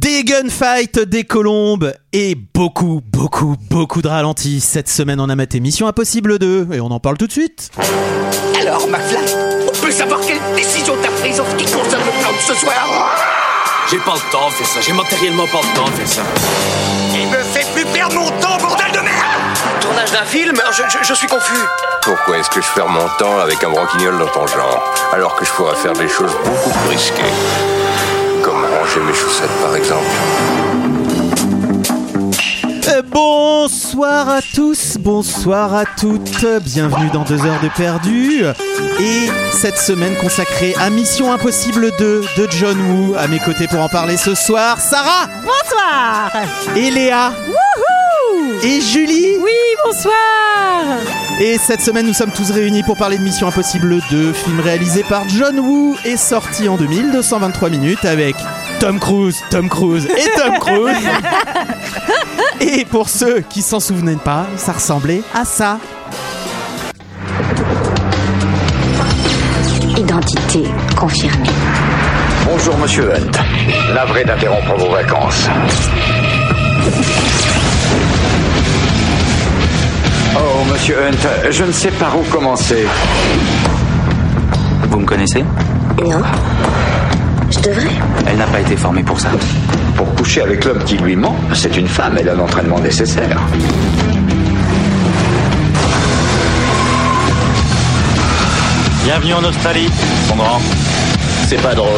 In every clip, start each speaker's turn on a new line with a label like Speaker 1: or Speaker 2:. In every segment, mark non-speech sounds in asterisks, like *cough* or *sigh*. Speaker 1: Des gunfights, des colombes et beaucoup, beaucoup, beaucoup de ralentis. Cette semaine, on a maté Mission Impossible 2 et on en parle tout de suite.
Speaker 2: Alors, McFly, on peut savoir quelle décision t'as prise en ce qui concerne le plan de ce soir
Speaker 3: J'ai pas le temps de faire ça, j'ai matériellement pas le temps de faire ça.
Speaker 2: Il me fait plus perdre mon temps, bordel de merde
Speaker 3: Tournage d'un film je, je- je suis confus.
Speaker 4: Pourquoi est-ce que je perds mon temps avec un broquignol dans ton genre, alors que je pourrais faire des choses beaucoup plus risquées Comme ranger mes chaussettes, par exemple.
Speaker 1: Euh, Bonsoir à tous, bonsoir à toutes, bienvenue dans 2 heures de perdu. Et cette semaine consacrée à Mission Impossible 2 de John Woo, à mes côtés pour en parler ce soir, Sarah
Speaker 5: Bonsoir
Speaker 1: et Léa
Speaker 5: Wouhou
Speaker 1: et Julie.
Speaker 5: Oui, bonsoir
Speaker 1: Et cette semaine, nous sommes tous réunis pour parler de Mission Impossible 2, film réalisé par John Woo et sorti en 2223 minutes avec Tom Cruise, Tom Cruise et Tom Cruise.
Speaker 5: *laughs*
Speaker 1: et pour ceux qui s'en souvenaient pas, ça ressemblait à ça.
Speaker 6: Identité confirmée.
Speaker 7: Bonjour Monsieur Hunt. Navré d'interrompre vos vacances. Oh Monsieur Hunt, je ne sais par où commencer.
Speaker 8: Vous me connaissez
Speaker 6: Non. Je devrais.
Speaker 8: Elle n'a pas été formée pour ça.
Speaker 7: Pour coucher avec l'homme qui lui ment, c'est une femme, elle a l'entraînement nécessaire.
Speaker 8: Bienvenue en Australie. Son grand.
Speaker 7: C'est pas drôle.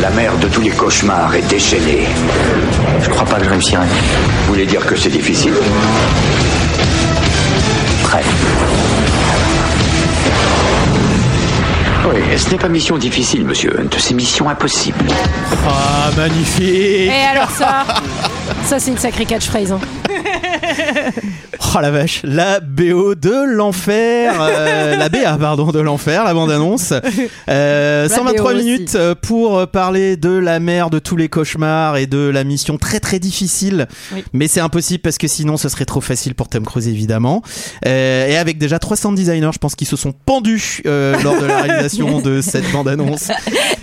Speaker 7: La mère de tous les cauchemars est déchaînée.
Speaker 8: Je crois pas que je réussirai.
Speaker 7: Vous voulez dire que c'est difficile
Speaker 8: Très.
Speaker 7: Oui, ce n'est pas mission difficile, Monsieur Hunt, c'est mission impossible.
Speaker 1: Ah,
Speaker 5: Et
Speaker 1: magnifique
Speaker 5: alors ça Ça c'est une sacrée catchphrase. hein.
Speaker 1: Oh la vache, la BO de l'enfer, euh, la BA pardon de l'enfer, la bande-annonce. Euh,
Speaker 5: La
Speaker 1: 123
Speaker 5: BO aussi.
Speaker 1: minutes euh, pour euh, parler de la mer, de tous les cauchemars et de la mission très très difficile.
Speaker 5: Oui.
Speaker 1: Mais c'est impossible parce que sinon ce serait trop facile pour Tom Cruise évidemment. Euh, et avec déjà 300 designers, je pense qu'ils se sont pendus euh, lors de la réalisation
Speaker 9: *laughs*
Speaker 1: de cette bande-annonce.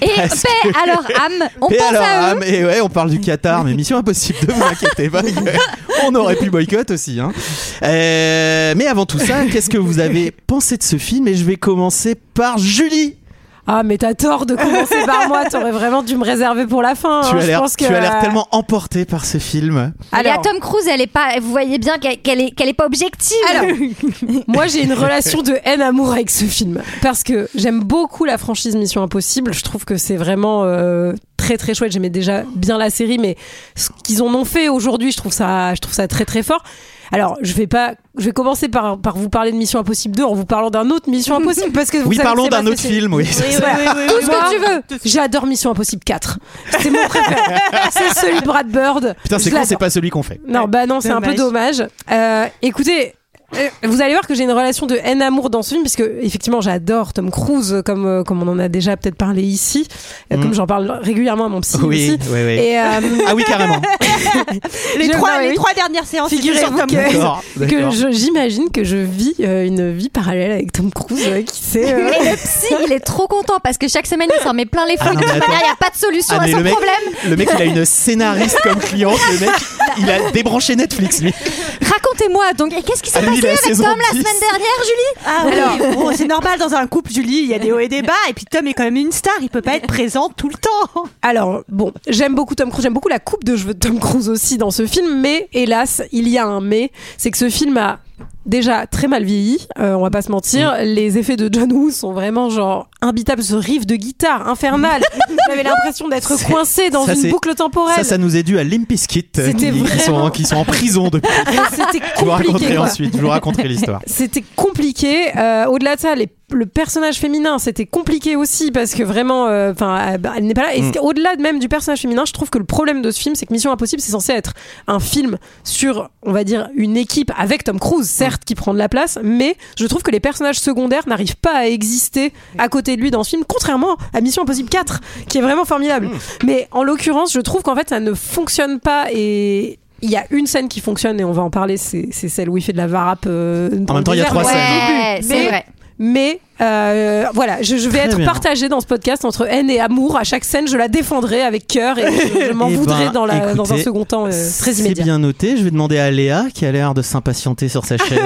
Speaker 9: Et
Speaker 1: Parce
Speaker 9: paix à leur âme. On
Speaker 1: Et
Speaker 9: pense
Speaker 1: alors,
Speaker 9: à
Speaker 1: ah,
Speaker 9: eux.
Speaker 1: mais ouais, on parle du Qatar, mais mission impossible, ne vous inquiétez
Speaker 9: *laughs*
Speaker 1: pas. On aurait pu boycott aussi. Hein. Euh, mais avant tout ça, qu'est-ce que vous avez pensé de ce film Et je vais commencer par Julie.
Speaker 5: Ah mais t'as tort de commencer par moi, t'aurais vraiment dû me réserver pour la fin.
Speaker 1: tu
Speaker 5: hein.
Speaker 1: as
Speaker 5: Je
Speaker 1: l'air,
Speaker 5: pense que-
Speaker 1: tu as l'air tellement emportée par ce film.
Speaker 9: Et à
Speaker 5: Alors,
Speaker 9: Tom Cruise, elle est pas. Vous voyez bien qu'elle qu'elle est, qu'elle est pas objective. *laughs*
Speaker 5: Alors, moi j'ai une relation de haine-amour avec ce film. Parce que j'aime beaucoup la franchise Mission Impossible. Je trouve que c'est vraiment euh, très très chouette. J'aimais déjà bien la série, mais ce qu'ils en ont fait aujourd'hui, je trouve ça, je trouve ça très très fort. Alors, je vais pas, je vais commencer par, par vous parler de Mission Impossible 2 en vous parlant d'un autre Mission Impossible parce que vous
Speaker 1: oui,
Speaker 5: savez
Speaker 1: parlons
Speaker 5: que c'est
Speaker 1: d'un
Speaker 5: ma
Speaker 1: autre
Speaker 5: spécialité.
Speaker 1: film. Oui, c'est ça.
Speaker 5: Tout ce que tu veux. J'adore Mission Impossible 4. C'est mon préféré. c'est celui de Brad Bird.
Speaker 1: Putain, c'est
Speaker 5: Je
Speaker 1: con,
Speaker 5: l'adore.
Speaker 1: c'est pas celui qu'on fait.
Speaker 5: Non, bah non, c'est un peu dommage. Euh, écoutez, euh, vous allez voir que j'ai une relation de haine-amour dans ce film, parce que effectivement, j'adore Tom Cruise, euh, comme, euh, comme on en a déjà peut-être parlé ici, euh,
Speaker 1: Mm.
Speaker 5: comme j'en parle régulièrement à mon psy
Speaker 1: Oui,
Speaker 5: aussi.
Speaker 1: oui, oui.
Speaker 10: *laughs*
Speaker 5: Et, euh,
Speaker 1: Ah oui,
Speaker 5: *laughs*
Speaker 1: carrément.
Speaker 5: je- bah oui,
Speaker 10: dernières séances.
Speaker 5: figurez-vous que,
Speaker 1: D'accord.
Speaker 5: *laughs* que
Speaker 1: d'accord.
Speaker 5: je- j'imagine que je vis euh, une vie parallèle avec Tom Cruise, euh, qui
Speaker 10: *laughs*
Speaker 5: sait. euh,
Speaker 9: Et le psy, il est trop content parce que chaque semaine, il s'en met plein les
Speaker 1: Ah
Speaker 9: fouilles.
Speaker 1: non,
Speaker 9: de toute
Speaker 1: mais attends.
Speaker 9: manière, il n'y a pas de solution
Speaker 1: Ah,
Speaker 9: à
Speaker 1: mais
Speaker 9: son
Speaker 1: le mec-
Speaker 9: problème.
Speaker 1: Le mec, il a une scénariste comme cliente. Le mec, il a débranché Netflix. Lui,
Speaker 9: Racontez-moi donc, et qu'est-ce qui s'est
Speaker 1: Ah, lui, il est
Speaker 9: passé
Speaker 1: à
Speaker 9: avec
Speaker 1: saison
Speaker 9: Tom la
Speaker 1: 10.
Speaker 9: semaine dernière, Julie
Speaker 10: Ah oui, *laughs* bon, c'est normal dans un couple, Julie, il y a des hauts et des bas. Et puis Tom est quand même une star, il peut pas être présent tout le temps.
Speaker 5: Alors, bon, j'aime beaucoup Tom Cruise, j'aime beaucoup la coupe de cheveux de Tom Cruise aussi dans ce film, mais hélas, il y a un mais, c'est que ce film a déjà très mal vieilli, euh, on va pas se mentir,
Speaker 1: Mm.
Speaker 5: les effets de John Woo sont vraiment genre imbitables, ce riff de
Speaker 1: *laughs*
Speaker 5: guitare infernal, j'avais l'impression d'être
Speaker 1: C'est-
Speaker 5: coincé dans
Speaker 1: ça, c'est-
Speaker 5: une boucle temporelle,
Speaker 1: ça, ça nous est dû à Limp Bizkit, euh,
Speaker 5: C'était
Speaker 1: qui, qui sont,
Speaker 5: vraiment-
Speaker 1: qui sont en prison
Speaker 5: *laughs*
Speaker 1: depuis.
Speaker 5: Ah, c'était
Speaker 1: Je vous raconterai
Speaker 5: compliqué. quoi.
Speaker 1: ensuite. Je vous raconterai l'histoire.
Speaker 5: C'était compliqué. Euh, Au-delà de ça, les- le personnage féminin, c'était compliqué aussi parce que vraiment, euh, enfin, bah, elle n'est pas là. Et
Speaker 1: Mm.
Speaker 5: au-delà de même du personnage féminin, je trouve que le problème de ce film, c'est que Mission Impossible, c'est censé être un film sur, on va dire, une équipe avec Tom Cruise, certes, qui prend de la place, mais je trouve que les personnages secondaires n'arrivent pas à exister à côté de lui dans ce film, contrairement à Mission Impossible 4, qui est vraiment formidable. Mais en l'occurrence, je trouve qu'en fait, ça ne fonctionne pas et. Il y a une scène qui fonctionne et on va en parler, c'est c'est celle où il fait de la varap. euh, dans
Speaker 1: En même temps,
Speaker 5: le
Speaker 1: il y a
Speaker 5: désert,
Speaker 1: trois
Speaker 5: mais-
Speaker 1: scènes.
Speaker 9: Ouais,
Speaker 5: début.
Speaker 9: c'est
Speaker 5: Mais-
Speaker 9: vrai.
Speaker 5: Mais euh, voilà, je, je vais
Speaker 1: Très
Speaker 5: être
Speaker 1: bien.
Speaker 5: partagée dans ce podcast entre haine et amour. À chaque scène, je la défendrai avec cœur et je, je
Speaker 1: *laughs*
Speaker 5: m'en
Speaker 1: Eh ben,
Speaker 5: voudrai dans, la- dans un
Speaker 1: écoutez,
Speaker 5: second temps euh, très
Speaker 1: C'est
Speaker 5: immédiat.
Speaker 1: bien noté. Je vais demander à Léa, qui a l'air de s'impatienter sur sa chaise.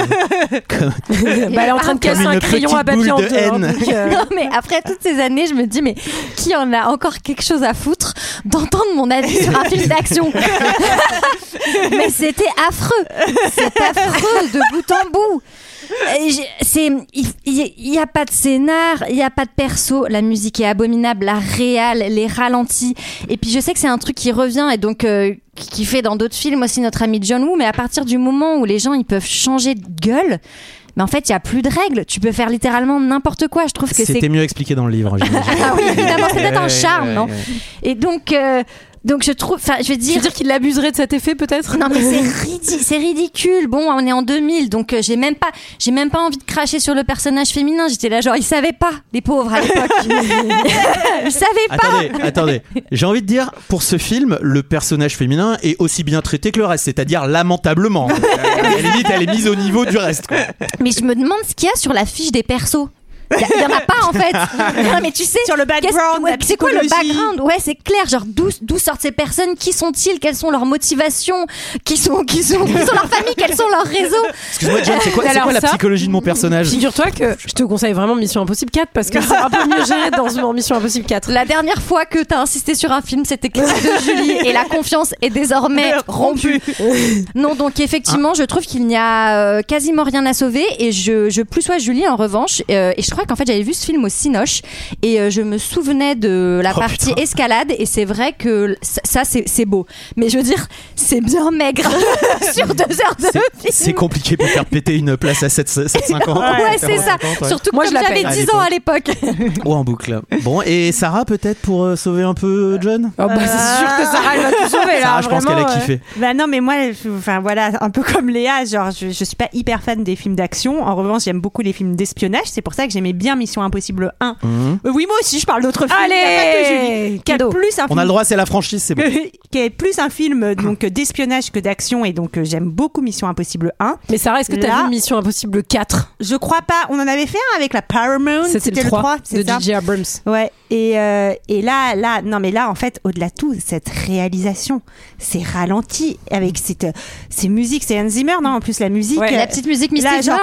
Speaker 1: Comme-
Speaker 5: Bah, elle est en train
Speaker 1: Comme
Speaker 5: de casser
Speaker 1: une
Speaker 5: un crayon
Speaker 1: petite
Speaker 5: à papier
Speaker 1: boule
Speaker 5: en
Speaker 1: de
Speaker 5: deux. hein,
Speaker 1: haine.
Speaker 5: donc, euh,
Speaker 9: *laughs*
Speaker 1: *laughs*
Speaker 9: Non mais après toutes ces années, je me dis mais qui en a encore quelque chose à foutre d'entendre mon avis sur un film d'action *laughs* Mais c'était affreux, c'est affreux de bout en bout. Et j'ai- C'est il n'y a pas de scénar, il n'y a pas de perso, la musique est abominable, la réal, les ralentis. Et puis je sais que c'est un truc qui revient et donc euh, qui qui fait dans d'autres films aussi notre ami John Woo. Mais à partir du moment où les gens ils peuvent changer de gueule. Mais en fait, il n'y a plus de règles. Tu peux faire littéralement n'importe quoi. Je trouve que c'est
Speaker 1: C'était mieux expliqué dans le livre.
Speaker 9: *laughs*
Speaker 1: j'imagine.
Speaker 9: ah oui, évidemment, c'est peut-être
Speaker 1: Ouais,
Speaker 9: un charme,
Speaker 1: ouais,
Speaker 9: non
Speaker 1: ouais.
Speaker 9: Et donc, euh, donc je trouve, enfin, je vais
Speaker 5: Tu veux
Speaker 9: dire.
Speaker 5: dire qu'il abuserait de cet effet peut-être
Speaker 9: Non mais c'est ridi- c'est ridicule. Bon, on est en 2000, donc euh, j'ai même pas, j'ai même pas envie de cracher sur le personnage féminin. J'étais là genre, ils savaient pas, les pauvres à l'époque. *laughs* ils savaient pas.
Speaker 1: Attendez, attendez. J'ai envie de dire, pour ce film, le personnage féminin est aussi bien traité que le reste, c'est-à-dire lamentablement. Elle est limite, elle est mise au niveau du reste. quoi.
Speaker 9: Mais je me demande ce qu'il y a sur la fiche des persos. Il y a- il y en a pas en
Speaker 10: *laughs*
Speaker 9: fait. Non, mais tu sais.
Speaker 10: Sur le
Speaker 9: qu'est-ce-
Speaker 10: background,
Speaker 9: ouais,
Speaker 10: la
Speaker 9: c'est quoi le
Speaker 10: psychologie.
Speaker 9: background Ouais, c'est clair. Genre d'où d'où sortent ces personnes Qui sont-ils Quelles sont leurs motivations Qui sont qui sont qui sont leurs familles Quels sont leurs réseaux
Speaker 1: Excuse-moi, John, c'est quoi, c'est
Speaker 5: Alors
Speaker 1: quoi la
Speaker 5: ça-
Speaker 1: psychologie de mon personnage
Speaker 5: Figure-toi que je te conseille vraiment Mission Impossible 4 parce que c'est un peu mieux géré dans dans Mission Impossible 4.
Speaker 9: La dernière fois que t'as insisté sur un film, c'était que de Julie et la confiance est désormais rompue. *laughs* Non, donc effectivement, je trouve qu'il n'y a euh, quasiment rien à sauver et je, je plus sois Julie en revanche. euh, et je crois qu'en fait, j'avais vu ce film au Cinoche et euh, je me souvenais de la
Speaker 1: Oh,
Speaker 9: partie
Speaker 1: putain.
Speaker 9: escalade et c'est vrai que l- ça, ça, c'est c'est beau. Mais je veux dire, c'est bien maigre sur deux heures de
Speaker 1: C'est-
Speaker 9: film.
Speaker 1: C'est compliqué pour faire péter une place à 7- 750.
Speaker 9: Ouais, c'est ça.
Speaker 1: 750, ouais.
Speaker 9: Surtout que
Speaker 5: Moi,
Speaker 9: comme
Speaker 5: je la
Speaker 9: j'avais
Speaker 5: paye.
Speaker 9: 10 ans à l'époque.
Speaker 1: Ou en boucle. Bon, et Sarah, peut-être pour euh, sauver un peu John
Speaker 5: Oh bah, c'est sûr que Sarah elle va tout sauver là.
Speaker 1: Sarah, je pense qu'elle
Speaker 5: vraiment,
Speaker 1: a
Speaker 5: euh.
Speaker 1: kiffé.
Speaker 10: Bah non, mais moi, je- enfin voilà, un peu comme Léa, genre je, je suis pas hyper fan des films d'action. En revanche, j'aime beaucoup les films d'espionnage. C'est pour ça que j'aimais bien Mission Impossible 1.
Speaker 1: Mhm.
Speaker 10: Euh, Oui, moi aussi, je parle d'autres films. il y a pas que Julie.
Speaker 5: Allez,
Speaker 10: Qui est
Speaker 5: cadeau.
Speaker 10: plus un
Speaker 1: On
Speaker 10: film-
Speaker 1: a le droit, c'est la franchise, c'est bon.
Speaker 10: qui est plus un film donc d'espionnage que d'action et donc euh, j'aime beaucoup Mission Impossible 1.
Speaker 5: Mais Sarah, est-ce que t'as
Speaker 10: Là-
Speaker 5: vu Mission Impossible 4
Speaker 10: Je crois pas, on en avait fait un avec la Paramount,
Speaker 5: C'était le 3,
Speaker 10: c'est ça
Speaker 5: de DJ Abrams.
Speaker 10: Ouais, et, euh, et là, là, non, mais là, en fait, au-delà de tout, cette réalisation, c'est ralenti avec cette, euh, ces musiques, c'est Hans Zimmer, non En plus, la musique.
Speaker 5: Ouais, la Ah,
Speaker 10: euh,
Speaker 9: La petite musique
Speaker 10: là,
Speaker 9: mystique.
Speaker 10: genre,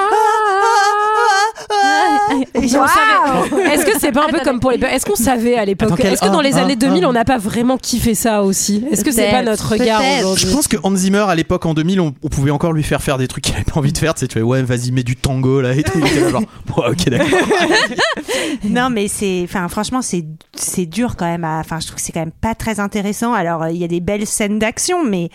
Speaker 10: Et genre, ça va-
Speaker 5: Est-ce que c'est pas un peu comme pour les Est-ce qu'on savait à
Speaker 1: Attends,
Speaker 5: l'époque
Speaker 1: quel-
Speaker 5: Est-ce que dans les
Speaker 1: ah,
Speaker 5: années
Speaker 1: ah,
Speaker 5: 2000,
Speaker 1: ah.
Speaker 5: on n'a pas vraiment kiffé ça aussi Est-ce que c'est
Speaker 9: Peut-être,
Speaker 5: pas notre regard
Speaker 9: peut-être.
Speaker 5: aujourd'hui
Speaker 1: Je pense que Hans Zimmer à l'époque en 2000 on, on pouvait encore lui faire faire des trucs qu'il avait pas envie de faire, tu sais, tu fais ouais vas-y mets du tango là et tout, Il était là,
Speaker 10: *laughs*
Speaker 1: genre Ouais, ok d'accord.
Speaker 10: *laughs* Non, mais c'est, enfin, franchement, c'est, c'est dur quand même. à- Enfin, je trouve que c'est quand même pas très intéressant. Alors, euh, il y a des belles scènes d'action, mais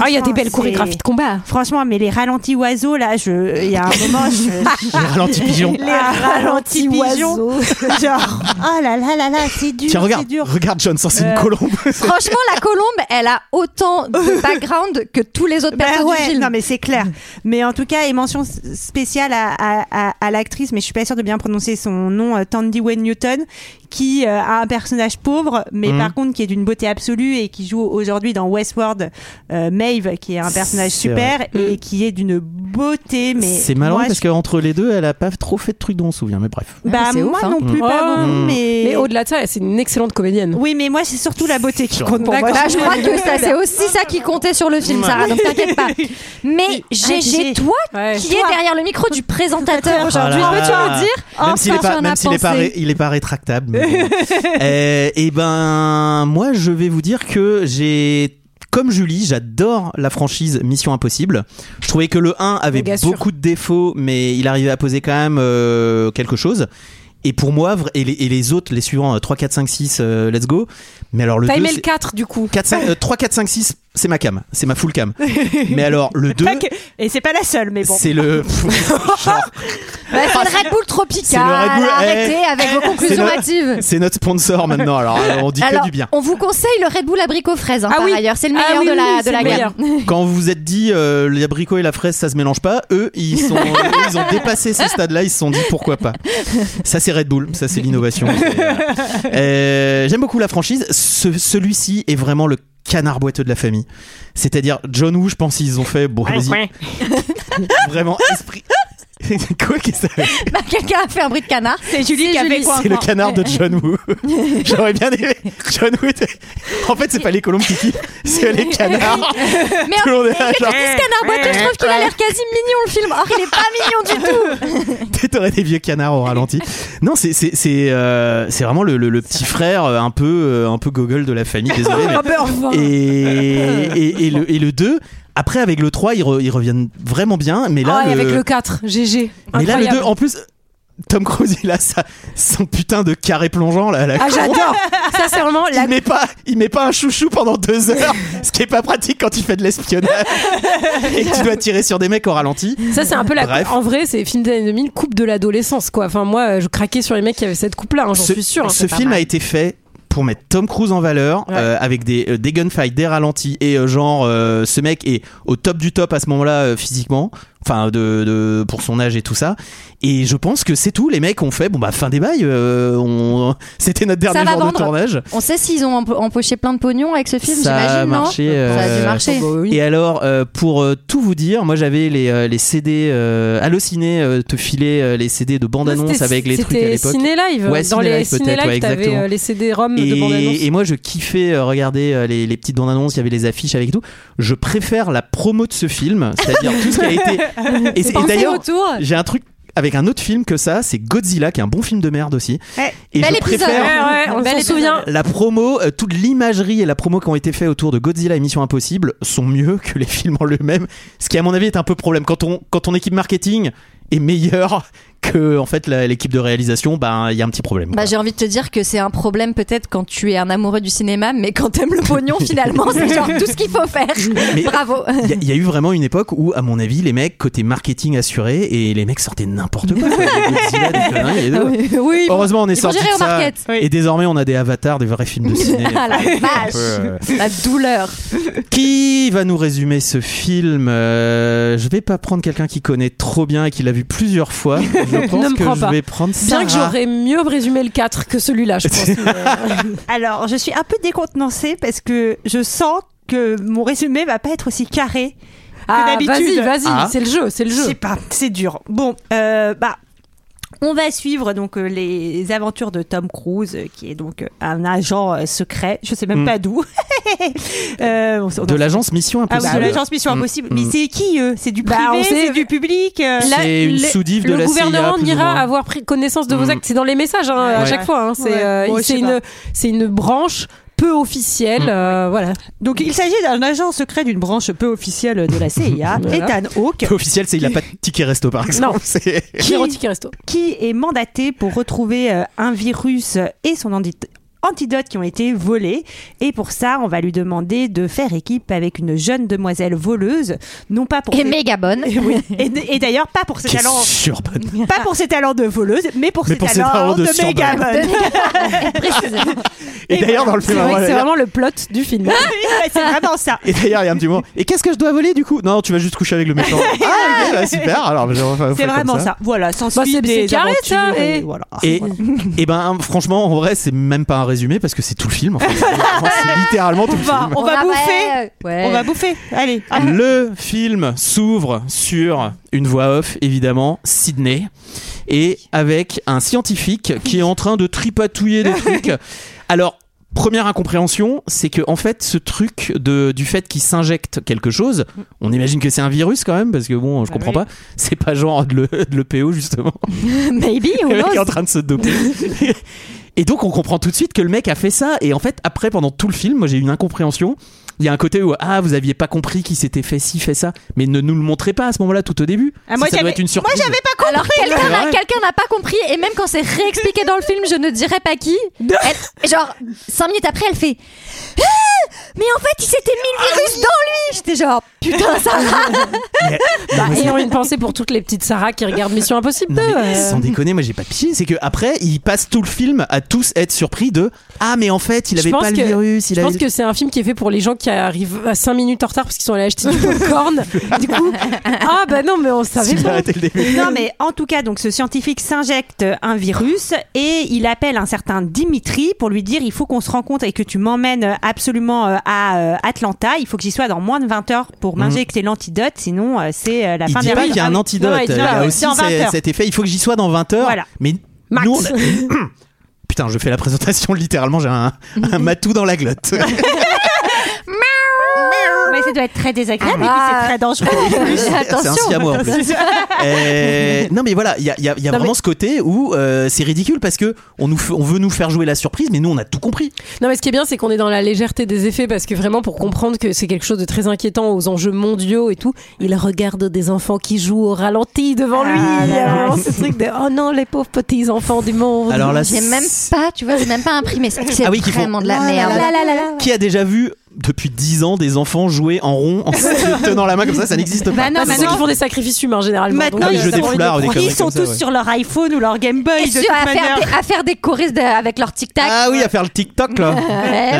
Speaker 5: Ah, il y a des
Speaker 10: Franchement,
Speaker 5: belles
Speaker 10: c'est-
Speaker 5: chorégraphies de combat.
Speaker 10: franchement, mais les ralentis oiseaux, là, je, il y a un moment,
Speaker 5: *laughs*
Speaker 10: je,
Speaker 1: J'ai ralenti pigeon.
Speaker 10: les
Speaker 5: Ah.
Speaker 10: ralentis pigeons, *laughs* genre, oh là là là là, c'est dur,
Speaker 1: Tiens regarde,
Speaker 10: c'est dur. Euh,
Speaker 1: regarde John, ça, c'est une colombe.
Speaker 9: Franchement, la colombe, elle a autant
Speaker 10: *laughs*
Speaker 9: de background que tous les autres
Speaker 10: Bah
Speaker 9: personnages
Speaker 10: ouais,
Speaker 9: du film.
Speaker 10: non mais c'est clair. Mais en tout cas, et mention s- spéciale à, à- à- à l'actrice, mais je suis pas sûre de bien prononcer son nom, euh, Tandy Wayne Newton, qui euh, a un personnage pauvre, mais
Speaker 1: Mhm.
Speaker 10: par contre qui est d'une beauté absolue et qui joue aujourd'hui dans Westworld, euh, Maeve, qui est un personnage
Speaker 1: C'est
Speaker 10: super
Speaker 9: Mhm.
Speaker 10: et qui est d'une beauté, mais
Speaker 1: C'est malheureux
Speaker 10: moi,
Speaker 1: parce
Speaker 10: je-
Speaker 1: qu'entre les deux elle a pas trop fait de trucs dont on se souvient, mais bref.
Speaker 10: bah
Speaker 9: Ah, c'est
Speaker 10: moi
Speaker 9: ouf, hein.
Speaker 10: non plus pas
Speaker 5: Oh.
Speaker 10: beaucoup,
Speaker 1: Mhm.
Speaker 10: mais,
Speaker 5: Mais au-delà de ça, c'est une excellente comédienne.
Speaker 10: oui, mais moi c'est surtout la beauté qui
Speaker 1: Sure.
Speaker 10: compte pour moi.
Speaker 9: Bah, je crois que ça, c'est aussi ça qui comptait sur le film, Sarah, donc
Speaker 1: *laughs*
Speaker 9: t'inquiète pas. Mais GG,
Speaker 10: GG.
Speaker 9: toi
Speaker 5: Ouais.
Speaker 9: qui es derrière le micro du présentateur aujourd'hui,
Speaker 1: Aujourd'hui,
Speaker 9: peux-tu nous dire
Speaker 1: Même s'il est
Speaker 9: enfin,
Speaker 1: pas,
Speaker 9: j'en ai
Speaker 1: même s'il est pas,
Speaker 9: pensé.
Speaker 1: ré- il est pas rétractable. mais bon. Euh, et ben, moi, je vais vous dire que j'ai. Comme Julie, j'adore la franchise Mission Impossible. Je trouvais que le 1 avait
Speaker 5: Bien sûr.
Speaker 1: beaucoup de défauts, mais il arrivait à poser quand même euh, quelque chose. Et pour moi, vra- et les, et les autres, les suivants, euh, 3, 4, 5, 6, euh, let's go. Mais alors le
Speaker 5: T'as
Speaker 1: 2,
Speaker 5: aimé
Speaker 1: c'est-
Speaker 5: le 4 du coup
Speaker 1: 4, 5, euh, 3, 4, 5, 6, c'est ma cam, c'est ma full cam. mais alors le 2,
Speaker 10: Pas que- Et c'est pas la seule, mais bon.
Speaker 1: c'est le... Genre,
Speaker 9: Bah, c'est le Red Bull
Speaker 1: C'est le
Speaker 9: Tropical,
Speaker 1: Red Bull,
Speaker 9: arrêtez
Speaker 1: eh,
Speaker 9: avec vos
Speaker 1: eh,
Speaker 9: conclusions
Speaker 1: c'est le-
Speaker 9: hâtives.
Speaker 1: c'est notre sponsor maintenant, alors euh, on dit
Speaker 9: Alors,
Speaker 1: que du bien.
Speaker 9: on vous conseille le Red Bull abricot fraise, hein,
Speaker 5: Ah
Speaker 9: par
Speaker 5: oui.
Speaker 9: ailleurs, c'est le
Speaker 5: Ah
Speaker 9: meilleur
Speaker 5: oui,
Speaker 9: de
Speaker 5: oui,
Speaker 9: la,
Speaker 5: c'est
Speaker 9: de la
Speaker 5: le
Speaker 9: gamme.
Speaker 1: *laughs* quand vous vous êtes dit euh, les abricots et la fraise ça se mélange pas, eux ils, sont, eux, ils ont dépassé ce stade-là, ils se sont dit pourquoi pas. Ça c'est Red Bull, ça c'est l'innovation. C'est, euh, euh, J'aime beaucoup la franchise. Ce- Celui-ci est vraiment le canard boiteux de la famille. *laughs* C'est-à-dire John Woo, je pense ils ont fait bon, allez-y. vraiment esprit *laughs* C'est quoi qui ça
Speaker 9: *laughs* Bah, quelqu'un a fait un bruit de canard.
Speaker 11: C'est Julie qui a fait quoi
Speaker 1: C'est le canard de John Woo. J'aurais bien aimé. John Woo. t'es- En fait, c'est pas les colombes qui kiffent, c'est les canards.
Speaker 9: Mais
Speaker 1: Tout le monde est là,
Speaker 9: mais
Speaker 1: genre-
Speaker 9: ce canard boiteux, je trouve qu'il a l'air quasi mignon le film. Or, il est pas mignon du tout.
Speaker 1: *laughs* T'aurais des vieux canards au ralenti. Non, c'est c'est c'est euh, c'est vraiment le, le- le petit frère euh, un peu euh, un peu gogol de la famille. Désolé. mais-
Speaker 5: Ah *laughs* ben, enfin.
Speaker 1: et, et, et le, et le 2 après avec le 3 ils, re- ils reviennent vraiment bien mais là
Speaker 5: Ah, et
Speaker 1: le...
Speaker 5: avec le 4, GG.
Speaker 1: mais là le
Speaker 5: Incroyable.
Speaker 1: 2 en plus Tom Cruise il a sa, son putain de carré plongeant là à la
Speaker 5: Ah,
Speaker 1: con. *laughs*
Speaker 5: j'adore Ça, c'est vraiment la
Speaker 1: il met pas il met pas un chouchou pendant deux
Speaker 5: *laughs*
Speaker 1: heures ce qui est pas pratique quand il fait de l'espionnage et que tu dois tirer sur des mecs au ralenti
Speaker 5: Ça, c'est un peu la.
Speaker 1: Bref.
Speaker 5: En vrai, c'est film des années 2000, coupe de l'adolescence, quoi. Enfin, moi, je craquais sur les mecs qui avaient cette coupe-là, hein, j'en
Speaker 1: ce,
Speaker 5: suis sûre.
Speaker 1: ce film a été fait pour mettre Tom Cruise en valeur
Speaker 5: Ouais.
Speaker 1: euh, avec des, euh, des gunfights, des ralentis et euh, genre euh, ce mec est au top du top à ce moment-là euh, physiquement, enfin de, de- pour son âge et tout ça. Et je pense que c'est tout. Les mecs ont fait bon bah fin des bails. euh, on... *laughs* C'était notre
Speaker 9: Ça
Speaker 1: dernier
Speaker 9: va
Speaker 1: jour de
Speaker 9: vendre.
Speaker 1: tournage.
Speaker 9: On sait s'ils ont empo- empoché plein de pognon avec ce film,
Speaker 1: Ça a
Speaker 9: j'imagine, non
Speaker 1: marché,
Speaker 9: Ça a dû
Speaker 1: euh,
Speaker 9: marcher.
Speaker 1: Et alors, euh, pour euh, tout vous dire, moi j'avais les, euh, les CD euh, Allociné euh, te filer euh, les CD de bande-annonce avec les trucs à
Speaker 5: C'était
Speaker 1: l'époque.
Speaker 5: Ciné Live.
Speaker 1: Ouais,
Speaker 5: Dans
Speaker 1: Ciné
Speaker 5: les
Speaker 1: Live, peut-être,
Speaker 5: Ciné Live,
Speaker 1: ouais,
Speaker 5: t'avais
Speaker 1: exactement.
Speaker 5: euh, les CD-ROM de bande-annonce.
Speaker 1: Et, et moi, je kiffais euh, regarder euh, les, les petites bandes annonces, il y avait les affiches avec et tout. Je préfère la promo de ce film, c'est-à-dire tout ce qui a été. Et, c'est- et
Speaker 5: Pensez
Speaker 1: d'ailleurs,
Speaker 5: autour.
Speaker 1: j'ai un truc avec un autre film que ça, c'est Godzilla, qui est un bon film de merde aussi.
Speaker 10: Ouais.
Speaker 1: Et
Speaker 9: Bel
Speaker 1: je
Speaker 9: épisode.
Speaker 1: préfère
Speaker 5: Ouais, ouais, on
Speaker 9: Bel
Speaker 5: s'en
Speaker 9: épisode.
Speaker 5: souvient.
Speaker 1: la promo, euh, toute l'imagerie et la promo qui ont été faits autour de Godzilla et Mission Impossible sont mieux que les films en eux-mêmes. Ce qui, à mon avis, est un peu problème. Quand, on, quand ton équipe marketing est meilleure *laughs* que en fait la- l'équipe de réalisation, ben il y a un petit problème.
Speaker 9: Bah,
Speaker 1: quoi.
Speaker 9: j'ai envie de te dire que c'est un problème peut-être quand tu es un amoureux du cinéma, mais quand t'aimes le
Speaker 1: *laughs*
Speaker 9: pognon, finalement, c'est genre tout ce qu'il faut faire.
Speaker 1: Mais- *laughs* Euh,
Speaker 9: Bravo.
Speaker 1: Il y a- il y, a eu vraiment une époque où, à mon avis, les mecs, côté marketing assuré, et les mecs sortaient n'importe quoi. quoi. Des Godzilla, des conneries et tout.
Speaker 9: *laughs* Ah oui,
Speaker 1: Heureusement, on est
Speaker 9: ils vont
Speaker 1: sorti
Speaker 9: gérer
Speaker 1: de
Speaker 9: au
Speaker 1: ça.
Speaker 9: market.
Speaker 1: Et désormais, on a des avatars, des vrais films de ciné.
Speaker 9: Ah, la
Speaker 1: Un peu,
Speaker 9: vache.
Speaker 1: euh,
Speaker 9: la douleur.
Speaker 1: Qui va nous résumer ce film Euh, Je vais pas prendre quelqu'un qui connaît trop bien et qui l'a vu plusieurs fois. Je pense
Speaker 5: me
Speaker 1: que
Speaker 5: prends
Speaker 1: je
Speaker 5: pas.
Speaker 1: vais prendre
Speaker 5: Bien que
Speaker 1: Sarah.
Speaker 5: j'aurais mieux résumé le 4 que celui-là, je pense. euh,
Speaker 10: *laughs* Alors, je suis un peu décontenancée parce que je sens que mon résumé va pas être aussi carré.
Speaker 5: Ah, vas-y,
Speaker 10: d'habitude.
Speaker 5: vas-y,
Speaker 1: Ah.
Speaker 5: c'est le jeu, c'est le
Speaker 10: Je sais
Speaker 5: jeu.
Speaker 10: pas, c'est dur. Bon, euh, bah. On va suivre donc euh, les aventures de Tom Cruise, euh, qui est donc euh, un agent euh, secret. Je sais même
Speaker 1: Mm.
Speaker 10: pas d'où. Euh, on s- on
Speaker 1: De
Speaker 10: en-
Speaker 1: l'agence Mission
Speaker 10: Ah oui,
Speaker 1: Impossible.
Speaker 10: de l'agence Mission
Speaker 1: Mm,
Speaker 10: Impossible.
Speaker 1: mm.
Speaker 10: Mais c'est qui eux C'est du
Speaker 5: Bah,
Speaker 10: privé,
Speaker 5: on sait-
Speaker 10: c'est du public. euh,
Speaker 5: La-
Speaker 1: C'est une
Speaker 5: le-
Speaker 1: sous-dive de
Speaker 5: le
Speaker 1: la CIA,
Speaker 5: gouvernement
Speaker 1: plus ou
Speaker 5: n'ira
Speaker 1: moins.
Speaker 5: avoir pris connaissance de vos
Speaker 1: Mm.
Speaker 5: actes. C'est dans les messages hein, à
Speaker 1: Ouais.
Speaker 5: chaque fois. hein. C'est
Speaker 10: Ouais.
Speaker 5: euh,
Speaker 10: Ouais, je
Speaker 5: c'est
Speaker 10: sais
Speaker 5: une, c'est une branche peu officielle.
Speaker 1: Mm.
Speaker 5: euh, voilà.
Speaker 10: Donc il s'agit d'un agent secret d'une branche peu officielle de la CIA,
Speaker 5: Voilà.
Speaker 10: Ethan Hawke,
Speaker 1: Peu Officiel, c'est il a pas de ticket resto par exemple. *laughs*
Speaker 5: Non.
Speaker 1: C'est-
Speaker 10: Qui-
Speaker 5: Erotic et Resto.
Speaker 10: qui est mandaté pour retrouver euh, un virus et son andi- antidote qui ont été volés. Et pour ça, on va lui demander de faire équipe avec une jeune demoiselle voleuse, non pas pour
Speaker 9: Et
Speaker 10: ses-
Speaker 9: méga bonne. *laughs*
Speaker 10: Oui. Et, et d'ailleurs pas pour ses
Speaker 1: Qui est
Speaker 10: talents,
Speaker 1: surbonne.
Speaker 10: *laughs* pas pour ses talents de voleuse, mais pour
Speaker 1: Mais
Speaker 10: ses
Speaker 1: pour ses
Speaker 10: talents,
Speaker 1: talents de
Speaker 10: de,
Speaker 1: surbonne.
Speaker 10: mégabonne. *laughs*
Speaker 9: Précisément.
Speaker 1: Et, d'ailleurs, dans le
Speaker 5: C'est
Speaker 1: film,
Speaker 5: vrai que c'est
Speaker 1: voilà,
Speaker 5: vraiment le plot du film.
Speaker 10: C'est vraiment ça.
Speaker 1: Et d'ailleurs, il y a un petit moment. Et qu'est-ce que je dois voler du coup Non, tu vas juste coucher avec le
Speaker 10: *laughs*
Speaker 1: méchant. ah, ok, bah, super. Alors, j'ai- enfin,
Speaker 10: C'est
Speaker 1: comme
Speaker 10: vraiment ça. Voilà, sans
Speaker 5: Bah, c'est-
Speaker 10: suite
Speaker 5: c'est
Speaker 10: des
Speaker 5: carré,
Speaker 10: aventures
Speaker 5: ça,
Speaker 10: et
Speaker 5: et-
Speaker 10: voilà.
Speaker 1: Et, et ben, franchement, en vrai, c'est même pas un résumé parce que c'est tout le film. En
Speaker 10: *laughs*
Speaker 1: fait. c'est littéralement tout le
Speaker 10: va-
Speaker 1: film.
Speaker 10: on va
Speaker 9: Ah,
Speaker 10: bouffer.
Speaker 9: ouais. Ouais. bah,
Speaker 10: On va bouffer. Allez. Ah, *laughs*
Speaker 1: Le film s'ouvre sur une voix off, évidemment, Sydney, et avec un scientifique qui est en train de tripatouiller des trucs. Alors, première incompréhension, c'est que en fait, ce truc de, du fait qu'il s'injecte quelque chose, on imagine que c'est un virus quand même, parce que bon, je comprends pas, c'est pas genre de le, de le PO justement,
Speaker 9: Maybe, who
Speaker 1: le mec est en
Speaker 9: knows
Speaker 1: train de se doper. *laughs* Et donc on comprend tout de suite que le mec a fait ça. Et en fait, après, pendant tout le film, moi j'ai eu une incompréhension. Il y a un côté où ah vous aviez pas compris qui s'était fait ci fait ça, mais ne nous le montrez pas à ce moment-là tout au début.
Speaker 10: Ah, moi,
Speaker 1: ça, ça doit
Speaker 10: j'avais-
Speaker 1: être une
Speaker 10: moi,
Speaker 1: surprise.
Speaker 10: j'avais pas compris.
Speaker 9: Alors quelqu'un
Speaker 1: C'est
Speaker 9: n'a
Speaker 1: vrai.
Speaker 9: quelqu'un n'a pas compris et même quand c'est réexpliqué dans le film, je ne dirais pas *laughs* qui. elle- genre cinq minutes après, elle fait. Ah Mais en fait, il s'était mis le virus dans lui. J'étais genre putain ça.
Speaker 5: Bah, ayant une pensée pour toutes les petites Sarah qui regardent Mission Impossible
Speaker 1: Non,
Speaker 5: 2.
Speaker 1: mais
Speaker 5: euh.
Speaker 1: sans déconner, moi j'ai pas pitié. C'est que après il passe tout le film à tous être surpris de ah mais en fait il
Speaker 5: Je
Speaker 1: avait
Speaker 5: pense
Speaker 1: pas
Speaker 5: que-
Speaker 1: le virus. Il
Speaker 5: Je pense
Speaker 1: avait- *laughs*
Speaker 5: que c'est un film qui est fait pour les gens qui arrivent à 5 minutes en retard parce qu'ils sont allés
Speaker 1: *laughs*
Speaker 5: acheter du popcorn. du coup, ah bah non, mais on savait
Speaker 1: S'il
Speaker 5: pas.
Speaker 1: arrêtait le début.
Speaker 10: Non, mais en tout cas, donc ce scientifique s'injecte un virus et il appelle un certain Dimitri pour lui dire il faut qu'on se rencontre et que tu m'emmènes absolument confinement euh, à euh, Atlanta, il faut que j'y sois dans moins de 20 heures pour m'injecter l'antidote, sinon euh, c'est euh, la
Speaker 1: Il
Speaker 10: fin
Speaker 1: dit
Speaker 10: des
Speaker 1: pas
Speaker 10: rues.
Speaker 1: qu'il y a un
Speaker 10: Ah,
Speaker 1: antidote.
Speaker 10: non, il dit
Speaker 1: il y
Speaker 10: pas,
Speaker 1: a
Speaker 10: ouais.
Speaker 1: aussi
Speaker 10: C'est en 20
Speaker 1: ce-
Speaker 10: heures.
Speaker 1: cet effet. Il faut que j'y sois dans 20 heures.
Speaker 10: Voilà.
Speaker 1: Mais
Speaker 5: Max.
Speaker 1: nous, on a- Putain, je fais la présentation littéralement, j'ai un, un
Speaker 10: *laughs*
Speaker 1: matou dans la glotte.
Speaker 10: Mais ça doit être très désagréable et puis
Speaker 9: Ah.
Speaker 10: c'est
Speaker 1: *laughs*
Speaker 10: très dangereux.
Speaker 1: C'est un siamois en plus. Euh, non mais voilà, il y a, il y a- il y a
Speaker 5: Non,
Speaker 1: vraiment
Speaker 5: mais-
Speaker 1: ce côté où euh, c'est ridicule parce que on, nous f- on veut nous faire jouer la surprise, mais nous on a tout compris.
Speaker 5: Non, mais ce qui est bien, c'est qu'on est dans la légèreté des effets parce que vraiment, pour comprendre que c'est quelque chose de très inquiétant aux enjeux mondiaux et tout, il regarde des enfants qui jouent au ralenti devant lui.
Speaker 10: Ah,
Speaker 5: Il y a
Speaker 10: là.
Speaker 5: vraiment ce truc de oh non, les pauvres petits enfants du monde.
Speaker 1: Alors là,
Speaker 9: J'ai même
Speaker 1: c'est-
Speaker 9: pas, tu vois, j'ai même pas imprimé ça. C'est
Speaker 1: Ah oui, qu'ils font-
Speaker 9: vraiment de la merde.
Speaker 1: qui a déjà vu depuis 10 ans des enfants jouer en rond
Speaker 10: *laughs*
Speaker 1: en se tenant la main comme ça, ça n'existe pas.
Speaker 10: Bah non,
Speaker 5: Ah, c'est ceux
Speaker 10: maintenant-
Speaker 5: qui font des sacrifices humains généralement.
Speaker 10: Maintenant,
Speaker 5: Donc,
Speaker 1: ils
Speaker 5: euh,
Speaker 1: jetent
Speaker 5: ça
Speaker 1: des
Speaker 5: vaut le
Speaker 1: foulards ou des
Speaker 5: coup.
Speaker 1: conneries
Speaker 10: Ils sont
Speaker 1: comme ça,
Speaker 10: tous
Speaker 1: ouais.
Speaker 10: sur leur iPhone ou leur Game Boy
Speaker 9: Et
Speaker 10: de
Speaker 9: sur-
Speaker 10: toute
Speaker 9: à,
Speaker 10: manière.
Speaker 9: faire des, à faire des choristes de- avec leur tic-tac.
Speaker 1: Ah oui, à faire le TikTok
Speaker 5: *laughs*
Speaker 1: là.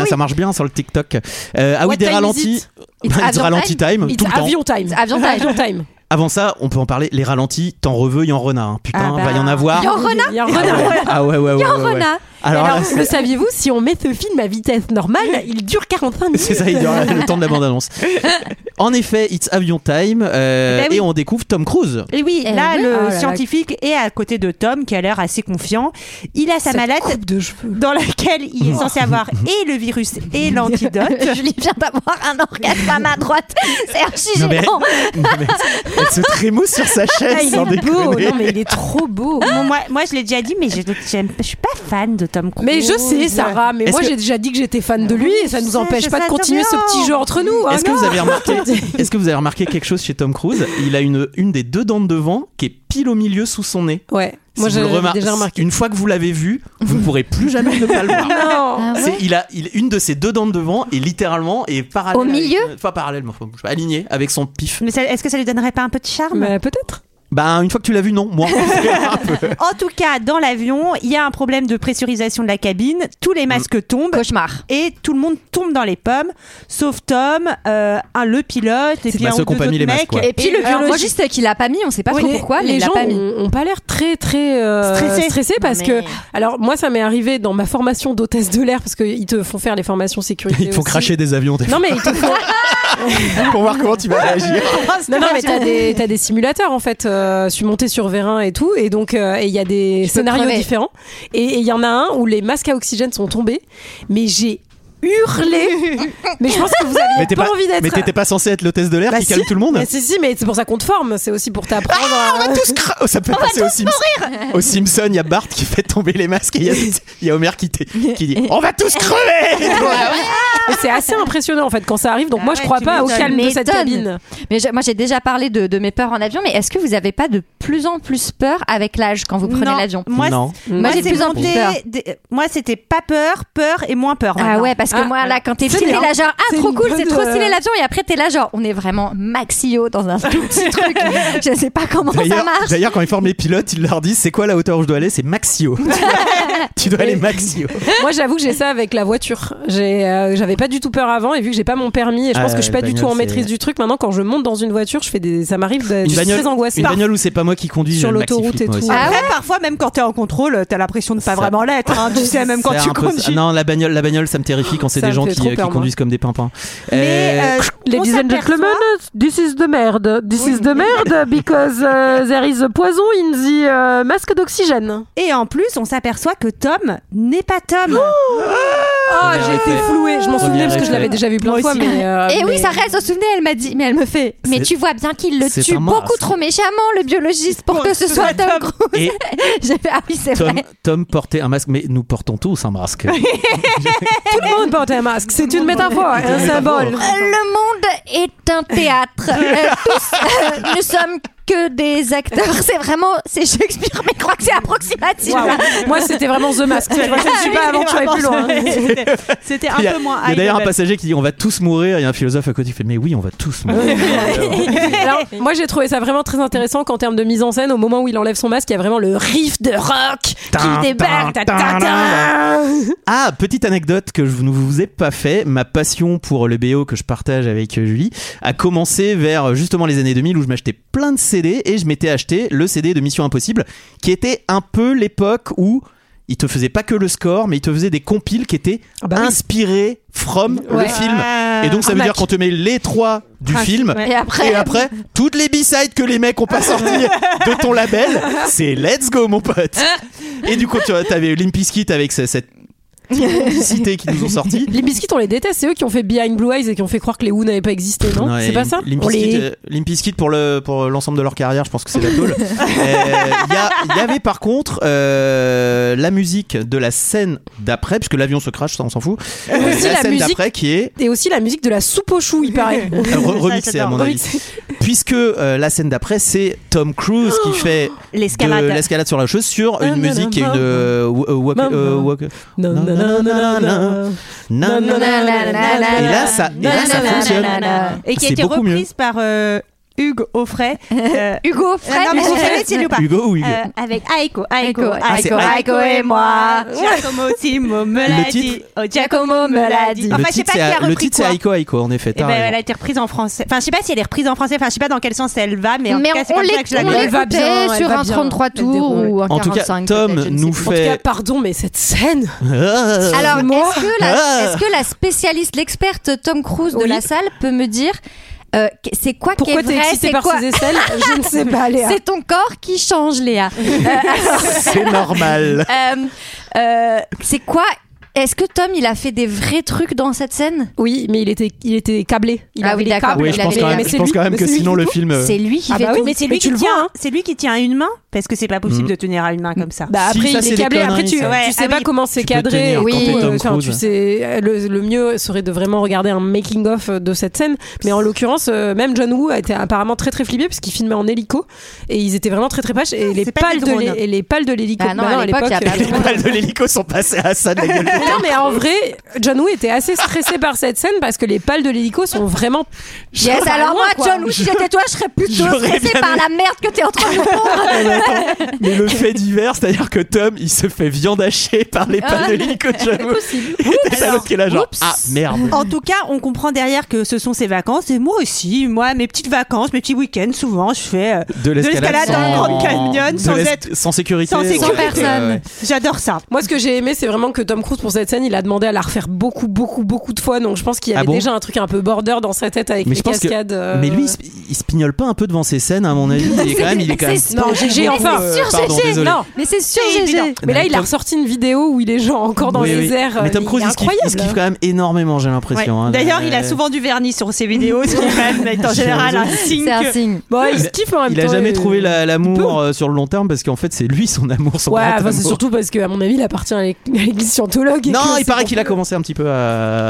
Speaker 1: Ah, Ça marche bien sur le TikTok. Euh, ah oui,
Speaker 5: Eh What
Speaker 1: des
Speaker 5: time is
Speaker 1: ralentis. *laughs*
Speaker 5: it
Speaker 1: Bah,
Speaker 9: It's
Speaker 1: it's
Speaker 9: avion
Speaker 1: ralenti time,
Speaker 5: It's
Speaker 1: tout le temps.
Speaker 5: avion time.
Speaker 9: Avion time.
Speaker 5: Avion time.
Speaker 1: Avant ça, on peut en parler. Les ralentis, t'en reveux, y en renard. hein. Putain,
Speaker 10: Ah bah.
Speaker 1: va y en avoir.
Speaker 9: Y'en renard
Speaker 5: Il y a un
Speaker 1: Ah
Speaker 5: renard.
Speaker 1: ouais, ah ouais, ouais, ouais, ouais, ouais.
Speaker 9: Corona.
Speaker 1: Alors,
Speaker 5: Alors,
Speaker 1: là,
Speaker 5: le saviez-vous, si on met ce film à vitesse normale, il dure 45
Speaker 1: *laughs*
Speaker 5: minutes.
Speaker 1: c'est ça, il y aura le temps de la bande-annonce.
Speaker 5: *laughs*
Speaker 1: En effet, it's avion time. euh,
Speaker 5: Eh
Speaker 10: Bah
Speaker 5: ben
Speaker 10: oui.
Speaker 1: Et on découvre Tom Cruise.
Speaker 10: Et oui,
Speaker 9: Eh
Speaker 10: là,
Speaker 9: oui.
Speaker 10: le
Speaker 9: Oh là là.
Speaker 10: scientifique est à côté de Tom, qui a l'air assez confiant. Il a sa mallette
Speaker 5: coupe de cheveux.
Speaker 10: dans laquelle il est censé
Speaker 5: *laughs*
Speaker 10: avoir et le virus et l'antidote.
Speaker 9: *laughs* Julie vient d'avoir un orgasme à ma droite. *laughs* C'est archi
Speaker 1: Non, mais-
Speaker 9: gênant.
Speaker 1: *laughs* Non, mais elle se trémousse sur sa chaise,
Speaker 5: Ah, il
Speaker 1: sans
Speaker 5: est beau,
Speaker 1: déconner.
Speaker 5: non mais il est trop beau.
Speaker 10: Bon, moi, moi, je l'ai déjà dit, mais je j'aime- je suis pas fan de Tom Cruise.
Speaker 5: Mais je sais, Sarah, mais
Speaker 1: Est-ce
Speaker 5: moi
Speaker 1: que-
Speaker 5: j'ai déjà dit que j'étais fan de lui et ça
Speaker 10: Je
Speaker 5: nous
Speaker 10: sais,
Speaker 5: empêche
Speaker 10: je
Speaker 5: pas de
Speaker 10: sais,
Speaker 5: continuer ce
Speaker 10: Adrien.
Speaker 5: petit jeu entre nous. hein,
Speaker 1: Est-ce que
Speaker 5: non
Speaker 1: vous avez
Speaker 5: *laughs*
Speaker 1: remarqué Est-ce que vous avez remarqué quelque chose chez Tom Cruise Il a une une des deux dents de devant qui est pile au milieu sous son nez.
Speaker 5: Ouais, moi
Speaker 1: Si vous
Speaker 5: j'ai
Speaker 1: le remar-
Speaker 5: déjà remarqué.
Speaker 1: Une fois que vous l'avez vu, vous ne pourrez plus jamais ne pas le voir.
Speaker 5: *laughs* Non.
Speaker 9: Ah ouais.
Speaker 1: C'est- il a il- une de ses deux dents de devant et littéralement est parallèle
Speaker 9: Au milieu
Speaker 1: avec- enfin parallèle mais enfin, je sais pas, alignée avec son pif
Speaker 10: Mais ça- est-ce que ça lui donnerait pas un peu de charme
Speaker 5: Mais peut-être.
Speaker 1: bah une fois que tu l'as vu non moi
Speaker 5: *laughs*
Speaker 10: En tout cas, dans l'avion, il y a un problème de pressurisation de la cabine. Tous les masques
Speaker 5: Mm.
Speaker 10: tombent.
Speaker 9: Cauchemar.
Speaker 10: Et tout le monde tombe dans les pommes, sauf Tom, euh, un, le pilote, et puis
Speaker 1: bah,
Speaker 10: un
Speaker 1: ceux
Speaker 10: ou
Speaker 1: qui ont
Speaker 10: deux
Speaker 1: pas mis
Speaker 10: autres
Speaker 1: les masques,
Speaker 10: mecs.
Speaker 1: quoi.
Speaker 9: Et puis le
Speaker 10: alors, moi,
Speaker 9: biologiste qui l'a pas mis, on sait pas
Speaker 5: Oui,
Speaker 9: trop
Speaker 5: les-
Speaker 9: pourquoi, mais
Speaker 5: les
Speaker 9: il l'a
Speaker 5: gens
Speaker 9: pas mis.
Speaker 5: ont, ont pas l'air très très euh,
Speaker 10: Stressés.
Speaker 5: stressés parce
Speaker 9: Non, mais-
Speaker 5: que alors moi ça m'est arrivé dans ma formation d'hôtesse de l'air parce qu'ils te font faire les formations sécurité.
Speaker 1: ils te font
Speaker 5: aussi.
Speaker 1: cracher des avions des
Speaker 5: Non mais ils te font
Speaker 1: fois, pour voir comment tu
Speaker 5: *laughs*
Speaker 1: vas réagir
Speaker 5: Non, non, mais t'as des, t'as des simulateurs en fait, euh, sur- montés sur vérin et tout, et donc euh, et il y a des
Speaker 9: peux
Speaker 5: scénarios
Speaker 9: crever.
Speaker 5: différents. Et et il y en a un où les masques à oxygène sont tombés, mais j'ai hurlé. mais je pense que vous
Speaker 1: mais
Speaker 5: avez
Speaker 1: t'es
Speaker 5: pas,
Speaker 1: pas
Speaker 5: envie
Speaker 1: mais
Speaker 5: d'être.
Speaker 1: t'étais pas censé être l'hôtesse de l'air
Speaker 5: Bah
Speaker 1: qui
Speaker 5: si.
Speaker 1: calme tout le monde
Speaker 5: Mais si, si, mais c'est pour ça qu'on te forme, c'est aussi pour t'apprendre. à-
Speaker 1: tous cra- Oh, ça peut passer aux Simpsons. Aux Simpsons, il y a Bart qui fait tomber les masques et
Speaker 5: *laughs*
Speaker 1: il y a- il y, a Homer qui, t'est- qui dit On va tous crever
Speaker 5: *laughs* Et c'est assez impressionnant en fait quand ça arrive. Donc
Speaker 10: Ah
Speaker 5: moi je
Speaker 10: ouais,
Speaker 5: crois
Speaker 10: tu
Speaker 5: pas au
Speaker 10: m'étonnes.
Speaker 5: calme de cette
Speaker 9: M'étonne.
Speaker 5: cabine.
Speaker 9: Mais je- moi, j'ai déjà parlé de, de mes peurs en avion, mais est-ce que vous avez pas de plus en plus peur avec l'âge quand vous prenez
Speaker 10: Non.
Speaker 9: l'avion
Speaker 10: Moi,
Speaker 1: Non.
Speaker 10: c'est-
Speaker 9: Moi, j'ai
Speaker 10: c'est
Speaker 9: de plus en
Speaker 10: monté
Speaker 9: plus peur.
Speaker 10: des- Moi, c'était pas peur, peur et moins peur.
Speaker 9: Ah
Speaker 10: maintenant.
Speaker 9: ouais, parce que
Speaker 5: Ah,
Speaker 9: moi, là, quand t'es
Speaker 5: c'est
Speaker 9: petit, t'es
Speaker 5: bien.
Speaker 9: là genre, ah,
Speaker 5: C'est
Speaker 9: trop
Speaker 5: une
Speaker 9: cool,
Speaker 5: bonne,
Speaker 9: c'est trop stylé
Speaker 5: euh,
Speaker 9: l'avion. Et après, t'es là genre, on est vraiment maxio dans un tout
Speaker 5: *laughs*
Speaker 9: petit truc. Je sais pas comment ça
Speaker 1: D'ailleurs,
Speaker 9: marche.
Speaker 1: d'ailleurs, quand ils forment les pilotes, ils leur disent C'est quoi la hauteur où je dois aller C'est
Speaker 9: *laughs*
Speaker 1: Maxio. Tu dois- tu dois aller Maxio.
Speaker 5: Moi, j'avoue que j'ai ça avec la voiture. J'ai, euh, j'avais pas du tout peur avant, et vu que j'ai pas mon permis, et je pense
Speaker 1: Ah,
Speaker 5: que je suis pas du
Speaker 1: bagnole,
Speaker 5: tout en
Speaker 1: c'est-
Speaker 5: maîtrise du truc. Maintenant, quand je monte dans une voiture, je fais des, ça m'arrive d'être
Speaker 1: Une bagnole-
Speaker 5: très angoissée.
Speaker 1: Une bagnole où c'est pas moi qui conduis
Speaker 5: Sur
Speaker 1: je le maxi
Speaker 5: l'autoroute
Speaker 1: flip,
Speaker 5: et
Speaker 1: moi
Speaker 5: tout.
Speaker 1: aussi.
Speaker 9: Ah
Speaker 10: Après, parfois, même quand t'es en contrôle, t'as l'impression de pas
Speaker 1: Ça-
Speaker 10: vraiment l'être. hein, tu sais, même quand
Speaker 1: C'est
Speaker 10: tu
Speaker 1: un peu ça.
Speaker 10: conduis.
Speaker 1: Non, la bagnole, la bagnole, ça me terrifie quand c'est
Speaker 5: Ça
Speaker 1: des
Speaker 5: me
Speaker 1: gens
Speaker 5: fait
Speaker 1: qui,
Speaker 5: trop
Speaker 1: euh, qui
Speaker 5: peur, moi.
Speaker 1: conduisent comme des pimpins.
Speaker 10: Mais,
Speaker 1: Euh,
Speaker 10: euh,
Speaker 5: Ladies
Speaker 10: on
Speaker 5: and gentlemen,
Speaker 10: s'aperçoit-
Speaker 5: this is the merde. This is the merde because uh, there is a poison in the uh, masque d'oxygène.
Speaker 10: Et en plus, on s'aperçoit que Tom n'est pas Tom. oh,
Speaker 5: Ah,
Speaker 1: Premier
Speaker 5: j'ai été
Speaker 1: effet.
Speaker 5: flouée. Je m'en
Speaker 1: Premier
Speaker 5: souvenais parce que je
Speaker 1: effet.
Speaker 5: l'avais déjà vu plein
Speaker 10: Moi
Speaker 5: de fois.
Speaker 10: aussi. Eh
Speaker 5: Mais, euh,
Speaker 9: Et oui,
Speaker 5: mais-
Speaker 9: ça reste au souvenir, elle m'a dit, mais elle me fait. Mais
Speaker 1: C'est-
Speaker 9: tu vois bien qu'il le
Speaker 1: c'est
Speaker 9: tue
Speaker 1: un masque.
Speaker 9: beaucoup trop méchamment, le biologiste, pour que ce soit Tom Cruise.
Speaker 1: Et
Speaker 9: *laughs* J'ai fait, ah oui, c'est
Speaker 1: Tom,
Speaker 10: *laughs*
Speaker 9: vrai.
Speaker 1: Tom portait un masque, mais nous portons tous un masque.
Speaker 5: Tout le monde porte un masque. C'est une métaphore, un symbole.
Speaker 9: Euh, Le monde est un théâtre. Euh, tous, euh, nous sommes que des acteurs. C'est vraiment, c'est Shakespeare, mais je crois que c'est approximatif.
Speaker 5: Waouh. Moi, c'était vraiment The Mask. Tu vois, je ne suis pas aventurée plus loin.
Speaker 10: C'était- C'était un
Speaker 1: Il y a,
Speaker 10: peu moins.
Speaker 1: il y a
Speaker 10: high
Speaker 1: d'ailleurs un
Speaker 10: level.
Speaker 1: passager qui dit on va tous mourir. Il y a un philosophe à côté qui fait mais oui on va tous mourir.
Speaker 5: Alors, moi, j'ai trouvé ça vraiment très intéressant qu'en termes de mise en scène, au moment où il enlève son masque, il y a vraiment le riff de rock
Speaker 1: Tin,
Speaker 5: qui débarque.
Speaker 1: tin,
Speaker 5: Ta, ta,
Speaker 1: tin,
Speaker 5: ta.
Speaker 1: Ah petite anecdote que je ne vous ai pas fait. Ma passion pour le BO que je partage avec Julie a commencé vers euh, justement les années 2000 où je m'achetais plein de CD et je m'étais acheté le CD de Mission Impossible qui était un peu l'époque où il te faisait pas que le score, mais il te faisait des compiles qui étaient
Speaker 5: Ah bah oui.
Speaker 1: inspirés from le
Speaker 5: Ouais.
Speaker 1: film. Et donc ça
Speaker 5: Un
Speaker 1: veut dire
Speaker 5: match.
Speaker 1: qu'on te met les trois du
Speaker 5: Ah,
Speaker 1: film.
Speaker 5: ouais.
Speaker 9: Et après,
Speaker 1: Et après, toutes les B-sides que les mecs ont pas sorties de ton label, c'est Let's Go, mon pote. Et du coup, tu vois, t'avais Limp Bizkit avec ce- cette publicité qui nous ont sorti.
Speaker 5: Les biscuits, on les déteste. C'est eux qui ont fait Behind Blue Eyes et qui ont fait croire que les Who n'avaient pas existé, non
Speaker 1: Ouais,
Speaker 5: C'est pas ça
Speaker 1: Limp
Speaker 5: On les-
Speaker 1: Bizkit, euh, Limp Bizkit pour le pour l'ensemble de leur carrière, je pense que c'est la
Speaker 5: *laughs*
Speaker 1: tôle. Euh, Il y a- il y, avait par contre euh, la musique de la scène d'après, puisque l'avion se crache, ça on s'en fout. Euh,
Speaker 5: aussi
Speaker 1: la,
Speaker 5: la
Speaker 1: scène
Speaker 5: musique-
Speaker 1: d'après qui
Speaker 5: *laughs*
Speaker 1: est
Speaker 5: Et aussi la musique de la soupe aux choux, il paraît.
Speaker 1: euh, re- remixée à mon avis,
Speaker 5: Remixée.
Speaker 1: puisque euh, la scène d'après c'est Tom Cruise
Speaker 5: *gasps*
Speaker 1: qui fait de
Speaker 10: L'escalade.
Speaker 1: l'escalade sur la chose sur une
Speaker 5: Nanana.
Speaker 1: musique et une euh, wa- euh, walk- euh, walk-
Speaker 5: Nanananana.
Speaker 1: nanana. Et là ça, et là, ça
Speaker 9: Nanana.
Speaker 1: fonctionne.
Speaker 10: Et qui a
Speaker 1: C'est
Speaker 10: été
Speaker 1: beaucoup mieux.
Speaker 10: reprise par euh, Hugues Offray. Euh,
Speaker 9: Hugo,
Speaker 10: Ah
Speaker 9: Fred,
Speaker 10: non, mais vous savez s'il est ou pas.
Speaker 1: Hugo ou Hugo
Speaker 10: Euh, avec Aiko, Aiko,
Speaker 9: Aiko,
Speaker 1: Ah, c'est
Speaker 10: Aiko,
Speaker 9: Aiko.
Speaker 10: et moi. Giacomo *laughs* Timo me l'a
Speaker 1: Le
Speaker 10: dit.
Speaker 1: titre
Speaker 10: Oh, Giacomo me l'a dit.
Speaker 1: Le
Speaker 9: Ah,
Speaker 10: Enfin, je sais
Speaker 1: titre,
Speaker 10: pas qui
Speaker 1: c'est-
Speaker 10: a
Speaker 1: le
Speaker 10: repris
Speaker 1: titre c'est
Speaker 10: quoi.
Speaker 1: Aiko Aiko en effet.
Speaker 10: Eh
Speaker 1: t'as
Speaker 10: ben,
Speaker 1: raison.
Speaker 10: elle a été reprise en français. Enfin, je sais pas si elle est reprise en français. Enfin, je sais pas dans quel sens elle va, mais en
Speaker 9: mais
Speaker 10: tout cas, c'est
Speaker 9: on
Speaker 10: comme
Speaker 9: l'é-
Speaker 10: ça que je la
Speaker 9: on
Speaker 10: connais.
Speaker 5: Elle va bien,
Speaker 9: l'écoutait
Speaker 5: elle
Speaker 9: sur
Speaker 5: va
Speaker 9: un
Speaker 5: bien.
Speaker 9: 33
Speaker 5: Elle déroule.
Speaker 9: tours ou un
Speaker 1: En tout
Speaker 9: 45
Speaker 1: cas, Tom
Speaker 9: peut-être, je ne sais
Speaker 1: nous
Speaker 9: plus.
Speaker 5: En tout cas,
Speaker 1: fait.
Speaker 5: pardon, mais cette scène.
Speaker 9: Alors,
Speaker 5: Moi
Speaker 9: est-ce que, la,
Speaker 1: Ah.
Speaker 9: est-ce que la spécialiste, l'experte Tom Cruise de
Speaker 5: Oui.
Speaker 9: la salle peut me dire euh, qu- c'est quoi qui
Speaker 5: Pourquoi
Speaker 9: est
Speaker 5: t'es
Speaker 9: vrai
Speaker 5: excitée
Speaker 9: C'est
Speaker 5: par
Speaker 9: quoi
Speaker 5: ces *laughs* aisselles Je ne sais pas, Léa.
Speaker 9: C'est ton corps qui change, Léa.
Speaker 1: *laughs*
Speaker 5: *laughs*
Speaker 1: c'est
Speaker 10: *laughs*
Speaker 1: normal.
Speaker 9: Euh, euh, c'est quoi Est-ce que Tom, il a fait des vrais trucs dans cette scène
Speaker 5: Oui, mais il était, il était câblé. Il
Speaker 9: Ah
Speaker 5: avait
Speaker 9: oui,
Speaker 5: des
Speaker 9: d'accord.
Speaker 5: câbles.
Speaker 1: Oui,
Speaker 9: il
Speaker 1: je
Speaker 9: avait
Speaker 1: pense
Speaker 9: les-
Speaker 1: quand même,
Speaker 9: mais
Speaker 1: je
Speaker 5: c'est
Speaker 1: pense
Speaker 5: lui
Speaker 1: quand
Speaker 5: qui-
Speaker 1: même
Speaker 5: mais
Speaker 1: que
Speaker 5: c'est lui
Speaker 1: sinon
Speaker 5: qui
Speaker 1: le
Speaker 5: joue.
Speaker 1: film. euh,
Speaker 9: C'est lui qui
Speaker 5: Ah
Speaker 9: fait
Speaker 5: bah oui,
Speaker 9: tout.
Speaker 5: mais c'est lui
Speaker 10: Mais tu
Speaker 5: qui
Speaker 10: le
Speaker 5: tient.
Speaker 10: vois, hein, c'est lui qui tient à une main parce que c'est pas possible
Speaker 1: Mm.
Speaker 10: de tenir à une main comme ça.
Speaker 5: Bah
Speaker 1: Si,
Speaker 5: après
Speaker 1: ça,
Speaker 5: il
Speaker 1: c'est
Speaker 5: est
Speaker 1: des
Speaker 5: câblé, après
Speaker 1: conneries,
Speaker 5: tu,
Speaker 1: ça.
Speaker 10: Ouais,
Speaker 5: tu sais
Speaker 10: ah
Speaker 5: pas
Speaker 10: oui.
Speaker 5: comment c'est
Speaker 1: Tu peux
Speaker 5: cadré.
Speaker 1: tenir
Speaker 9: quand t'es
Speaker 5: euh,
Speaker 1: Tom
Speaker 5: enfin, tu
Speaker 1: Cruise.
Speaker 5: sais, le, le mieux serait de vraiment regarder un making of de cette scène. Mais en l'occurrence, euh, même John Woo a été apparemment très très flippé parce qu'il filmait en hélico et ils étaient vraiment très très paches et les
Speaker 10: c'est pas
Speaker 5: pales
Speaker 10: des
Speaker 5: de
Speaker 10: drones.
Speaker 5: l'hé- et les pales de l'hélico.
Speaker 9: Bah non, à l'époque, il y a
Speaker 1: *laughs*
Speaker 5: euh,
Speaker 9: pas de
Speaker 5: *laughs*
Speaker 1: Les balles de l'hélico sont passées à ça de la gueule.
Speaker 5: Mais non, mais en vrai, John Woo était assez stressé par cette scène parce que les pales de l'hélico sont vraiment.
Speaker 9: Yes,
Speaker 5: pas
Speaker 9: alors
Speaker 5: loin,
Speaker 9: moi,
Speaker 5: quoi.
Speaker 9: John, Woo, si j'étais toi, je serais plutôt
Speaker 1: J'aurais
Speaker 9: stressée
Speaker 1: bien
Speaker 9: par la merde que t'es en train de nous pondre.
Speaker 1: Non, mais attends, mais le fait divers, c'est-à-dire que Tom, il se fait viandacher par les
Speaker 10: Ah.
Speaker 1: balles de l'hélico de John Woo. Et t'as l'autre qui est là, genre, ah merde.
Speaker 10: En tout cas, on comprend derrière que ce sont ses vacances et moi aussi, moi, mes petites vacances, mes petits week-ends, souvent, je fais euh,
Speaker 1: De
Speaker 10: de l'escalade dans le Grand Canyon
Speaker 1: de
Speaker 10: sans
Speaker 1: l'es-
Speaker 10: être.
Speaker 1: sans sécurité.
Speaker 10: sans sécurité.
Speaker 9: personne.
Speaker 1: ouais.
Speaker 10: J'adore ça.
Speaker 5: Moi, ce que j'ai aimé, c'est vraiment que Tom Cruise, pour cette scène, il a demandé à la refaire beaucoup, beaucoup, beaucoup de fois. Donc, je pense qu'il y avait
Speaker 1: Ah bon
Speaker 5: déjà un truc un peu border dans sa tête avec
Speaker 1: Mais
Speaker 5: les
Speaker 1: je pense que-
Speaker 5: cascades. euh,
Speaker 1: Mais lui, il se, il se pignole pas un peu devant ces scènes, à mon avis. *laughs* Il est quand même, il est quand même.
Speaker 9: C'est-
Speaker 5: Non, GG, enfin.
Speaker 1: Euh, pardon,
Speaker 9: GG.
Speaker 1: désolé.
Speaker 5: Non,
Speaker 9: Mais c'est sûr,
Speaker 10: C'est
Speaker 9: GG.
Speaker 10: évident.
Speaker 5: mais là,
Speaker 1: Mais
Speaker 5: il a
Speaker 1: Tom-
Speaker 5: ressorti une vidéo où il est genre encore dans
Speaker 1: Oui,
Speaker 5: les
Speaker 1: oui.
Speaker 5: airs. euh,
Speaker 1: Mais Tom Cruise,
Speaker 5: il est
Speaker 1: il skiffe, il skiffe
Speaker 5: incroyable.
Speaker 1: quand même énormément, j'ai l'impression.
Speaker 10: Ouais.
Speaker 1: hein.
Speaker 10: D'ailleurs, il a
Speaker 1: Euh,
Speaker 10: souvent du vernis sur
Speaker 1: *laughs*
Speaker 10: ses vidéos, ce qui est quand même, est en général hein, un signe.
Speaker 9: C'est un
Speaker 10: que-
Speaker 9: signe.
Speaker 5: Bon, il
Speaker 1: Il a-
Speaker 5: skiffe en même
Speaker 1: Il
Speaker 5: temps.
Speaker 1: a jamais
Speaker 5: euh,
Speaker 1: trouvé la-
Speaker 5: il peut.
Speaker 1: l'amour euh, sur le long terme parce qu'en fait, c'est lui son amour, son
Speaker 5: Ouais,
Speaker 1: grand
Speaker 5: enfin, c'est
Speaker 1: amour.
Speaker 5: surtout parce qu'à mon avis, il appartient à l'é- à l'église scientologue. et
Speaker 1: Non,
Speaker 5: que
Speaker 1: il
Speaker 5: c'est
Speaker 1: paraît
Speaker 5: bon.
Speaker 1: qu'il a commencé un petit peu à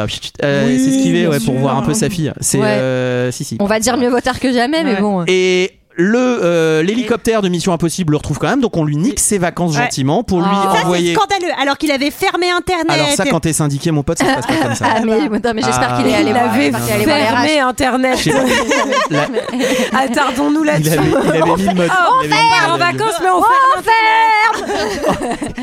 Speaker 1: euh,
Speaker 5: Oui,
Speaker 1: s'esquiver
Speaker 5: bien
Speaker 1: ouais, pour
Speaker 5: sûr.
Speaker 1: voir un peu sa fille. C'est
Speaker 9: Ouais.
Speaker 1: euh, si si.
Speaker 9: On va dire mieux vaut tard que jamais, mais
Speaker 10: Ouais.
Speaker 9: bon. hein.
Speaker 1: Et le euh, l'hélicoptère de Mission Impossible le retrouve quand même, donc on lui nique ses vacances
Speaker 10: Ouais.
Speaker 1: gentiment pour lui
Speaker 5: Oh.
Speaker 9: Ah.
Speaker 10: Ça, c'est
Speaker 1: envoyer.
Speaker 10: scandaleux. Alors qu'il avait fermé Internet.
Speaker 1: Alors ça, quand t'es syndiqué, mon pote, ça se passe pas comme
Speaker 9: *laughs*
Speaker 1: ça.
Speaker 9: Ah, mais, non, mais j'espère
Speaker 1: Ah.
Speaker 9: qu'il est allé
Speaker 5: bah. Il
Speaker 9: voir-
Speaker 5: avait
Speaker 9: j'espère qu'il est allé voir les RH.
Speaker 5: fermé Internet.
Speaker 1: Je sais pas. La-
Speaker 5: *laughs* Attardons-nous
Speaker 1: il
Speaker 5: Ah, là-dessus.
Speaker 1: avait, il avait mis le mode. il avait mis le mode
Speaker 5: En
Speaker 1: avion.
Speaker 5: vacances, mais on fait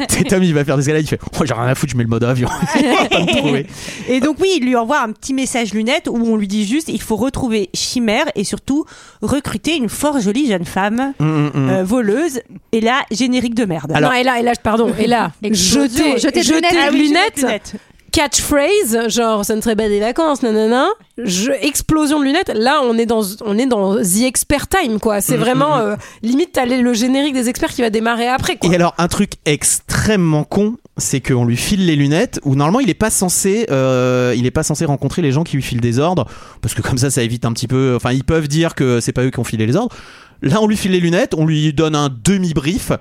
Speaker 1: T'es Tom, il va faire des escalades, il fait Oh, j'ai rien à foutre, je mets le mode avion. Il va pas me trouver.
Speaker 10: Et donc oui, il lui envoie un petit message lunette où on lui dit juste il faut retrouver Chimère et surtout recruter une fort jolie jeune femme
Speaker 1: Hum, hum, hum.
Speaker 10: euh, voleuse. Et là, générique de merde.
Speaker 1: Alors-
Speaker 5: non, et là, et là, pardon,
Speaker 10: *laughs*
Speaker 5: et là,
Speaker 9: Explosion,
Speaker 5: jeter, jeter,
Speaker 9: jeter de lunettes.
Speaker 5: de
Speaker 10: Ah oui,
Speaker 5: lunettes,
Speaker 10: jeter des lunettes.
Speaker 5: catchphrase, genre ça ne serait pas des vacances, nanana, je, explosion de lunettes. Là, on est dans, on est dans the expert time, quoi.
Speaker 1: Mm-hmm.
Speaker 5: C'est vraiment euh, limite t'as le le générique des experts qui va démarrer après, quoi.
Speaker 1: Et alors, un truc extrêmement con, c'est qu'on lui file les lunettes, où normalement il est pas censé, euh, il est pas censé rencontrer les gens qui lui filent des ordres, parce que comme ça, ça évite un petit peu. Enfin, ils peuvent dire que c'est pas eux qui ont filé les ordres. Là, on lui file les lunettes, on lui donne un demi-brief.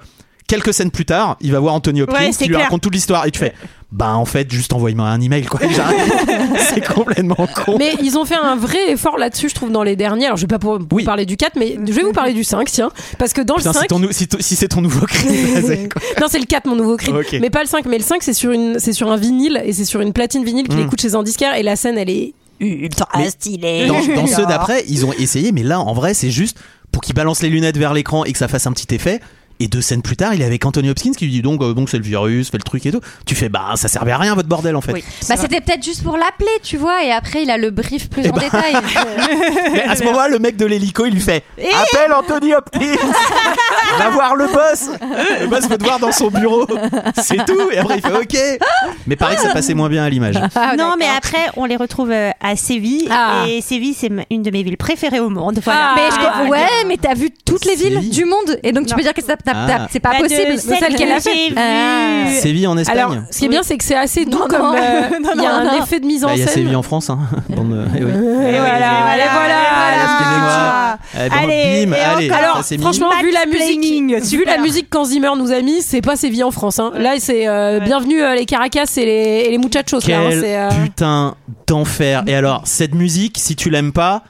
Speaker 1: Quelques scènes plus tard, il va voir Anthony Hopkins
Speaker 10: Ouais,
Speaker 1: qui
Speaker 10: c'est
Speaker 1: lui
Speaker 10: clair.
Speaker 1: raconte toute l'histoire et tu fais bah en fait juste envoie-moi un email quoi.
Speaker 10: *laughs*
Speaker 1: c'est complètement con.
Speaker 5: Mais ils ont fait un vrai effort là-dessus, je trouve, dans les derniers. Alors, je vais pas pour- vous
Speaker 1: Oui.
Speaker 5: parler du 4, mais je vais
Speaker 10: Mm-hmm.
Speaker 5: vous parler du 5, tiens. Parce que dans
Speaker 1: Putain,
Speaker 5: le 5,
Speaker 1: si, ton nou- si ton- si c'est ton nouveau cri,
Speaker 10: *laughs*
Speaker 1: vas-y, quoi.
Speaker 5: Non, c'est le 4, mon nouveau cri.
Speaker 1: Ah, Ok.
Speaker 5: Mais pas le 5. Mais le 5, c'est sur, une, c'est sur un vinyle et c'est sur une platine vinyle qu'il
Speaker 1: Mm.
Speaker 5: écoute chez un disquaire. Et la scène, elle est.
Speaker 10: Ultra
Speaker 1: Mais-
Speaker 10: stylé.
Speaker 1: dans,
Speaker 5: *laughs*
Speaker 1: dans ceux d'après, ils ont essayé, mais là, en vrai, c'est juste pour qu'ils balancent les lunettes vers l'écran et que ça fasse un petit effet. Et deux scènes plus tard, il est avec Anthony Hopkins qui lui dit donc, euh, bon, c'est le virus, fais le truc et tout. Tu fais, bah, ça servait à rien votre bordel en fait.
Speaker 9: Bah, c'était peut-être juste pour l'appeler, tu vois, et après il a le brief plus
Speaker 1: Eh
Speaker 9: en
Speaker 1: ben-
Speaker 9: détail.
Speaker 1: *laughs* Mais
Speaker 5: *laughs*
Speaker 1: à ce moment-là, le mec de l'hélico, il lui fait Appelle Anthony Hopkins *laughs* Va voir le boss Le boss veut te voir dans son bureau C'est tout Et après, il fait OK Mais pareil que ça passait moins bien à
Speaker 5: *laughs*
Speaker 1: l'image.
Speaker 10: non, mais après, on les retrouve euh, à Séville.
Speaker 9: Ah.
Speaker 10: Et Séville, c'est m- une de mes villes préférées au monde. Voilà. Ah,
Speaker 9: Mais je comprends- ouais, mais t'as vu toutes les villes
Speaker 1: Si.
Speaker 9: du monde, et donc tu
Speaker 10: Non.
Speaker 9: peux dire que ça- t'as- t'as-
Speaker 1: Ah.
Speaker 9: c'est pas
Speaker 10: Bah, de
Speaker 9: possible.
Speaker 10: celle que j'ai
Speaker 9: Ah.
Speaker 10: vue.
Speaker 1: Séville en Espagne
Speaker 5: Alors, ce qui est bien, c'est que c'est assez doux
Speaker 9: Non,
Speaker 5: comme.
Speaker 9: non.
Speaker 5: euh,
Speaker 10: *laughs*
Speaker 5: Il y a
Speaker 9: Non,
Speaker 5: un
Speaker 9: non.
Speaker 5: effet de mise en
Speaker 1: Bah, Il y a
Speaker 5: scène.
Speaker 1: Séville en France.
Speaker 5: *laughs*
Speaker 1: Hein. Bande de- eh oui.
Speaker 5: Et voilà, allez,
Speaker 1: Excusez-moi.
Speaker 5: voilà.
Speaker 1: Eh, bon,
Speaker 10: Allez,
Speaker 1: bim,
Speaker 10: et
Speaker 1: allez,
Speaker 10: encore.
Speaker 5: Alors,
Speaker 1: ça, c'est mis.
Speaker 5: franchement, vu la
Speaker 10: Mansplaining,
Speaker 5: musique, vu
Speaker 10: super.
Speaker 5: la musique qu'Anzimer nous a mis, c'est pas Séville en France. hein. Là, c'est euh, bienvenue euh, les Caracas et les, et les muchachos. là, hein.
Speaker 1: Quel
Speaker 5: C'est, euh,
Speaker 1: putain d'enfer. Et alors, cette musique, si tu l'aimes pas,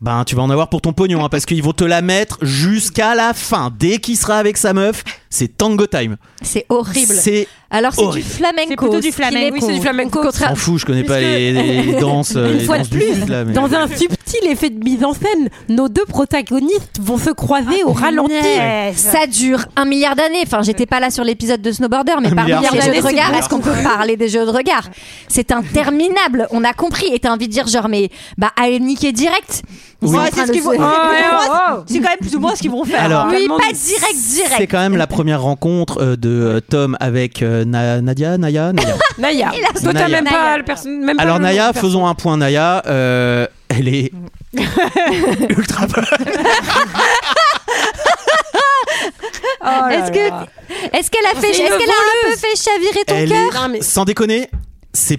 Speaker 1: ben tu vas en avoir pour ton pognon, hein, parce qu'ils vont te la mettre jusqu'à la fin. Dès qu'il sera avec sa meuf, c'est tango time.
Speaker 9: C'est horrible.
Speaker 1: C'est
Speaker 9: Alors c'est du
Speaker 1: horrible.
Speaker 9: flamenco.
Speaker 10: C'est plutôt du
Speaker 9: ce qui
Speaker 10: flamenco.
Speaker 9: n'est
Speaker 10: Oui,
Speaker 9: pas-
Speaker 10: c'est du
Speaker 5: flamenco.
Speaker 9: Contra-
Speaker 1: T'en fous, je connais pas
Speaker 5: Puisque-
Speaker 1: les, les-
Speaker 5: *laughs*
Speaker 1: les danses. euh,
Speaker 5: Une
Speaker 1: les
Speaker 5: fois de
Speaker 1: danses du
Speaker 5: plus,
Speaker 1: sud, là, mais-
Speaker 5: Dans un subtil effet de mise en scène, nos deux protagonistes vont se croiser au ralenti.
Speaker 10: Yes.
Speaker 9: Ça dure un milliard d'années. Enfin, j'étais pas là sur l'épisode de Snowboarder, mais
Speaker 1: Un
Speaker 9: parmi
Speaker 1: milliard
Speaker 9: les jeux
Speaker 5: d'années,
Speaker 9: de regard,
Speaker 5: c'est
Speaker 9: est-ce qu'on peut parler des jeux de regard C'est interminable. On a compris. Et t'as envie de dire genre, mais bah allez niquer direct. Ils sont en train de *laughs* se-
Speaker 10: C'est quand même plus ou moins ce qu'ils vont faire.
Speaker 1: Alors,
Speaker 9: Oui, pas direct,
Speaker 1: c'est
Speaker 9: direct.
Speaker 1: quand même la première rencontre euh, de euh, Tom avec euh, Na- Nadia, Naya,
Speaker 5: *laughs*
Speaker 1: Naya.
Speaker 5: Naya, toi t'as
Speaker 1: Naya.
Speaker 5: même pas
Speaker 9: Naya.
Speaker 5: le perso- même pas
Speaker 1: Alors
Speaker 5: le nom
Speaker 1: Naya,
Speaker 5: du perso.
Speaker 1: faisons un point Naya. euh, elle est ultra bonne.
Speaker 9: Est-ce que est-ce qu'elle a fait
Speaker 5: C'est une
Speaker 9: est-ce qu'elle a un peu
Speaker 5: voleuse.
Speaker 9: fait chavirer ton
Speaker 1: Elle
Speaker 9: cœur
Speaker 1: est-
Speaker 5: Non, mais-
Speaker 1: sans déconner, c'est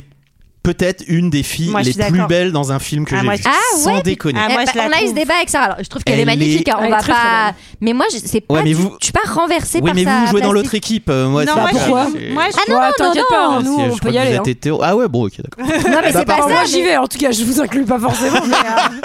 Speaker 1: peut-être une des filles
Speaker 10: Moi, je
Speaker 1: les
Speaker 10: suis
Speaker 1: plus
Speaker 10: d'accord.
Speaker 1: belles dans un film que
Speaker 10: Ah,
Speaker 1: j'ai
Speaker 10: moi,
Speaker 1: vu.
Speaker 10: je-
Speaker 9: Ah,
Speaker 1: sans
Speaker 9: ouais,
Speaker 1: déconner.
Speaker 10: Ah,
Speaker 9: Eh
Speaker 10: moi,
Speaker 9: ben,
Speaker 10: je la
Speaker 9: on a eu
Speaker 10: trouve.
Speaker 9: ce débat avec Sarah. Alors, je trouve qu'elle
Speaker 1: Elle
Speaker 9: est magnifique.
Speaker 1: est-
Speaker 9: hein, on
Speaker 5: Elle est
Speaker 9: va
Speaker 5: très, très
Speaker 9: pas. mais moi, je- c'est
Speaker 1: Ouais,
Speaker 9: pas.
Speaker 1: mais
Speaker 9: du-
Speaker 1: vous-
Speaker 9: Je suis pas renversée
Speaker 1: oui,
Speaker 9: par
Speaker 1: mais
Speaker 9: sa
Speaker 1: vous jouez dans l'autre
Speaker 9: plastique.
Speaker 1: équipe. euh, moi,
Speaker 10: Non,
Speaker 1: c'est pas-
Speaker 10: moi, je-
Speaker 5: pourquoi
Speaker 1: c'est-
Speaker 10: Moi, je-
Speaker 9: Ah non,
Speaker 5: Ouais,
Speaker 9: non, non,
Speaker 5: t'inquiète pas,
Speaker 9: non.
Speaker 5: hein, nous
Speaker 1: c'est-
Speaker 5: on
Speaker 1: je
Speaker 5: peut
Speaker 1: crois
Speaker 5: y
Speaker 1: que vous
Speaker 5: aller.
Speaker 1: êtes hétéro. Ah ouais, bon, ok, d'accord.
Speaker 9: Non, mais c'est
Speaker 5: Bah,
Speaker 9: pas
Speaker 5: par
Speaker 9: ça.
Speaker 5: moi
Speaker 9: mais-
Speaker 5: j'y vais, en tout cas je vous inclus pas *laughs* forcément. mais, euh,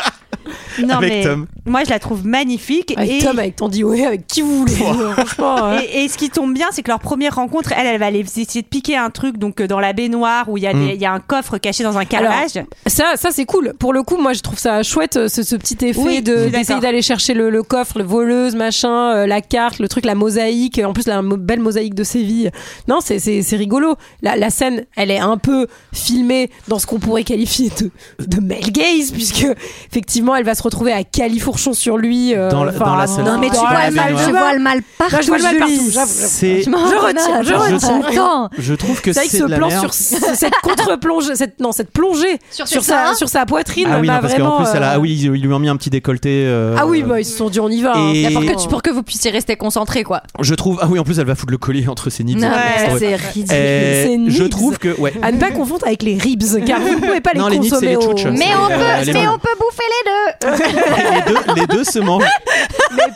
Speaker 10: Non,
Speaker 1: Avec
Speaker 10: mais
Speaker 1: Tom.
Speaker 10: Moi, je la trouve magnifique.
Speaker 5: avec
Speaker 10: et...
Speaker 5: Tom, avec Tandy, ouais, avec qui vous voulez. franchement, euh,
Speaker 10: Et, et ce qui tombe bien, c'est que leur première rencontre, elle, elle va aller essayer de piquer un truc donc euh, dans la baignoire où il y, a
Speaker 1: Mm.
Speaker 10: des- il y a un coffre caché dans un carrelage.
Speaker 5: ça, ça c'est cool. Pour le coup, moi je trouve ça chouette euh, ce, ce petit effet
Speaker 10: Oui, je
Speaker 5: de-
Speaker 10: suis
Speaker 5: d'essayer
Speaker 10: d'accord.
Speaker 5: d'aller chercher le, le coffre, le voleuse, machin, euh, la carte, le truc, la mosaïque. euh, En plus, la mo- belle mosaïque de Séville. Non, c'est- c'est c'est rigolo. La, la scène, elle est un peu filmée dans ce qu'on pourrait qualifier de, de male gaze, puisque effectivement, elle va se retrouver à califourchon sur lui. euh,
Speaker 1: Dans la-
Speaker 5: enfin,
Speaker 1: dans la
Speaker 5: euh,
Speaker 1: salle.
Speaker 9: Non, mais tu
Speaker 1: Dans
Speaker 9: vois
Speaker 1: la
Speaker 9: le mal,
Speaker 1: baignoire.
Speaker 9: je vois le mal partout.
Speaker 5: Là, je vois le mal
Speaker 9: je
Speaker 5: partout,
Speaker 9: lis.
Speaker 5: j'avoue, j'avoue.
Speaker 1: C'est-
Speaker 9: Je m'en
Speaker 5: Je
Speaker 9: rends
Speaker 5: retire,
Speaker 9: mal,
Speaker 5: je
Speaker 9: attends,
Speaker 5: retire.
Speaker 9: attends.
Speaker 1: Je trouve que c'est
Speaker 5: C'est vrai que
Speaker 1: de
Speaker 5: ce
Speaker 1: la
Speaker 5: plan
Speaker 1: merde.
Speaker 5: sur cette contre-plongée, cette, non, cette plongée sur,
Speaker 9: Sur ses
Speaker 5: sa,
Speaker 9: seins.
Speaker 5: sur sa poitrine
Speaker 1: Ah oui, non,
Speaker 5: m'a
Speaker 1: parce
Speaker 5: vraiment.
Speaker 1: qu'en plus, elle a-
Speaker 5: euh,
Speaker 1: ah oui, ils ils lui ont mis un petit décolleté. euh,
Speaker 5: Ah oui, bah, ils se sont dit on y va. hein.
Speaker 1: Et-
Speaker 5: D'accord,
Speaker 9: Pour
Speaker 5: que
Speaker 9: que, tu- pour que vous puissiez rester concentré, quoi.
Speaker 1: Je trouve. Ah oui, en plus, elle va foutre le collier entre ses nippes.
Speaker 9: Non,
Speaker 1: C'est
Speaker 9: mais
Speaker 1: horrible.
Speaker 9: c'est ridicule.
Speaker 1: Euh,
Speaker 5: *laughs* C'est Ah,
Speaker 1: je
Speaker 5: nibs.
Speaker 1: trouve que ouais.
Speaker 5: À ne pas confondre avec les ribs, *laughs* car vous ne pouvez pas les
Speaker 1: Non, les nips,
Speaker 5: consommer
Speaker 1: c'est les
Speaker 5: au-
Speaker 1: tchouches.
Speaker 9: Mais
Speaker 1: c'est-
Speaker 9: on
Speaker 1: euh, les
Speaker 9: peut, mais
Speaker 1: mêmes.
Speaker 9: on peut bouffer les deux.
Speaker 1: les, deux, les deux se mangent.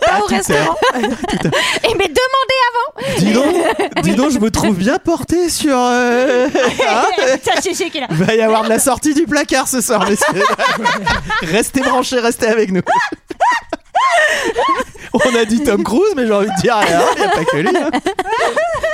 Speaker 9: Pas au
Speaker 1: tout
Speaker 9: restaurant. Et mais demandez
Speaker 1: Dis donc, dis donc, je me trouve bien porté sur. euh, hein
Speaker 10: Ça, c'est chez qui, là
Speaker 1: Il va y avoir de la sortie du placard ce soir, messieurs. restez branchés, restez avec nous. On a dit Tom Cruise, mais j'ai envie de dire, eh, hein, y a pas que lui. hein.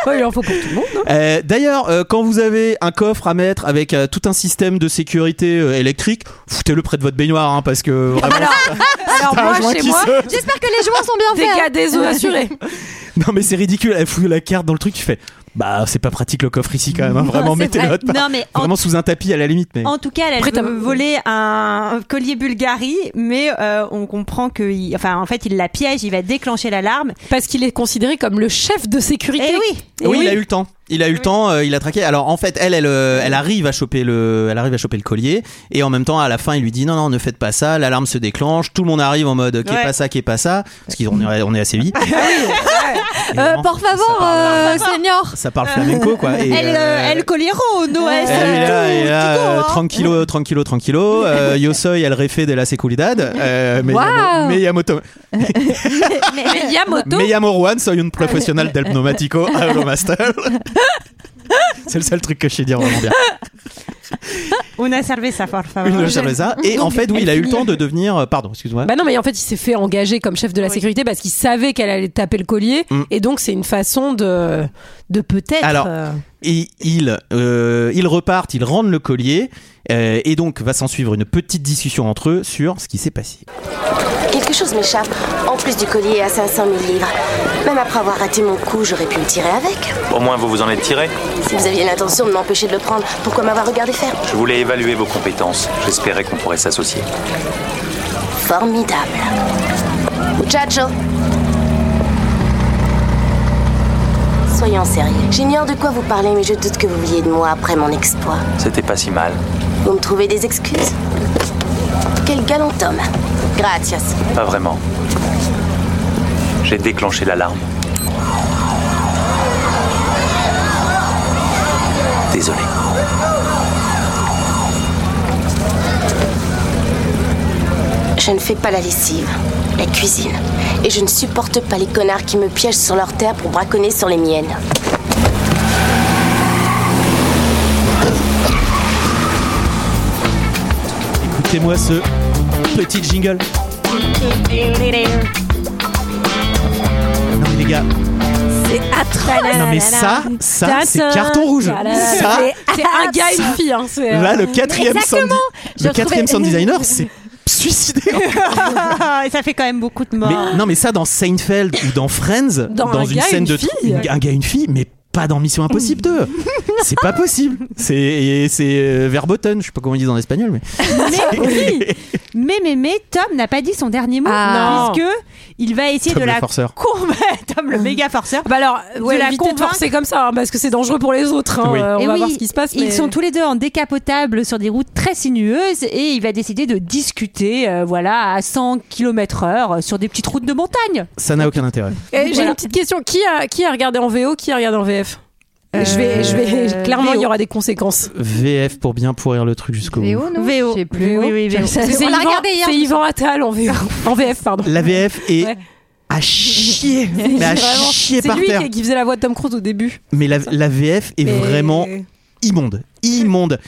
Speaker 5: Ouais, il en faut pour tout le monde. hein.
Speaker 1: Euh, D'ailleurs, euh, quand vous avez un coffre à mettre avec euh, tout un système de sécurité euh, électrique, foutez-le près de votre baignoire, hein, parce que vraiment,
Speaker 5: Alors,
Speaker 1: *laughs* t'as un joint
Speaker 5: moi, chez
Speaker 1: qui
Speaker 5: moi,
Speaker 1: se-
Speaker 9: J'espère que les joints sont bien
Speaker 5: des
Speaker 9: faits.
Speaker 10: hein.
Speaker 5: cas des eaux *laughs*
Speaker 10: Euh,
Speaker 5: assurés.
Speaker 1: Non, mais c'est ridicule. Elle fout la carte dans le truc, tu fais. Bah, c'est pas pratique le coffre ici quand même. hein. Vraiment,
Speaker 10: C'est
Speaker 1: mettez-le
Speaker 10: vrai.
Speaker 1: autre part.
Speaker 10: Non, mais en,
Speaker 1: Vraiment sous un tapis à la limite, mais.
Speaker 10: en tout cas, elle,
Speaker 5: Après, t'as-
Speaker 10: elle veut voler un, un collier Bulgarie, mais euh, on comprend que, il- enfin, en fait, il la piège, il va déclencher l'alarme.
Speaker 5: Parce qu'il est considéré comme le chef de sécurité.
Speaker 10: Eh oui.
Speaker 5: Eh
Speaker 1: oui, il a eu le temps. Il a eu le temps, euh, il a traqué. Alors en fait, elle, elle, euh, elle arrive à choper le, elle arrive à choper le collier. Et en même temps, à la fin, il lui dit non, non, ne faites pas ça. L'alarme se déclenche. Tout le monde arrive en mode qu'est
Speaker 10: Ouais. Ah
Speaker 1: pas ça, qu'est pas ça. Parce qu'on est, on est assez
Speaker 10: *laughs*
Speaker 1: vite.
Speaker 9: Euh, Por favor, euh, senior.
Speaker 1: Ça parle flamenco quoi. Et,
Speaker 10: elle,
Speaker 1: euh,
Speaker 10: euh, elle colero, no es.
Speaker 1: elle est là, elle est là,
Speaker 10: tout go,
Speaker 1: euh,
Speaker 10: hein.
Speaker 1: tranquillo, tranquillo, tranquillo. Euh, yo soy el refe de la seguridad. Euh, me, llamo,
Speaker 9: Wow.
Speaker 1: me llamo Tom-
Speaker 5: Mais Yamoto,
Speaker 1: me llamo Juan, soy un profesional del pneumatico Euromaster. *laughs* C'est le seul truc que je sais dire vraiment bien.
Speaker 10: On a servi ça, por
Speaker 5: Ah,
Speaker 10: favor.
Speaker 1: Une cerveza. Et en fait, oui, il a eu le temps de devenir. euh, Pardon, excuse-moi.
Speaker 5: Bah non, mais en fait, il s'est fait engager comme chef de la sécurité parce qu'il savait qu'elle allait taper le collier.
Speaker 1: Mm.
Speaker 5: Et donc, c'est une façon de, de peut-être.
Speaker 1: Alors,
Speaker 5: euh,
Speaker 1: et ils, euh, ils repartent, ils rendent le collier. euh, et donc, va s'en suivre une petite discussion entre eux sur ce qui s'est passé.
Speaker 6: Quelque chose m'échappe, en plus du collier à 500 000 livres. Même après avoir raté mon coup, j'aurais pu me tirer avec.
Speaker 8: Au moins, vous vous en êtes tiré.
Speaker 6: Si vous aviez l'intention de m'empêcher de le prendre, pourquoi m'avoir regardé faire
Speaker 8: Je voulais évaluer vos compétences. J'espérais qu'on pourrait s'associer.
Speaker 6: Formidable. Muchacho. Soyons sérieux. J'ignore de quoi vous parlez, mais je doute que vous vouliez de moi après mon exploit.
Speaker 8: C'était pas si mal.
Speaker 6: Vous me trouvez des excuses Quel galant homme. Gracias.
Speaker 8: Pas vraiment. J'ai déclenché l'alarme. Désolé.
Speaker 6: Je ne fais pas la lessive, la cuisine. Et je ne supporte pas les connards qui me piègent sur leurs terres pour braconner sur les miennes.
Speaker 1: Écoutez-moi ce petit jingle. Non, mais les gars,
Speaker 9: C'est atroce.
Speaker 1: non, mais ça, ça, c'est carton rouge. Ça,
Speaker 5: C'est
Speaker 9: Ah,
Speaker 5: un gars et une fille. Hein, c'est, euh,
Speaker 1: là, le quatrième sound,
Speaker 9: Je
Speaker 1: le quatrième sound
Speaker 9: retrouvais-
Speaker 1: designer, c'est suicidé.
Speaker 10: Et ça fait quand même beaucoup de morts.
Speaker 1: Mais, non, mais ça, dans Seinfeld ou dans Friends,
Speaker 5: Dans un
Speaker 1: une
Speaker 5: gars et
Speaker 1: scène
Speaker 5: une
Speaker 1: de.
Speaker 5: fille.
Speaker 1: Un gars et une fille, mais pas dans Mission Impossible 2. c'est pas possible. C'est et c'est, euh, verboten, je sais pas comment ils disent en espagnol, mais.
Speaker 10: Mais
Speaker 1: *laughs*
Speaker 10: oui. Mais mais mais Tom n'a pas dit son dernier mot
Speaker 5: Ah.
Speaker 10: puisque il va essayer
Speaker 1: Tom
Speaker 10: de
Speaker 1: le
Speaker 10: la
Speaker 1: forceur.
Speaker 10: convaincre Tom le méga forceur.
Speaker 5: Bah alors, ouais,
Speaker 10: De la
Speaker 5: évitez de
Speaker 10: convaincre.
Speaker 5: forcer comme ça, hein, parce que c'est dangereux pour les autres. hein.
Speaker 1: Oui.
Speaker 5: Euh, on
Speaker 9: Eh
Speaker 10: Et
Speaker 5: va
Speaker 10: oui,
Speaker 5: voir ce qui se passe. mais-
Speaker 10: Ils sont tous les deux en décapotable sur des routes très sinueuses et il va décider de discuter euh, voilà à 100 km/h sur des petites routes de montagne.
Speaker 1: Ça n'a aucun intérêt.
Speaker 5: Eh, J'ai
Speaker 10: Voilà.
Speaker 5: une petite question. Qui a, qui a regardé en VO Qui a regardé en VF Je vais, je vais.
Speaker 9: Euh,
Speaker 5: Clairement, il
Speaker 9: VO.
Speaker 5: y aura des conséquences.
Speaker 1: VF pour bien pourrir le truc jusqu'au bout.
Speaker 9: VO, non
Speaker 10: VO.
Speaker 9: Je sais plus.
Speaker 10: Oui, oui, VO.
Speaker 9: Ça-
Speaker 5: C'est
Speaker 9: On
Speaker 5: Yvan-
Speaker 9: l'a regardé hier.
Speaker 5: C'est Yvan Attal en VO, en VF, pardon.
Speaker 1: La VF est
Speaker 5: Ouais.
Speaker 1: à chier, mais à
Speaker 5: Vraiment.
Speaker 1: chier
Speaker 5: C'est
Speaker 1: par
Speaker 5: lui
Speaker 1: terre.
Speaker 5: qui- qui faisait la voix de Tom Cruise au début.
Speaker 1: Mais la, la VF est
Speaker 5: Mais-
Speaker 1: vraiment immonde. Immonde.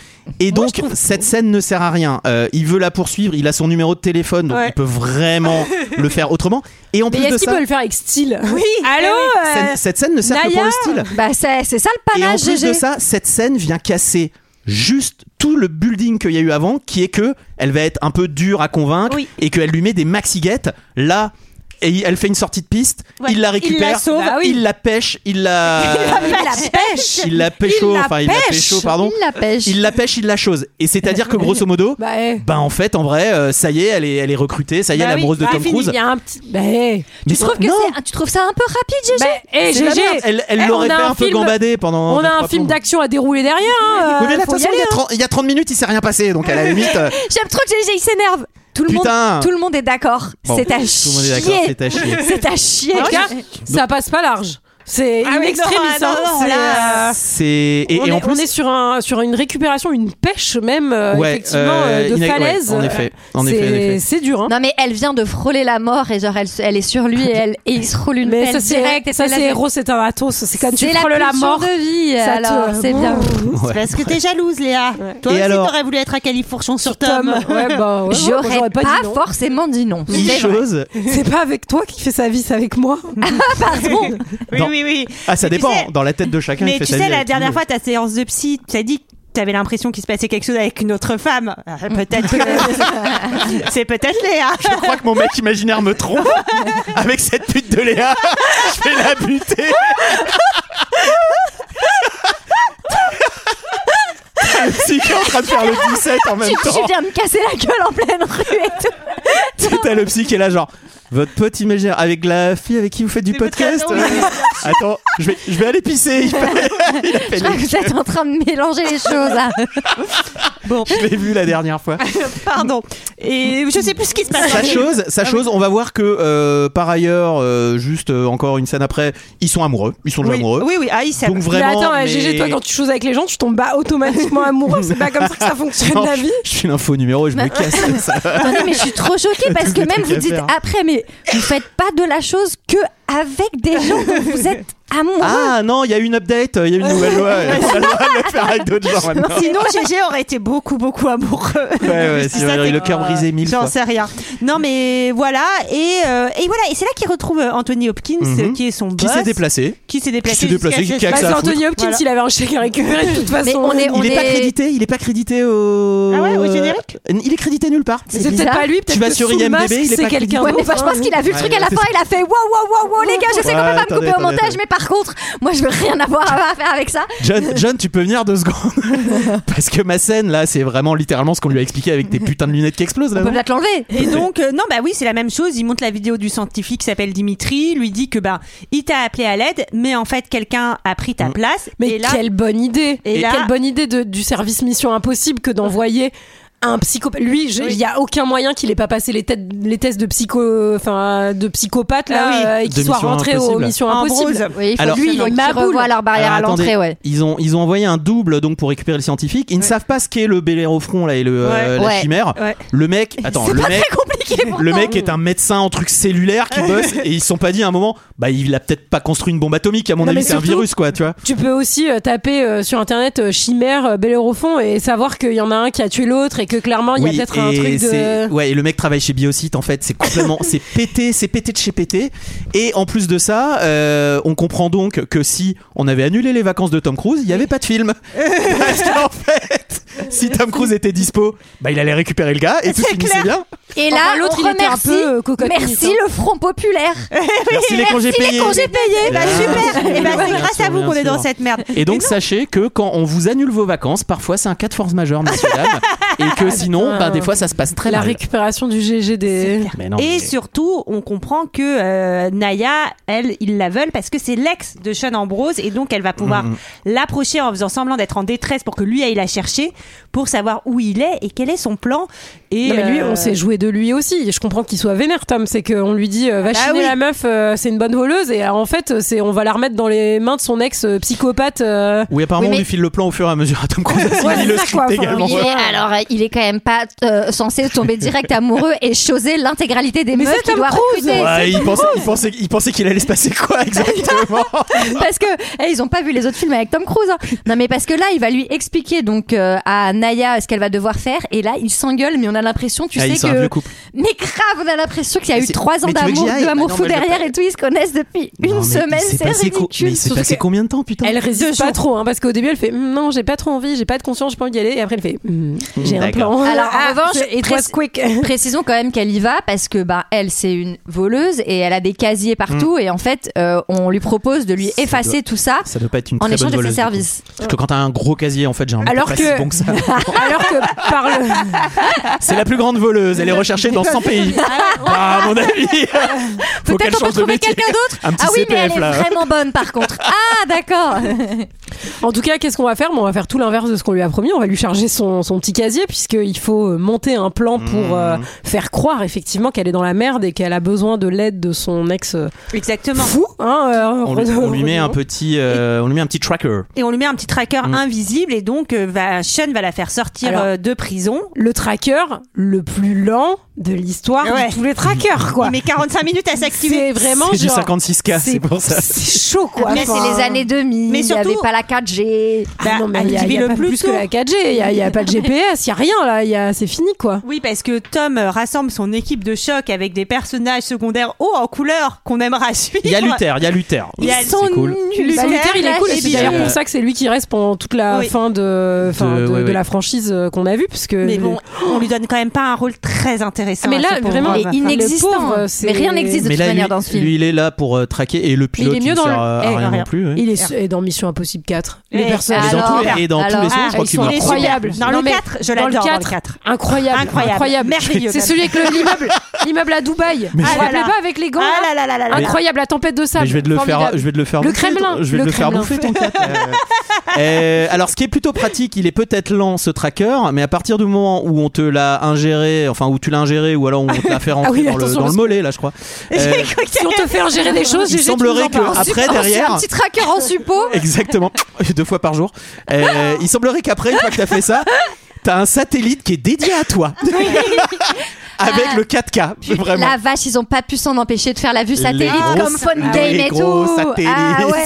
Speaker 1: Et donc, cette scène ne sert à rien. Euh, il veut la poursuivre, il a son numéro de téléphone, donc
Speaker 5: Ouais.
Speaker 1: il peut vraiment le faire autrement. Et en
Speaker 5: Mais
Speaker 1: plus de
Speaker 5: est-ce qu'il
Speaker 1: ça,
Speaker 5: peut le faire avec style Oui. Allô euh,
Speaker 1: cette, cette scène ne sert que pour
Speaker 5: Naya
Speaker 1: le style.
Speaker 9: Bah, c'est c'est ça le
Speaker 1: Et en
Speaker 9: panache,
Speaker 1: plus
Speaker 9: GG.
Speaker 1: de ça, cette scène vient casser juste tout le building qu'il y a eu avant, qui est que elle va être un peu dure à convaincre
Speaker 10: Oui.
Speaker 1: et qu'elle lui met des maxiguettes. Là, et elle fait une sortie de piste,
Speaker 10: Ouais.
Speaker 1: il la récupère,
Speaker 10: Il la sauve. Bah oui.
Speaker 1: il la pêche, il la,
Speaker 10: Il la pêche.
Speaker 1: *laughs* il la pécho,
Speaker 10: Il la
Speaker 1: enfin il la
Speaker 10: pêche.
Speaker 1: pécho, pardon,
Speaker 9: Il la pêche.
Speaker 1: il la pêche, il la chose. Et c'est-à-dire que grosso modo,
Speaker 5: *laughs* Bah, eh.
Speaker 1: ben en fait, en vrai, euh, ça y est, elle est, elle est recrutée, ça y est, elle est
Speaker 10: oui,
Speaker 1: amoureuse de
Speaker 5: Bah,
Speaker 1: Tom
Speaker 5: fini,
Speaker 1: Cruise.
Speaker 5: Il y a un petit. Bah, eh.
Speaker 1: Mais
Speaker 9: Tu trouves que
Speaker 1: non,
Speaker 9: c'est- tu trouves ça un peu rapide, GG
Speaker 5: Bah, eh,
Speaker 1: c'est la
Speaker 5: GG.
Speaker 1: merde. elle, elle
Speaker 5: Eh,
Speaker 1: l'aurait
Speaker 5: on a
Speaker 1: fait un, peu
Speaker 5: film-
Speaker 1: gambader pendant.
Speaker 5: On
Speaker 1: deux,
Speaker 5: a un
Speaker 1: trois
Speaker 5: film
Speaker 1: plombes.
Speaker 5: d'action à dérouler derrière. hein,
Speaker 1: Oui,
Speaker 5: euh,
Speaker 1: mais là,
Speaker 5: faut y
Speaker 1: attention, il y,
Speaker 5: aller,
Speaker 1: a
Speaker 5: Ah hein.
Speaker 1: 30, il y a 30 minutes, il s'est rien passé, donc à
Speaker 5: *laughs*
Speaker 1: la limite. euh,
Speaker 9: J'aime trop que GG il s'énerve. Tout le
Speaker 1: Putain.
Speaker 9: monde, tout le monde est d'accord.
Speaker 1: Bon,
Speaker 9: c'est à
Speaker 1: tout le monde est d'accord,
Speaker 9: chier.
Speaker 1: c'est à chier.
Speaker 9: *laughs* C'est à chier.
Speaker 5: En tout cas, ça passe pas large. C'est
Speaker 10: Ah
Speaker 5: une
Speaker 10: oui, non,
Speaker 5: extrémiste. hein. euh,
Speaker 10: non, non, là,
Speaker 1: C'est et,
Speaker 5: on,
Speaker 1: et
Speaker 5: est,
Speaker 1: en
Speaker 5: on
Speaker 1: plus
Speaker 5: est sur un sur une récupération, une pêche même euh,
Speaker 1: Ouais,
Speaker 5: effectivement
Speaker 1: euh,
Speaker 5: euh, de
Speaker 1: ina- ouais,
Speaker 5: falaise.
Speaker 1: en effet, en
Speaker 5: C'est-
Speaker 1: effet, en effet.
Speaker 5: c'est dur. hein.
Speaker 9: Non mais elle vient de frôler la mort et genre elle, se- elle est sur lui et, elle, et il se roule une
Speaker 5: Mais
Speaker 9: pelle
Speaker 5: ça
Speaker 9: directe.
Speaker 5: c'est ça c'est héros, c'est un atos. C'est quand tu
Speaker 9: C'est la
Speaker 5: frôles la
Speaker 9: pulsion
Speaker 5: mort.
Speaker 9: de vie.
Speaker 5: ça te-
Speaker 9: alors c'est bien.
Speaker 1: Ouais.
Speaker 10: Parce que t'es jalouse, Léa. Toi
Speaker 1: Et
Speaker 10: aussi,
Speaker 1: alors
Speaker 10: t'aurais voulu être à Califourchon sur Tom.
Speaker 5: Tom. Ouais, bah, *laughs* ouais, ouais,
Speaker 9: J'aurais
Speaker 5: j'aurais
Speaker 9: pas,
Speaker 5: dit non.
Speaker 9: forcément dit non.
Speaker 1: une chose.
Speaker 5: C'est pas avec toi qui fait sa vie, c'est avec *laughs* moi.
Speaker 10: Oui,
Speaker 1: Non.
Speaker 10: oui, oui.
Speaker 1: Ah, ça
Speaker 10: Mais tu
Speaker 1: dépend.
Speaker 10: sais-
Speaker 1: dans la tête de chacun. il
Speaker 10: Mais
Speaker 1: fait
Speaker 10: tu
Speaker 1: sa vie Mm.
Speaker 10: sais, la
Speaker 1: avec tout le
Speaker 10: dernière
Speaker 1: monde.
Speaker 10: fois, ta séance de psy, t'as dit que t'avais l'impression qu'il se passait quelque chose avec une autre femme. Euh, Peut-être
Speaker 1: *laughs*
Speaker 10: que- C'est peut-être Léa.
Speaker 1: Je crois que mon mec imaginaire me trompe avec cette pute de Léa. Je vais la buter. T'as le psy qui est en train de faire le 17 en même
Speaker 9: Tu, tu
Speaker 1: temps.
Speaker 9: viens me casser la gueule en pleine rue et tout.
Speaker 1: T'as le psy qui est là, genre. Votre pote imaginaire avec la fille avec qui vous faites du
Speaker 10: Du
Speaker 1: podcast. Euh,
Speaker 10: podcast,
Speaker 1: Attends, je vais, je vais aller pisser. Il fait- il a fait
Speaker 9: Je crois que
Speaker 1: les-
Speaker 9: vous êtes en train de mélanger les choses. là.
Speaker 10: Bon,
Speaker 1: Je l'ai vu la dernière fois.
Speaker 10: pardon. Et je sais plus ce qui se passe.
Speaker 1: Sa chose, sa chose, on va voir que euh, par ailleurs, euh, juste euh, encore une scène après, ils sont amoureux, ils sont déjà
Speaker 10: Oui,
Speaker 1: amoureux.
Speaker 10: oui, oui. Ah, il s'aime.
Speaker 1: Donc vraiment,
Speaker 5: mais attends,
Speaker 1: mais-
Speaker 5: GG, toi quand tu choses avec les gens, tu tombes bah, *laughs* automatiquement amoureux. C'est pas comme ça que ça fonctionne
Speaker 1: Non,
Speaker 5: la
Speaker 1: je-
Speaker 5: vie.
Speaker 1: Je suis l'info numéro et je me casse. ça. *laughs*
Speaker 9: Attendez, mais je suis trop choquée
Speaker 1: Tous
Speaker 9: parce que
Speaker 1: les
Speaker 9: même
Speaker 1: trucs
Speaker 9: vous
Speaker 1: à
Speaker 9: dites
Speaker 1: faire.
Speaker 9: après, mais vous faites pas de la chose que avec des gens dont
Speaker 1: *laughs*
Speaker 9: vous êtes amoureux.
Speaker 1: Ah non, il y a eu une update, il y a eu une nouvelle loi. On a le droit de le faire avec d'autres gens maintenant.
Speaker 11: Sinon, GG aurait été beaucoup, beaucoup amoureux.
Speaker 1: Ouais, ouais, si
Speaker 11: Ça,
Speaker 1: j'aurais eu
Speaker 11: c'est-
Speaker 1: le cœur brisé mille
Speaker 11: J'en
Speaker 1: fois.
Speaker 11: sais rien.
Speaker 10: Non mais voilà et, euh, et voilà et c'est là qu'il retrouve euh, Anthony Hopkins
Speaker 1: Mhm.
Speaker 10: euh, qui est son boss.
Speaker 1: Qui s'est déplacé
Speaker 10: Qui s'est déplacé
Speaker 1: Qui s'est déplacé,
Speaker 10: jusqu'à-
Speaker 1: qui a que
Speaker 5: Bah,
Speaker 1: ça
Speaker 5: c'est
Speaker 1: à foutre.
Speaker 5: Anthony Hopkins,
Speaker 10: Voilà.
Speaker 5: il avait un chèque à récupérer de toute façon.
Speaker 9: Mais on est, on
Speaker 1: Il est pas
Speaker 9: est-
Speaker 1: crédité, il est pas crédité au. Euh,
Speaker 11: Ah ouais, au générique
Speaker 1: Il est crédité nulle part.
Speaker 5: C'est peut-être pas lui, peut-être
Speaker 1: vas
Speaker 5: que
Speaker 1: sur
Speaker 5: sous le
Speaker 1: IMDb,
Speaker 5: masque,
Speaker 1: il est
Speaker 5: c'est
Speaker 1: pas
Speaker 5: quelqu'un
Speaker 9: Ouais, mais
Speaker 5: d'autre,
Speaker 9: enfin, je pense
Speaker 5: hein.
Speaker 9: qu'il a vu le
Speaker 1: Ouais,
Speaker 9: truc
Speaker 1: il
Speaker 9: à
Speaker 1: a
Speaker 9: la
Speaker 1: fait
Speaker 9: fin, il a fait waouh waouh waouh waouh les gars, je sais qu'on
Speaker 1: Ouais,
Speaker 9: peut pas me
Speaker 1: attendez,
Speaker 9: couper au
Speaker 1: attendez,
Speaker 9: montage,
Speaker 1: attendez.
Speaker 9: mais par contre, moi je veux rien avoir à faire avec ça.
Speaker 1: John, John, tu peux venir deux secondes Parce que ma scène là, c'est vraiment littéralement ce qu'on lui a expliqué avec des putains de lunettes qui explosent là.
Speaker 9: On peut peut-être l'enlever.
Speaker 10: Et donc euh, non bah oui c'est la même chose. Il monte la vidéo du scientifique qui s'appelle Dimitri, lui dit que bah il t'a appelé à l'aide, mais en fait quelqu'un a pris ta place.
Speaker 5: Mais
Speaker 10: et là
Speaker 5: quelle bonne idée
Speaker 10: Et là-
Speaker 5: Quelle bonne idée de- du service Mission Impossible que d'envoyer un psychopathe. Lui, je- il n'y a aucun moyen qu'il ait pas passé les, têtes- les tests de psycho, enfin de psychopathe là,
Speaker 10: Ah oui.
Speaker 5: euh, et qu'il
Speaker 1: De
Speaker 5: soit
Speaker 1: Mission
Speaker 5: rentré aux
Speaker 1: Impossible.
Speaker 5: Missions
Speaker 10: Ambrose.
Speaker 5: Impossibles.
Speaker 9: Oui, il
Speaker 1: faut Alors-
Speaker 5: Lui,
Speaker 9: lui,
Speaker 5: il
Speaker 9: il
Speaker 5: est
Speaker 9: revoient
Speaker 5: maboule.
Speaker 9: leur barrière
Speaker 1: Alors,
Speaker 9: à
Speaker 1: attendez,
Speaker 9: l'entrée, ouais.
Speaker 1: Ils ont ils ont envoyé un double donc pour récupérer le scientifique. Ils ne savent pas ce qu'est le Bellérophon là et le euh,
Speaker 9: Ouais.
Speaker 1: la
Speaker 9: Ouais.
Speaker 1: chimère.
Speaker 10: Ouais.
Speaker 1: Le mec, attends,
Speaker 9: C'est
Speaker 1: le
Speaker 9: pas
Speaker 1: mec,
Speaker 9: très compliqué pourtant.
Speaker 1: le mec est un médecin en truc cellulaire qui bosse et ils se sont pas dit à un moment, bah il a peut-être pas construit une bombe atomique à mon
Speaker 5: Non,
Speaker 1: avis,
Speaker 5: mais
Speaker 1: c'est un
Speaker 5: surtout-
Speaker 1: virus quoi, tu vois.
Speaker 5: Tu peux aussi euh, taper euh, sur internet euh, chimère euh, Bellérophon et savoir qu'il y en a un qui a tué l'autre et que clairement il y a
Speaker 1: Oui,
Speaker 5: peut-être un
Speaker 1: et
Speaker 5: truc
Speaker 1: c'est-
Speaker 5: de.
Speaker 1: Ouais, et le mec travaille chez Biosite en fait, c'est
Speaker 5: *laughs*
Speaker 1: complètement c'est pété, c'est pété de chez pété et en plus de ça, euh, on comprend donc que si on avait annulé les vacances de Tom Cruise, il n'y avait pas de
Speaker 5: *laughs*
Speaker 1: film. Parce qu'en fait, si Tom Cruise était dispo, bah il allait récupérer le gars et tout se finissait
Speaker 5: *laughs*
Speaker 1: bien.
Speaker 9: Et
Speaker 5: Enfin,
Speaker 9: là,
Speaker 5: l'autre,
Speaker 9: on
Speaker 5: il était un
Speaker 9: remercie-
Speaker 5: peu, euh, cocotte
Speaker 9: Merci
Speaker 5: minute,
Speaker 9: le Front populaire.
Speaker 1: Merci les congés
Speaker 9: Merci les
Speaker 1: payés.
Speaker 9: congés payés.
Speaker 1: Là.
Speaker 9: Bah, super.
Speaker 10: Et bah, c'est
Speaker 1: Bien
Speaker 10: grâce
Speaker 1: sûr,
Speaker 10: à vous
Speaker 1: bien
Speaker 10: qu'on est
Speaker 1: sûr.
Speaker 10: dans cette merde.
Speaker 1: Et donc sachez que quand on vous annule vos vacances, parfois c'est un cas de force majeure messieurs
Speaker 5: *laughs*
Speaker 1: dames et que sinon bah, des fois ça se passe très
Speaker 5: Ah, La
Speaker 1: mal.
Speaker 5: récupération du GG des.
Speaker 1: Mais non,
Speaker 10: et
Speaker 1: mais-
Speaker 10: surtout, on comprend que euh, Naya, elle, ils la veulent parce que c'est l'ex de Sean Ambrose et donc elle va pouvoir l'approcher en faisant semblant d'être en détresse pour que lui aille la chercher pour savoir où il est et quel est son plan. Et
Speaker 5: Non, mais lui,
Speaker 10: euh,
Speaker 5: on s'est joué de lui aussi. Je comprends qu'il soit vénère, Tom. C'est qu'on lui dit, euh, va
Speaker 10: bah
Speaker 5: chiner
Speaker 10: oui.
Speaker 5: la meuf, euh, c'est une bonne voleuse. Et euh, en fait, c'est on va la remettre dans les mains de son ex euh, psychopathe. euh,
Speaker 1: Oui, apparemment
Speaker 9: Oui,
Speaker 1: on lui
Speaker 9: mais-
Speaker 1: file le plan au fur et à mesure à Tom Cruise.
Speaker 5: Ouais,
Speaker 1: *laughs* il
Speaker 5: c'est
Speaker 1: lit le
Speaker 5: ça,
Speaker 1: script
Speaker 5: quoi. Enfin,
Speaker 1: également.
Speaker 9: Oui, mais alors, euh, il est quand même pas euh, censé tomber direct amoureux et choser l'intégralité des
Speaker 5: Mais
Speaker 9: meufs
Speaker 5: c'est
Speaker 9: qu'il
Speaker 5: Tom
Speaker 9: doit
Speaker 5: Cruise.
Speaker 9: recruter.
Speaker 1: Ouais, il pensait, il pensait, il pensait qu'il allait se passer quoi exactement
Speaker 9: *laughs* parce que eh, ils ont pas vu les autres films avec Tom Cruise. hein. Non mais parce que là, il va lui expliquer donc euh, à Naya ce qu'elle va devoir faire et là, il s'engueule mais on a l'impression, tu
Speaker 1: Ah,
Speaker 9: sais
Speaker 1: ils sont un vieux
Speaker 9: que
Speaker 1: couple.
Speaker 9: mais grave, on a l'impression qu'il y a
Speaker 1: Mais
Speaker 9: eu
Speaker 1: c'est-
Speaker 9: trois ans
Speaker 1: mais tu veux que
Speaker 9: d'amour,
Speaker 1: j'y aille
Speaker 9: de
Speaker 1: Bah
Speaker 9: amour
Speaker 1: non,
Speaker 9: fou
Speaker 1: mais je veux
Speaker 9: derrière
Speaker 1: pas.
Speaker 9: et tout, ils se connaissent depuis
Speaker 1: Non,
Speaker 9: une
Speaker 1: mais
Speaker 9: semaine,
Speaker 1: il s'est
Speaker 9: c'est
Speaker 1: passé co-
Speaker 9: ridicule.
Speaker 1: Mais il s'est
Speaker 5: Surtout
Speaker 1: passé
Speaker 5: que-
Speaker 1: combien de temps putain
Speaker 5: Elle résiste
Speaker 9: Deux
Speaker 5: pas
Speaker 9: jours.
Speaker 5: trop, hein, parce qu'au début, elle fait Hum, non, j'ai pas trop envie, j'ai pas de conscience, j'ai pas envie d'y aller. Et après, elle fait
Speaker 9: Hmm.
Speaker 5: Hum, j'ai un
Speaker 1: D'accord.
Speaker 5: plan.
Speaker 9: Alors, en revanche,
Speaker 5: c'est- it
Speaker 9: très-
Speaker 5: was quick. *laughs*
Speaker 9: Précisons quand même qu'elle y va parce que bah elle c'est une voleuse et elle a des casiers partout et en fait euh, on lui propose de lui
Speaker 1: Mm. Ça
Speaker 9: effacer
Speaker 1: doit-
Speaker 9: tout ça
Speaker 1: Ça doit pas être une
Speaker 9: en
Speaker 1: très bonne
Speaker 9: échange de
Speaker 1: voleuse,
Speaker 9: ses
Speaker 1: du coup.
Speaker 9: services.
Speaker 1: Parce que quand t'as un gros casier, en fait, j'ai un
Speaker 5: Alors
Speaker 1: pas
Speaker 5: que-
Speaker 1: si
Speaker 9: *laughs*
Speaker 1: bon que ça.
Speaker 5: Alors que par le.
Speaker 1: C'est la plus grande voleuse. Elle est recherchée dans
Speaker 5: *laughs*
Speaker 1: 100 pays. Ah, à mon
Speaker 9: *laughs*
Speaker 1: avis. Faut qu'elle
Speaker 9: Peut-être qu'on peut
Speaker 1: change de
Speaker 9: trouver
Speaker 1: métier.
Speaker 9: quelqu'un d'autre.
Speaker 1: *laughs* Un petit
Speaker 9: Ah oui, mais elle
Speaker 1: CPF
Speaker 9: est
Speaker 1: là.
Speaker 9: *laughs* vraiment bonne
Speaker 1: *laughs*
Speaker 9: par contre. Ah d'accord.
Speaker 5: En tout cas, qu'est-ce qu'on va faire Bon, On va faire tout l'inverse de ce qu'on lui a promis. On va lui charger son, son petit casier, puisqu'il faut euh, monter un plan
Speaker 1: Mmh.
Speaker 5: pour euh, faire croire effectivement qu'elle est dans la merde et qu'elle a besoin de l'aide de son ex euh,
Speaker 10: Exactement.
Speaker 5: fou. hein, euh,
Speaker 1: On lui, on lui met un
Speaker 5: redonnons.
Speaker 1: petit, euh, on lui met un petit tracker.
Speaker 10: Et on lui met un petit tracker
Speaker 1: Mm.
Speaker 10: invisible et donc euh, va, Sean va la faire sortir
Speaker 5: Alors-
Speaker 10: euh, de prison.
Speaker 5: Le tracker le plus lent de l'histoire
Speaker 10: Ouais.
Speaker 5: de tous les trackers, quoi.
Speaker 10: Il met 45 minutes à s'activer.
Speaker 5: C'est vraiment
Speaker 1: C'est du
Speaker 5: genre-
Speaker 1: 56K, c'est pour ça.
Speaker 5: C'est chaud, quoi.
Speaker 9: Mais c'est
Speaker 5: Enfin,
Speaker 9: les années 2000.
Speaker 10: Mais
Speaker 9: il n'y
Speaker 10: surtout-
Speaker 9: avait pas la 4G.
Speaker 5: Ah non, mais il y a,
Speaker 10: activer
Speaker 5: il y a
Speaker 10: le
Speaker 5: pas
Speaker 10: plus
Speaker 5: plus, que
Speaker 10: tôt.
Speaker 5: la 4G. Il y a, il y
Speaker 10: *laughs*
Speaker 5: a pas de GPS, il y a rien là. Il y a- c'est fini, quoi.
Speaker 10: Oui, parce que Tom euh, rassemble son équipe de choc avec des personnages secondaires hauts en couleur qu'on aimera *laughs* suivre.
Speaker 1: Il y a Luther, il y a Luther.
Speaker 10: Il y a-
Speaker 1: C'est
Speaker 10: Son-
Speaker 1: cool.
Speaker 10: Luther,
Speaker 5: Bah, Luther, il est cool.
Speaker 9: là,
Speaker 5: Et c'est
Speaker 9: j'ai-
Speaker 5: d'ailleurs pour ça que c'est lui qui reste pendant toute la
Speaker 10: euh, Oui.
Speaker 5: fin de, fin
Speaker 1: De-
Speaker 5: de,
Speaker 1: ouais,
Speaker 5: de
Speaker 1: ouais.
Speaker 5: la franchise euh, qu'on a vue, parce que.
Speaker 10: Mais bon, on lui donne quand même pas un rôle très intéressant.
Speaker 5: Ah, mais
Speaker 10: à
Speaker 5: là,
Speaker 10: ce pauvre
Speaker 5: vraiment,
Speaker 10: homme.
Speaker 9: Et
Speaker 5: Enfin,
Speaker 9: inexistant.
Speaker 5: le pauvre, c'est-
Speaker 9: mais rien n'existe de
Speaker 1: Mais
Speaker 9: toute
Speaker 1: là,
Speaker 9: manière
Speaker 1: lui,
Speaker 9: dans ce film.
Speaker 1: lui, il est là pour euh, traquer et le pilote,
Speaker 5: mieux
Speaker 1: il ne
Speaker 5: dans
Speaker 1: sert
Speaker 5: le-
Speaker 1: à
Speaker 5: Eh,
Speaker 1: rien non plus. ouais.
Speaker 5: Il est et dans Mission Impossible 4. Les
Speaker 10: Eh,
Speaker 5: personnages.
Speaker 1: Mais dans
Speaker 9: Alors-
Speaker 1: tous les- et dans tous
Speaker 9: alors-
Speaker 1: les sens, je
Speaker 9: ah,
Speaker 1: crois
Speaker 9: ils
Speaker 1: qu'il
Speaker 9: sont
Speaker 1: meurt.
Speaker 9: incroyables.
Speaker 10: Dans
Speaker 5: Non,
Speaker 10: le
Speaker 5: mais
Speaker 10: 4, je
Speaker 5: dans le
Speaker 10: l'adore dans le
Speaker 5: 4.
Speaker 10: 4.
Speaker 5: Incroyable,
Speaker 10: Incroyable.
Speaker 5: incroyable,
Speaker 10: Merveilleux,
Speaker 5: C'est
Speaker 10: même.
Speaker 5: celui avec
Speaker 10: *laughs*
Speaker 5: le- l'immeuble, l'immeuble à Dubaï. Vous vous
Speaker 10: voilà.
Speaker 5: rappelez pas avec les gants
Speaker 10: Ah
Speaker 5: là
Speaker 10: là là là là là.
Speaker 5: Incroyable, la tempête de
Speaker 1: Mais
Speaker 5: sable.
Speaker 1: je vais te le faire,
Speaker 5: Formidable.
Speaker 1: je vais te le faire.
Speaker 5: Le
Speaker 1: bouffer,
Speaker 5: Kremlin,
Speaker 1: ton- Je vais te
Speaker 5: le
Speaker 1: le faire
Speaker 5: Kremlin. *laughs*
Speaker 1: bouffer ton cat. Euh, euh, alors, ce qui est plutôt pratique, il est peut-être lent ce tracker, mais à partir du moment où on te l'a ingéré, enfin où tu l'as ingéré, ou alors on te l'a fait rentrer
Speaker 5: *laughs* Ah oui,
Speaker 1: dans, le, dans
Speaker 5: attention,
Speaker 1: le
Speaker 5: parce que-
Speaker 1: mollet, là, je
Speaker 5: *laughs*
Speaker 1: crois. Euh,
Speaker 5: Si on te fait ingérer des choses,
Speaker 1: Il
Speaker 5: GG, tu nous
Speaker 1: semblerait
Speaker 5: en parles.
Speaker 1: que- après, derrière-
Speaker 9: Un petit tracker
Speaker 1: *laughs*
Speaker 9: en suppôt.
Speaker 1: Exactement, deux fois par jour. Euh, il semblerait qu'après, une fois que t'as fait ça, t'as un satellite qui est dédié à toi. *laughs* avec le 4K. Vraiment.
Speaker 9: Ah, La vache, ils ont pas pu s'en empêcher de faire la vue satellite
Speaker 1: gros
Speaker 9: comme
Speaker 1: satellites.
Speaker 9: Phone
Speaker 1: Ah
Speaker 9: Game et
Speaker 1: Les
Speaker 9: tout. Ah
Speaker 1: gros satellites.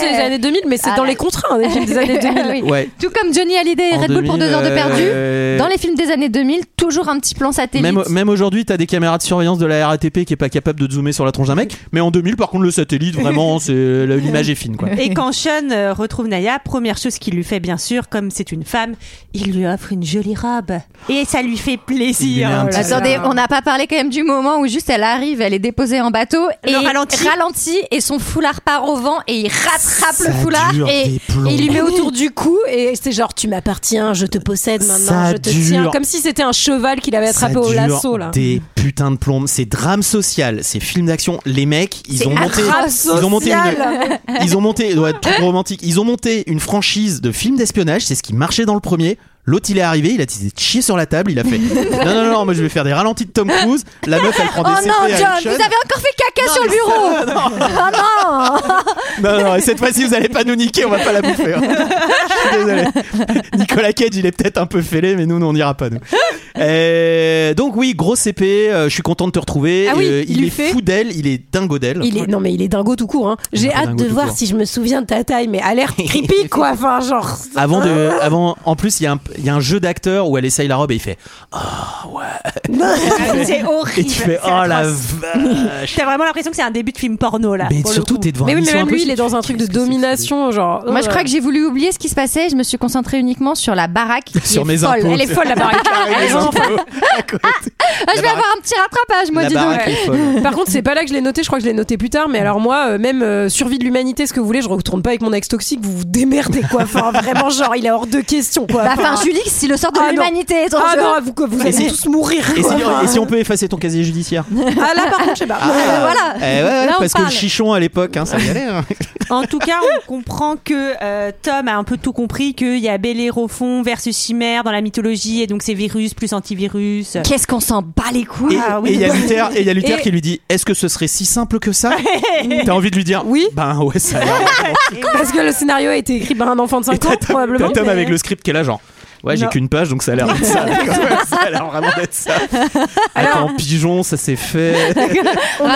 Speaker 5: C'est les années 2000, mais c'est
Speaker 10: Ah
Speaker 5: dans les contraints des films des
Speaker 9: *laughs*
Speaker 5: années 2000.
Speaker 9: Oui.
Speaker 1: Ouais.
Speaker 9: Tout comme Johnny Hallyday et
Speaker 1: En
Speaker 9: Red Bull pour
Speaker 1: 2000,
Speaker 9: deux heures de perdu.
Speaker 1: euh,
Speaker 9: Dans les films des années 2000, toujours un petit plan satellite.
Speaker 1: Même, même aujourd'hui, t'as des caméras de surveillance de la RATP qui est pas capable de zoomer sur la tronche d'un mec. Mais en 2000, par contre, le satellite, vraiment, c'est l'image est fine, quoi.
Speaker 10: Et quand Sean euh, retrouve Naya, première chose qu'il lui fait, bien sûr, comme c'est une femme, il lui offre une jolie robe. Et ça lui fait
Speaker 1: Il lui
Speaker 10: plaisir.
Speaker 1: met un petit-
Speaker 9: Attendez, on n'a pas parlé quand même du moment où juste elle arrive, elle est déposée en bateau et
Speaker 10: ralenti.
Speaker 9: ralentit et son foulard part au vent et il rattrape
Speaker 5: Ça
Speaker 9: le foulard
Speaker 5: dure
Speaker 9: et
Speaker 5: des plombs.
Speaker 9: et il lui met autour
Speaker 5: du cou et c'est genre tu m'appartiens, je te possède maintenant,
Speaker 1: Ça
Speaker 5: je te
Speaker 1: dure.
Speaker 5: tiens. Comme si c'était un cheval qu'il avait attrapé
Speaker 1: Ça
Speaker 5: au
Speaker 1: dure
Speaker 5: lasso là.
Speaker 1: Des putains de plombes. C'est drame social, c'est film d'action. Les mecs, ils
Speaker 5: C'est
Speaker 1: ont monté.
Speaker 5: drame
Speaker 1: Ils ont monté
Speaker 5: social.
Speaker 1: une. *laughs* Ils ont monté. Ouais, trop romantique. Ils ont monté une franchise de films d'espionnage. C'est ce qui marchait dans le premier. L'autre, il est arrivé, il a dit chier sur la table, il a fait *laughs* non, non, non, moi je vais faire des ralentis de Tom Cruise. La meuf, elle prend
Speaker 9: Oh
Speaker 1: des CP
Speaker 9: non,
Speaker 1: à
Speaker 9: John, vous
Speaker 1: Hitchens.
Speaker 9: avez encore fait caca sur le bureau Oh non
Speaker 1: Non, non, et cette fois-ci, vous allez pas nous niquer, on va pas la bouffer. hein. Je suis désolé. Nicolas Cage, il est peut-être un peu fêlé, mais nous, nous, on n'ira pas, nous. Euh, donc, oui, gros CP, euh, je suis content de te retrouver.
Speaker 5: Ah oui,
Speaker 1: Euh,
Speaker 5: il
Speaker 1: il,
Speaker 5: lui
Speaker 1: est
Speaker 5: fait-
Speaker 1: fou d'elle, il est dingo d'elle.
Speaker 5: Il est non mais il est dingo tout court. hein.
Speaker 1: Il
Speaker 5: J'ai
Speaker 1: est
Speaker 5: hâte
Speaker 1: dingo
Speaker 5: de
Speaker 1: tout
Speaker 5: voir
Speaker 1: court.
Speaker 5: si je me souviens de ta taille, mais
Speaker 1: *laughs*
Speaker 5: alerte creepy quoi. Enfin genre.
Speaker 1: Avant de, avant, en plus, il y, a un- il y a un jeu d'acteur où elle essaye la robe et il fait
Speaker 10: c'est horrible.
Speaker 1: Et tu fais
Speaker 10: C'est
Speaker 1: Oh la
Speaker 10: atroce.
Speaker 1: vache
Speaker 10: T'as vraiment l'impression que c'est un début de film porno là.
Speaker 1: Mais
Speaker 10: pour le
Speaker 1: surtout,
Speaker 10: coup.
Speaker 1: t'es devant
Speaker 5: Mais
Speaker 1: un
Speaker 5: oui, mais
Speaker 1: Mission
Speaker 5: même lui, il
Speaker 1: Impossible.
Speaker 5: est dans un truc de domination, genre. oh, euh.
Speaker 9: Moi, je crois que j'ai voulu oublier ce qui se passait. Je me suis concentrée uniquement sur la
Speaker 1: *laughs*
Speaker 9: baraque. qui
Speaker 1: Sur
Speaker 9: est
Speaker 1: mes
Speaker 9: folle.
Speaker 1: impôts.
Speaker 9: Elle est
Speaker 1: *laughs*
Speaker 9: folle, la baraque. Elle est
Speaker 1: Les
Speaker 9: vraiment
Speaker 1: impôts.
Speaker 9: folle. Ah, je vais
Speaker 1: baraque-
Speaker 9: avoir un petit rattrapage, moi,
Speaker 1: La
Speaker 9: dis donc.
Speaker 1: baraque est folle.
Speaker 5: Par contre, c'est pas là que je l'ai noté, je crois que je l'ai noté plus tard, mais alors moi, euh, même euh, survie de l'humanité, ce que vous voulez, je retourne pas avec mon ex toxique, vous vous démerdez quoi. Enfin, vraiment, genre, il est hors de question quoi.
Speaker 9: Bah, enfin, Julie, si le sort de
Speaker 5: Ah, non.
Speaker 9: l'humanité est en
Speaker 5: Ah
Speaker 9: jeu.
Speaker 5: non, vous, vous allez
Speaker 1: si-
Speaker 5: tous mourir.
Speaker 1: Et si,
Speaker 5: quoi.
Speaker 1: et si on peut effacer ton casier judiciaire
Speaker 5: Ah là, par contre, je sais pas. *laughs*
Speaker 1: Ah,
Speaker 9: voilà.
Speaker 1: eh ouais, ouais,
Speaker 9: Là, on
Speaker 1: Parce que le
Speaker 9: parle.
Speaker 1: chichon à l'époque, hein, ça y allait. hein.
Speaker 10: En tout cas, on comprend que euh, Tom a un peu tout compris qu'il y a Bellérophon versus Chimère dans la mythologie et donc c'est virus plus antivirus. Ah
Speaker 9: Qu'est-ce qu'on s'en bat les couilles
Speaker 1: Et et il y a Luther, et il y a Luther
Speaker 5: Ah Et-
Speaker 1: qui lui dit Est-ce que ce serait si simple que ça T'as envie de lui dire
Speaker 5: Oui.
Speaker 1: Ben ouais, ça
Speaker 5: *laughs*
Speaker 1: a l'air. vraiment.
Speaker 5: Parce que le scénario a été écrit par un enfant de 5 ans,
Speaker 1: T'as
Speaker 5: probablement.
Speaker 1: Tom
Speaker 5: mais-
Speaker 1: avec le script qui est là, genre. Ouais, j'ai
Speaker 5: Non.
Speaker 1: qu'une page, donc ça a l'air d'être
Speaker 5: *laughs*
Speaker 1: ça. *laughs* ça a l'air vraiment d'être ça. Attends, pigeon, ça s'est fait.
Speaker 5: On a
Speaker 9: Ralenti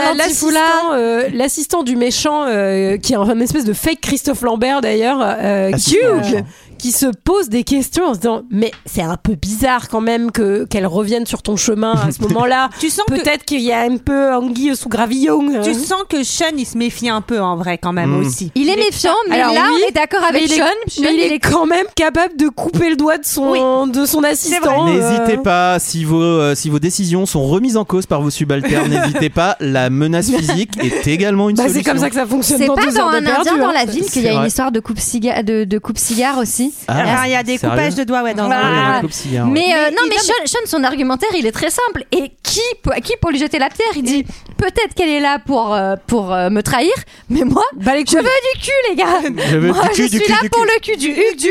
Speaker 5: Bah, l'assistant, euh, l'assistant du méchant, euh, qui est un espèce de fake Christophe Lambert d'ailleurs, euh,
Speaker 1: Assistant
Speaker 5: Hugh,
Speaker 1: méchant.
Speaker 5: qui se pose des questions en se disant Mais c'est un peu bizarre quand même que, qu'elle revienne sur ton chemin
Speaker 1: *laughs*
Speaker 5: à ce moment-là.
Speaker 10: Tu sens que-
Speaker 5: Peut-être qu'il y a un peu anguille sous gravillon. hein.
Speaker 10: Tu sens que Sean il se méfie un peu en vrai quand même
Speaker 1: Mm.
Speaker 10: aussi.
Speaker 9: Il est méfiant, mais
Speaker 5: Alors,
Speaker 9: là,
Speaker 5: oui,
Speaker 9: on est d'accord
Speaker 5: mais
Speaker 9: avec
Speaker 5: il est-
Speaker 9: Sean.
Speaker 5: mais
Speaker 9: Sean,
Speaker 5: il est quand même capable de couper le doigt de son, de son assistant.
Speaker 1: N'hésitez
Speaker 5: euh,
Speaker 1: pas, si vos, euh, si vos décisions sont remises en cause par vos
Speaker 5: *laughs*
Speaker 1: subalternes, n'hésitez pas, la menace physique est également une
Speaker 5: bah, c'est
Speaker 1: solution.
Speaker 5: comme ça que ça fonctionne
Speaker 9: C'est
Speaker 5: dans
Speaker 9: pas
Speaker 5: deux
Speaker 9: dans
Speaker 5: heures de
Speaker 9: un
Speaker 5: perdu,
Speaker 9: indien dans
Speaker 5: hein.
Speaker 9: la ville qu'il y a
Speaker 1: C'est
Speaker 9: une
Speaker 1: vrai.
Speaker 9: histoire de coupe cigare, de, de coupe cigare aussi.
Speaker 1: Ah,
Speaker 10: Alors, il y a des
Speaker 1: sérieux
Speaker 10: coupages de doigts ouais, dans
Speaker 1: Ah, il y a
Speaker 9: Ah.
Speaker 1: la coupe cigare, ouais.
Speaker 9: Mais, euh, non, mais Sean, Sean, son argumentaire, il est très simple. Et qui, peut- à qui pour lui jeter la pierre Il dit peut-être qu'elle est là pour, euh, pour euh, me trahir, mais moi,
Speaker 5: Bah, les
Speaker 9: je veux du cul, les gars.
Speaker 1: Je veux
Speaker 9: moi,
Speaker 1: du cul,
Speaker 9: je
Speaker 1: du
Speaker 9: suis
Speaker 1: cul,
Speaker 9: là
Speaker 1: du
Speaker 9: pour
Speaker 1: cul.
Speaker 9: le cul du huc, du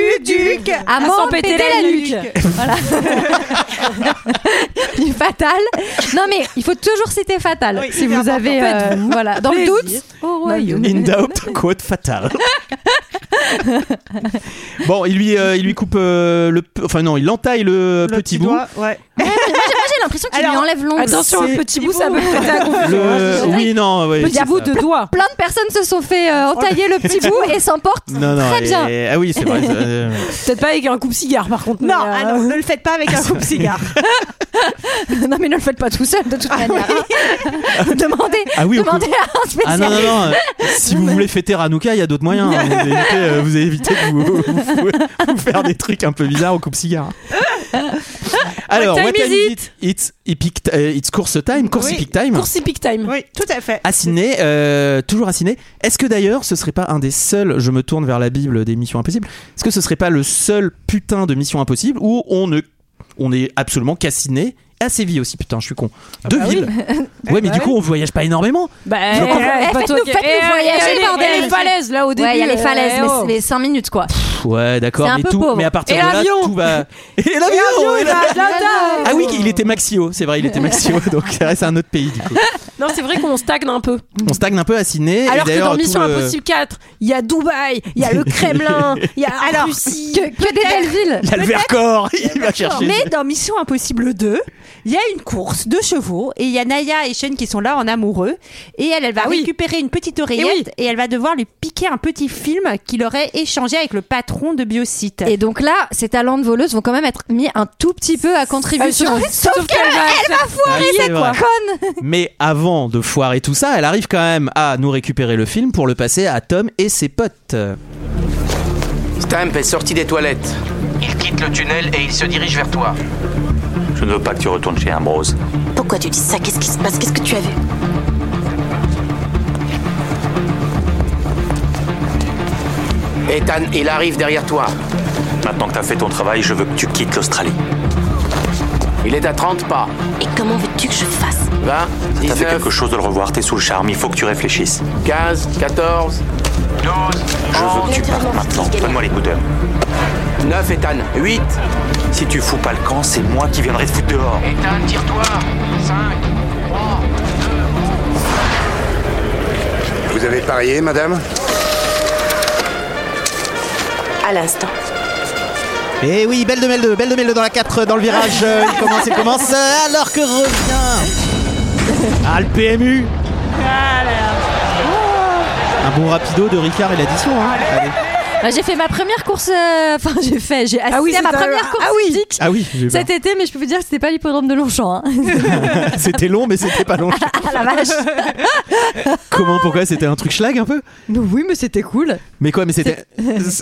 Speaker 9: duc, à m'en péter, la nuque. Il est fatal. Non, mais il faut toujours citer fatal
Speaker 10: Oui,
Speaker 9: si
Speaker 10: c'est
Speaker 9: vous
Speaker 10: important.
Speaker 9: avez euh, voilà dans le doute. au royaume.
Speaker 1: In doubt, quote
Speaker 5: *laughs*
Speaker 1: fatale. bon, il lui, euh, il lui coupe euh, le. p- Enfin, non, il entaille le, petit, bout.
Speaker 11: doigt, ouais.
Speaker 9: Moi, j'ai l'impression qu'il lui
Speaker 10: Alors,
Speaker 9: enlève l'ongle.
Speaker 5: Attention, le petit bout, ça peut
Speaker 1: *laughs*
Speaker 5: péter à confusion. Hein,
Speaker 1: Le... euh, Oui, non, oui.
Speaker 5: Petit bout de doigt.
Speaker 9: Plein de personnes se sont fait euh, entailler
Speaker 5: *laughs*
Speaker 9: le petit bout et s'emportent.
Speaker 1: Non, non,
Speaker 9: Très
Speaker 1: elle
Speaker 9: bien. *laughs*
Speaker 1: est- Ah oui, c'est vrai. ça, euh,
Speaker 5: Peut-être pas avec un coupe cigare par contre.
Speaker 10: Non,
Speaker 5: mais, euh,
Speaker 10: ah non, ne le faites pas avec un
Speaker 5: *laughs*
Speaker 10: coupe cigare.
Speaker 9: non, mais ne le faites pas tout seul de
Speaker 5: Ah
Speaker 9: toute manière. *laughs* demandez,
Speaker 1: Ah oui, au
Speaker 9: demandez à un
Speaker 1: Ah
Speaker 9: spécialiste.
Speaker 1: non, non, non. euh, Si
Speaker 5: *laughs*
Speaker 1: vous voulez fêter Hanouka, il y a d'autres moyens. hein. Vous évitez, euh, vous évitez de vous, vous- vous faire des trucs un peu bizarres au
Speaker 5: *laughs*
Speaker 1: coupe-cigare. Alors,
Speaker 5: What
Speaker 1: what
Speaker 5: time
Speaker 1: time
Speaker 5: is
Speaker 1: is it? It's, epic t- euh, it's course time, course
Speaker 10: Oui,
Speaker 1: epic time.
Speaker 5: Course epic time.
Speaker 10: oui, tout à fait.
Speaker 1: À Sydney, euh, toujours à Sydney. Est-ce que d'ailleurs, ce serait pas un des seuls, je me tourne vers la Bible des Missions Impossibles, est-ce que ce serait pas le seul putain de Mission Impossible où on ne, on est absolument qu'à Sydney, à Séville aussi, putain, je suis con. Deux villes. Ouais, mais du coup, on voyage pas énormément.
Speaker 5: Bah,
Speaker 1: Je comprends.
Speaker 9: Eh, faites-nous- faites-nous voyager, bordel.
Speaker 5: les falaises là au début.
Speaker 9: Ouais, il y a les falaises,
Speaker 5: euh,
Speaker 9: mais
Speaker 5: oh.
Speaker 9: c'est les 5 minutes quoi.
Speaker 1: Pff, Ouais, d'accord,
Speaker 9: C'est un
Speaker 1: mais
Speaker 9: peu
Speaker 1: tout.
Speaker 9: pauvre.
Speaker 1: Mais à partir
Speaker 5: Et
Speaker 1: de là,
Speaker 5: l'avion
Speaker 1: tout va. Et l'avion
Speaker 5: Et
Speaker 1: et la-
Speaker 5: la- la- la-
Speaker 1: Ah oui, il était Maxio, c'est vrai, il était Maxio, donc c'est vrai, c'est un autre pays du coup.
Speaker 5: Non, c'est vrai qu'on stagne un peu.
Speaker 1: On stagne un peu à Ciné. et
Speaker 5: Alors que
Speaker 1: d'ailleurs,
Speaker 5: dans
Speaker 1: tout
Speaker 5: Mission
Speaker 1: le-
Speaker 5: Impossible 4, il y a Dubaï,
Speaker 1: *laughs*
Speaker 5: il y a le Kremlin, il y a Alors, Russie,
Speaker 11: que, que
Speaker 5: des belles villes.
Speaker 1: Il y a le Vercors, *laughs* il va chercher.
Speaker 10: Mais dans Mission Impossible 2, il y a une course de chevaux et il y a Naya et Sean qui sont là en amoureux et elle, elle
Speaker 9: Ah
Speaker 10: va récupérer une
Speaker 9: Eh
Speaker 10: petite oreillette et, elle va devoir lui piquer un petit film qu'il aurait échangé avec le patron de Biosite.
Speaker 9: Et donc là, ces talents de voleuses vont quand même être mis un tout petit peu à contribution.
Speaker 10: Ah, sauf qu'elle va-
Speaker 9: elle va foirer
Speaker 1: Ah, c'est
Speaker 9: cette
Speaker 1: vrai.
Speaker 9: conne.
Speaker 1: Mais avant de foirer tout ça, elle arrive quand même à nous récupérer le film pour le passer à Tom et ses potes.
Speaker 12: Stamp est sorti des toilettes. Il quitte le tunnel et il se dirige vers toi.
Speaker 8: Je ne veux pas que tu retournes chez Ambrose.
Speaker 6: Pourquoi tu dis ça Qu'est-ce qui se passe Qu'est-ce que tu as vu
Speaker 12: Ethan, il arrive derrière toi.
Speaker 8: Maintenant que t'as fait ton travail, je veux que tu quittes l'Australie.
Speaker 12: Il est à 30 pas.
Speaker 6: Et comment veux-tu que je fasse
Speaker 12: 20,
Speaker 8: T'as fait
Speaker 12: 19,
Speaker 8: quelque chose de le revoir, t'es sous le charme, il faut que tu réfléchisses.
Speaker 12: 15, 14, 12,
Speaker 8: Je
Speaker 6: Ah,
Speaker 8: veux que tu partes maintenant. Donne-moi les boudeurs.
Speaker 12: 9, Ethan, 8.
Speaker 8: Si tu fous pas le camp, c'est moi qui viendrai te foutre dehors.
Speaker 12: Ethan, tire-toi. 5.
Speaker 4: Vous avez parié, madame
Speaker 6: À l'instant.
Speaker 1: Et Eh oui, belle de Melde, belle de Melde dans la 4, dans le virage. euh, il commence, il commence. euh, Alors que revient. Ah, le PMU Un bon rapido de Ricard et l'addition. hein. Allez.
Speaker 9: Bah, J'ai fait ma première course, euh, enfin j'ai fait, j'ai
Speaker 10: Ah
Speaker 9: assisté
Speaker 5: oui,
Speaker 9: à ma
Speaker 5: c'est un-
Speaker 9: première course hippique
Speaker 1: Ah oui, j'ai eu peur.
Speaker 9: cet été, mais je peux vous dire que c'était pas l'hippodrome
Speaker 10: *laughs*
Speaker 9: de Longchamp. hein.
Speaker 1: *laughs* C'était long, mais c'était pas long.
Speaker 9: ah la vache
Speaker 10: *laughs*
Speaker 1: Comment, pourquoi C'était un truc schlag un peu
Speaker 9: Non, oui, mais c'était cool.
Speaker 1: Mais quoi, mais c'était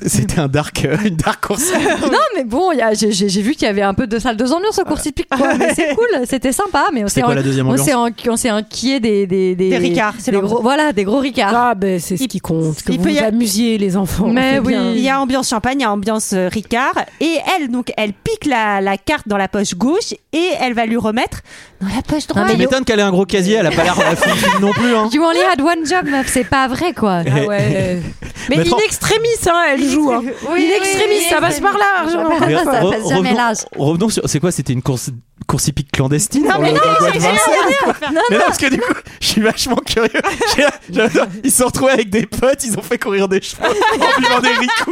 Speaker 1: c'était un dark, euh, une dark course.
Speaker 9: Non, mais bon, il y a- j'ai j'ai- j'ai vu qu'il y avait un peu de salle de ambiance aux courses hippiques. quoi. Mais
Speaker 1: *laughs*
Speaker 9: c'est cool, c'était sympa. Mais on
Speaker 1: C'était
Speaker 9: s'est
Speaker 1: quoi
Speaker 9: en-
Speaker 1: la deuxième
Speaker 9: on
Speaker 1: ambiance
Speaker 9: s'est en- on s'est enquillé des des
Speaker 5: Des Ricards, c'est
Speaker 9: des
Speaker 5: l'ambiance.
Speaker 9: gros, voilà, des gros ricards.
Speaker 10: Bah,
Speaker 5: Ah ben c'est ce qui compte, que
Speaker 9: il
Speaker 5: vous
Speaker 9: peut
Speaker 5: vous
Speaker 9: y a-
Speaker 5: amusiez les enfants.
Speaker 9: Mais
Speaker 5: c'est
Speaker 9: oui.
Speaker 5: bien.
Speaker 10: Il y a ambiance champagne, il y a ambiance euh, Ricard. Et elle, donc, elle pique la, la carte dans la poche gauche et elle va lui remettre dans la poche droite.
Speaker 1: Tu m'étonnes qu'elle ait un gros casier, elle a pas l'air la fille fille non plus. Hein.
Speaker 9: You only had one job, meuf, c'est pas vrai quoi.
Speaker 1: Ah
Speaker 9: *laughs*
Speaker 1: ouais.
Speaker 5: Mais
Speaker 1: Mettre
Speaker 5: in
Speaker 1: en-
Speaker 5: extremis, hein, elle joue. Hein.
Speaker 9: Oui,
Speaker 5: in
Speaker 9: oui,
Speaker 5: extremis,
Speaker 9: oui,
Speaker 5: ça passe
Speaker 9: oui.
Speaker 5: par là. Argent.
Speaker 1: Mais
Speaker 9: Ça
Speaker 1: re-
Speaker 9: passe jamais
Speaker 1: revenons-
Speaker 9: l'âge.
Speaker 1: Revenons sur. C'est quoi C'était une course, course hippique clandestine dans le- dans le bois de Vincennes
Speaker 9: Non,
Speaker 1: Mais non, parce que du coup, je suis vachement
Speaker 5: *laughs*
Speaker 1: curieux. J'ai- j'adore. Ils se sont retrouvés avec des potes, ils ont fait courir des chevaux en buvant des ricous.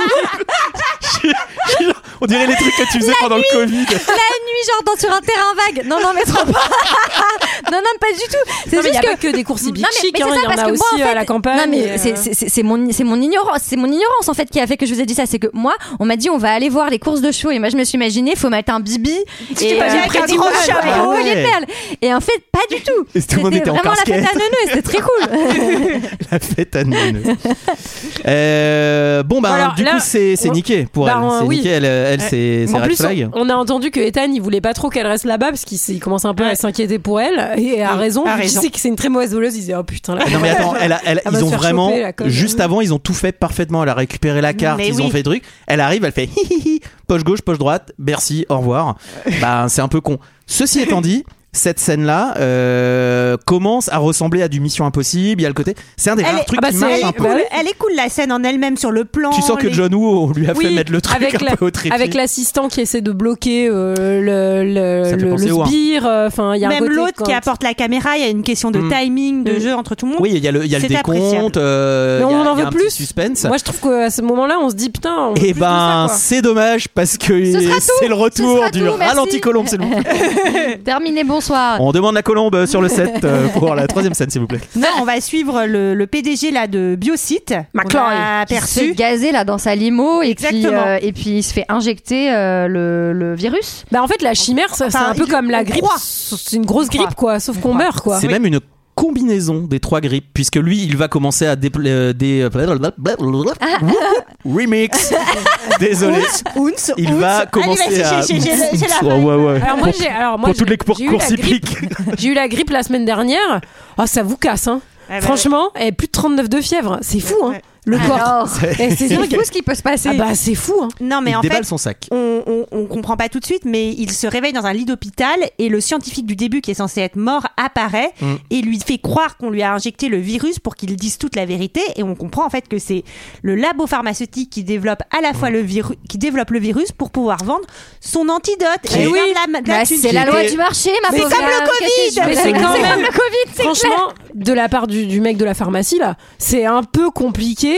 Speaker 1: Je- je- genre, On dirait les trucs que tu faisais pendant le Covid.
Speaker 9: La nuit, genre dans, sur un terrain vague. Non, non, mais trop pas. *laughs* non, non, pas du tout.
Speaker 5: Non,
Speaker 9: C'est
Speaker 5: mais
Speaker 9: juste
Speaker 5: y a
Speaker 9: que...
Speaker 5: pas que des courses hippiques
Speaker 9: Non, mais-
Speaker 5: chics,
Speaker 9: mais c'est
Speaker 5: hein,
Speaker 9: ça,
Speaker 5: il y en
Speaker 9: parce
Speaker 5: a
Speaker 9: que moi,
Speaker 5: aussi
Speaker 9: en
Speaker 5: à
Speaker 9: fait-
Speaker 5: la campagne,
Speaker 9: Non, mais
Speaker 5: euh.
Speaker 9: c'est- c'est- c'est c'est mon, c'est mon ignorance, c'est mon ignorance en fait qui a fait que je vous ai dit ça. C'est que moi, on m'a dit on va aller voir les courses de chevaux et moi je me suis imaginé faut mettre un bibi
Speaker 10: Tu
Speaker 9: et
Speaker 10: t'es pas dit avec un
Speaker 9: prédire
Speaker 10: gros
Speaker 9: où-
Speaker 5: hein.
Speaker 10: chapeau.
Speaker 9: où
Speaker 1: Ah ouais.
Speaker 9: les perles. Et en fait, pas du tout.
Speaker 1: Et tout le monde
Speaker 9: C'était
Speaker 1: était en
Speaker 9: vraiment la fête
Speaker 1: casquette.
Speaker 9: à neuneu, et c'était très
Speaker 5: *laughs* Bah
Speaker 9: cool.
Speaker 1: La fête à Nîmes. Euh, bon, bah,
Speaker 5: Alors,
Speaker 1: du
Speaker 5: là,
Speaker 1: coup, c'est c'est
Speaker 5: on-
Speaker 1: niqué pour
Speaker 5: Bah,
Speaker 1: elle.
Speaker 5: euh,
Speaker 1: C'est
Speaker 5: oui.
Speaker 1: niqué, elle, elle, c'est c'est
Speaker 5: en
Speaker 1: red
Speaker 5: plus,
Speaker 1: flag.
Speaker 5: on on a entendu que Ethan, il voulait pas trop qu'elle reste là-bas parce qu'il s'est- il commence un peu à s'inquiéter pour elle et à
Speaker 10: Oui,
Speaker 5: raison.
Speaker 10: à
Speaker 5: vu qu'il
Speaker 10: raison.
Speaker 5: sait que c'est une très mauvaise voleuse. Il disait oh
Speaker 1: *laughs*
Speaker 5: putain. Là,
Speaker 1: Ah Non mais attends, elle a- elle-
Speaker 5: Elle va
Speaker 1: ils
Speaker 5: se
Speaker 1: ont
Speaker 5: faire
Speaker 1: vraiment
Speaker 5: choper, Mm. là, comme-
Speaker 1: juste avant ils ont tout fait parfaitement. Elle a récupéré la carte,
Speaker 5: Mais
Speaker 1: ils
Speaker 5: oui.
Speaker 1: ont fait le truc. Elle arrive, elle fait hi, hi, hi, poche gauche, poche droite, merci, au revoir. bah c'est un peu con. Ceci étant dit. Cette scène-là euh, commence à ressembler à du Mission Impossible. Il y a le côté, c'est un des rares trucs qui marche
Speaker 10: elle,
Speaker 1: un
Speaker 10: est
Speaker 1: peu.
Speaker 10: cool, elle est cool la scène en elle-même sur le plan.
Speaker 1: Tu sens que
Speaker 10: les-
Speaker 1: John Woo on lui a fait mettre le truc
Speaker 5: avec
Speaker 1: un
Speaker 5: la-
Speaker 1: peu au trépied.
Speaker 5: avec l'assistant qui essaie de bloquer euh, le,
Speaker 1: Ça
Speaker 5: le,
Speaker 1: fait
Speaker 5: le-
Speaker 1: penser
Speaker 5: le
Speaker 1: au un.
Speaker 5: sbire. euh, Enfin, il y a un
Speaker 10: Même
Speaker 5: côté
Speaker 10: l'autre qui
Speaker 5: quand-
Speaker 10: apporte la caméra, il y a une question de
Speaker 1: Mm.
Speaker 10: timing, de
Speaker 5: Mm.
Speaker 10: jeu entre tout le monde.
Speaker 1: Oui, il y a le, il y a le
Speaker 10: C'est
Speaker 1: décompte.
Speaker 10: appréciable.
Speaker 1: euh,
Speaker 5: Mais
Speaker 1: il y a-
Speaker 5: on en
Speaker 1: il y a
Speaker 5: veut
Speaker 1: un petit
Speaker 5: plus.
Speaker 1: suspense.
Speaker 5: Moi, je trouve qu'à ce moment-là, on se dit putain. on veut
Speaker 1: Et
Speaker 5: plus de ça,
Speaker 1: ben,
Speaker 5: quoi.
Speaker 1: c'est dommage parce que
Speaker 9: Ce sera tout.
Speaker 1: c'est le
Speaker 9: Ce
Speaker 1: retour
Speaker 9: sera
Speaker 1: du
Speaker 9: tout, merci.
Speaker 1: ralenti colombe, s'il vous plaît.
Speaker 9: Terminé, bonsoir.
Speaker 1: *laughs* On demande la colombe euh, sur le set
Speaker 10: *laughs*
Speaker 1: euh, pour la troisième scène, s'il vous plaît.
Speaker 10: Non, on va suivre le, le PDG là de Biosite.
Speaker 5: McCloy.
Speaker 10: On a
Speaker 9: Qui se fait
Speaker 10: aperçu.
Speaker 9: gazer là dans sa limo et puis,
Speaker 10: Exactement.
Speaker 9: euh, et puis il se fait injecter euh, le, le virus.
Speaker 5: Bah en fait la chimère ça- c'est
Speaker 10: Enfin,
Speaker 5: un peu
Speaker 10: il-
Speaker 5: comme la
Speaker 10: on
Speaker 5: grippe,
Speaker 10: croit.
Speaker 5: c'est une grosse grippe quoi, sauf qu'on meurt quoi.
Speaker 1: C'est même une combinaison des trois grippes, puisque lui, il va commencer à dépl- euh, des
Speaker 10: *laughs*
Speaker 1: remix. Désolé.
Speaker 10: Ah. Ounce,
Speaker 1: Il
Speaker 10: ounce.
Speaker 1: va
Speaker 10: Allez,
Speaker 1: commencer
Speaker 10: vas-y,
Speaker 1: à.
Speaker 10: j'ai- j'ai- j'ai- j'ai la
Speaker 1: Ouais,
Speaker 10: feuille.
Speaker 1: ouais, ouais.
Speaker 5: Alors moi j'ai alors moi
Speaker 1: Pour toutes
Speaker 5: j'ai-
Speaker 1: les cour-
Speaker 5: j'ai eu
Speaker 1: courses
Speaker 5: la
Speaker 10: *laughs*
Speaker 5: grippe-
Speaker 1: hippiques.
Speaker 5: J'ai eu la grippe la semaine dernière. Ah ça vous casse hein. eh,
Speaker 10: Ah bah ouais.
Speaker 5: Franchement, et plus de 39 de fièvre, c'est fou hein.
Speaker 10: Ouais.
Speaker 5: le
Speaker 9: Alors,
Speaker 5: corps.
Speaker 1: Ah.
Speaker 5: Eh,
Speaker 9: c'est- c'est fou ce qui peut se passer.
Speaker 5: Ah bah c'est fou. Hein.
Speaker 10: Non, mais
Speaker 1: Il
Speaker 10: en
Speaker 1: déballe
Speaker 10: fait,
Speaker 1: son sac.
Speaker 10: On, on- on comprend pas tout de suite, mais il se réveille dans un lit d'hôpital et le scientifique du début qui est censé être mort apparaît
Speaker 1: Mm.
Speaker 10: et lui fait croire qu'on lui a injecté le virus pour qu'il dise toute la vérité et on comprend en fait que c'est le labo pharmaceutique qui développe à la fois le virus, qui développe le virus pour pouvoir vendre son antidote.
Speaker 9: Eh
Speaker 10: Et
Speaker 9: oui.
Speaker 10: faire de la- de la
Speaker 9: Bah,
Speaker 10: thune.
Speaker 9: c'est la loi du marché, ma
Speaker 10: Mais
Speaker 9: pauvre.
Speaker 10: C'est comme le
Speaker 9: Qu'est-ce
Speaker 10: Covid.
Speaker 9: que je-
Speaker 5: Mais c'est quand
Speaker 9: C'est
Speaker 5: même-
Speaker 9: comme le Covid, c'est
Speaker 5: Franchement, de la part du, du mec de la pharmacie, là, c'est un peu compliqué.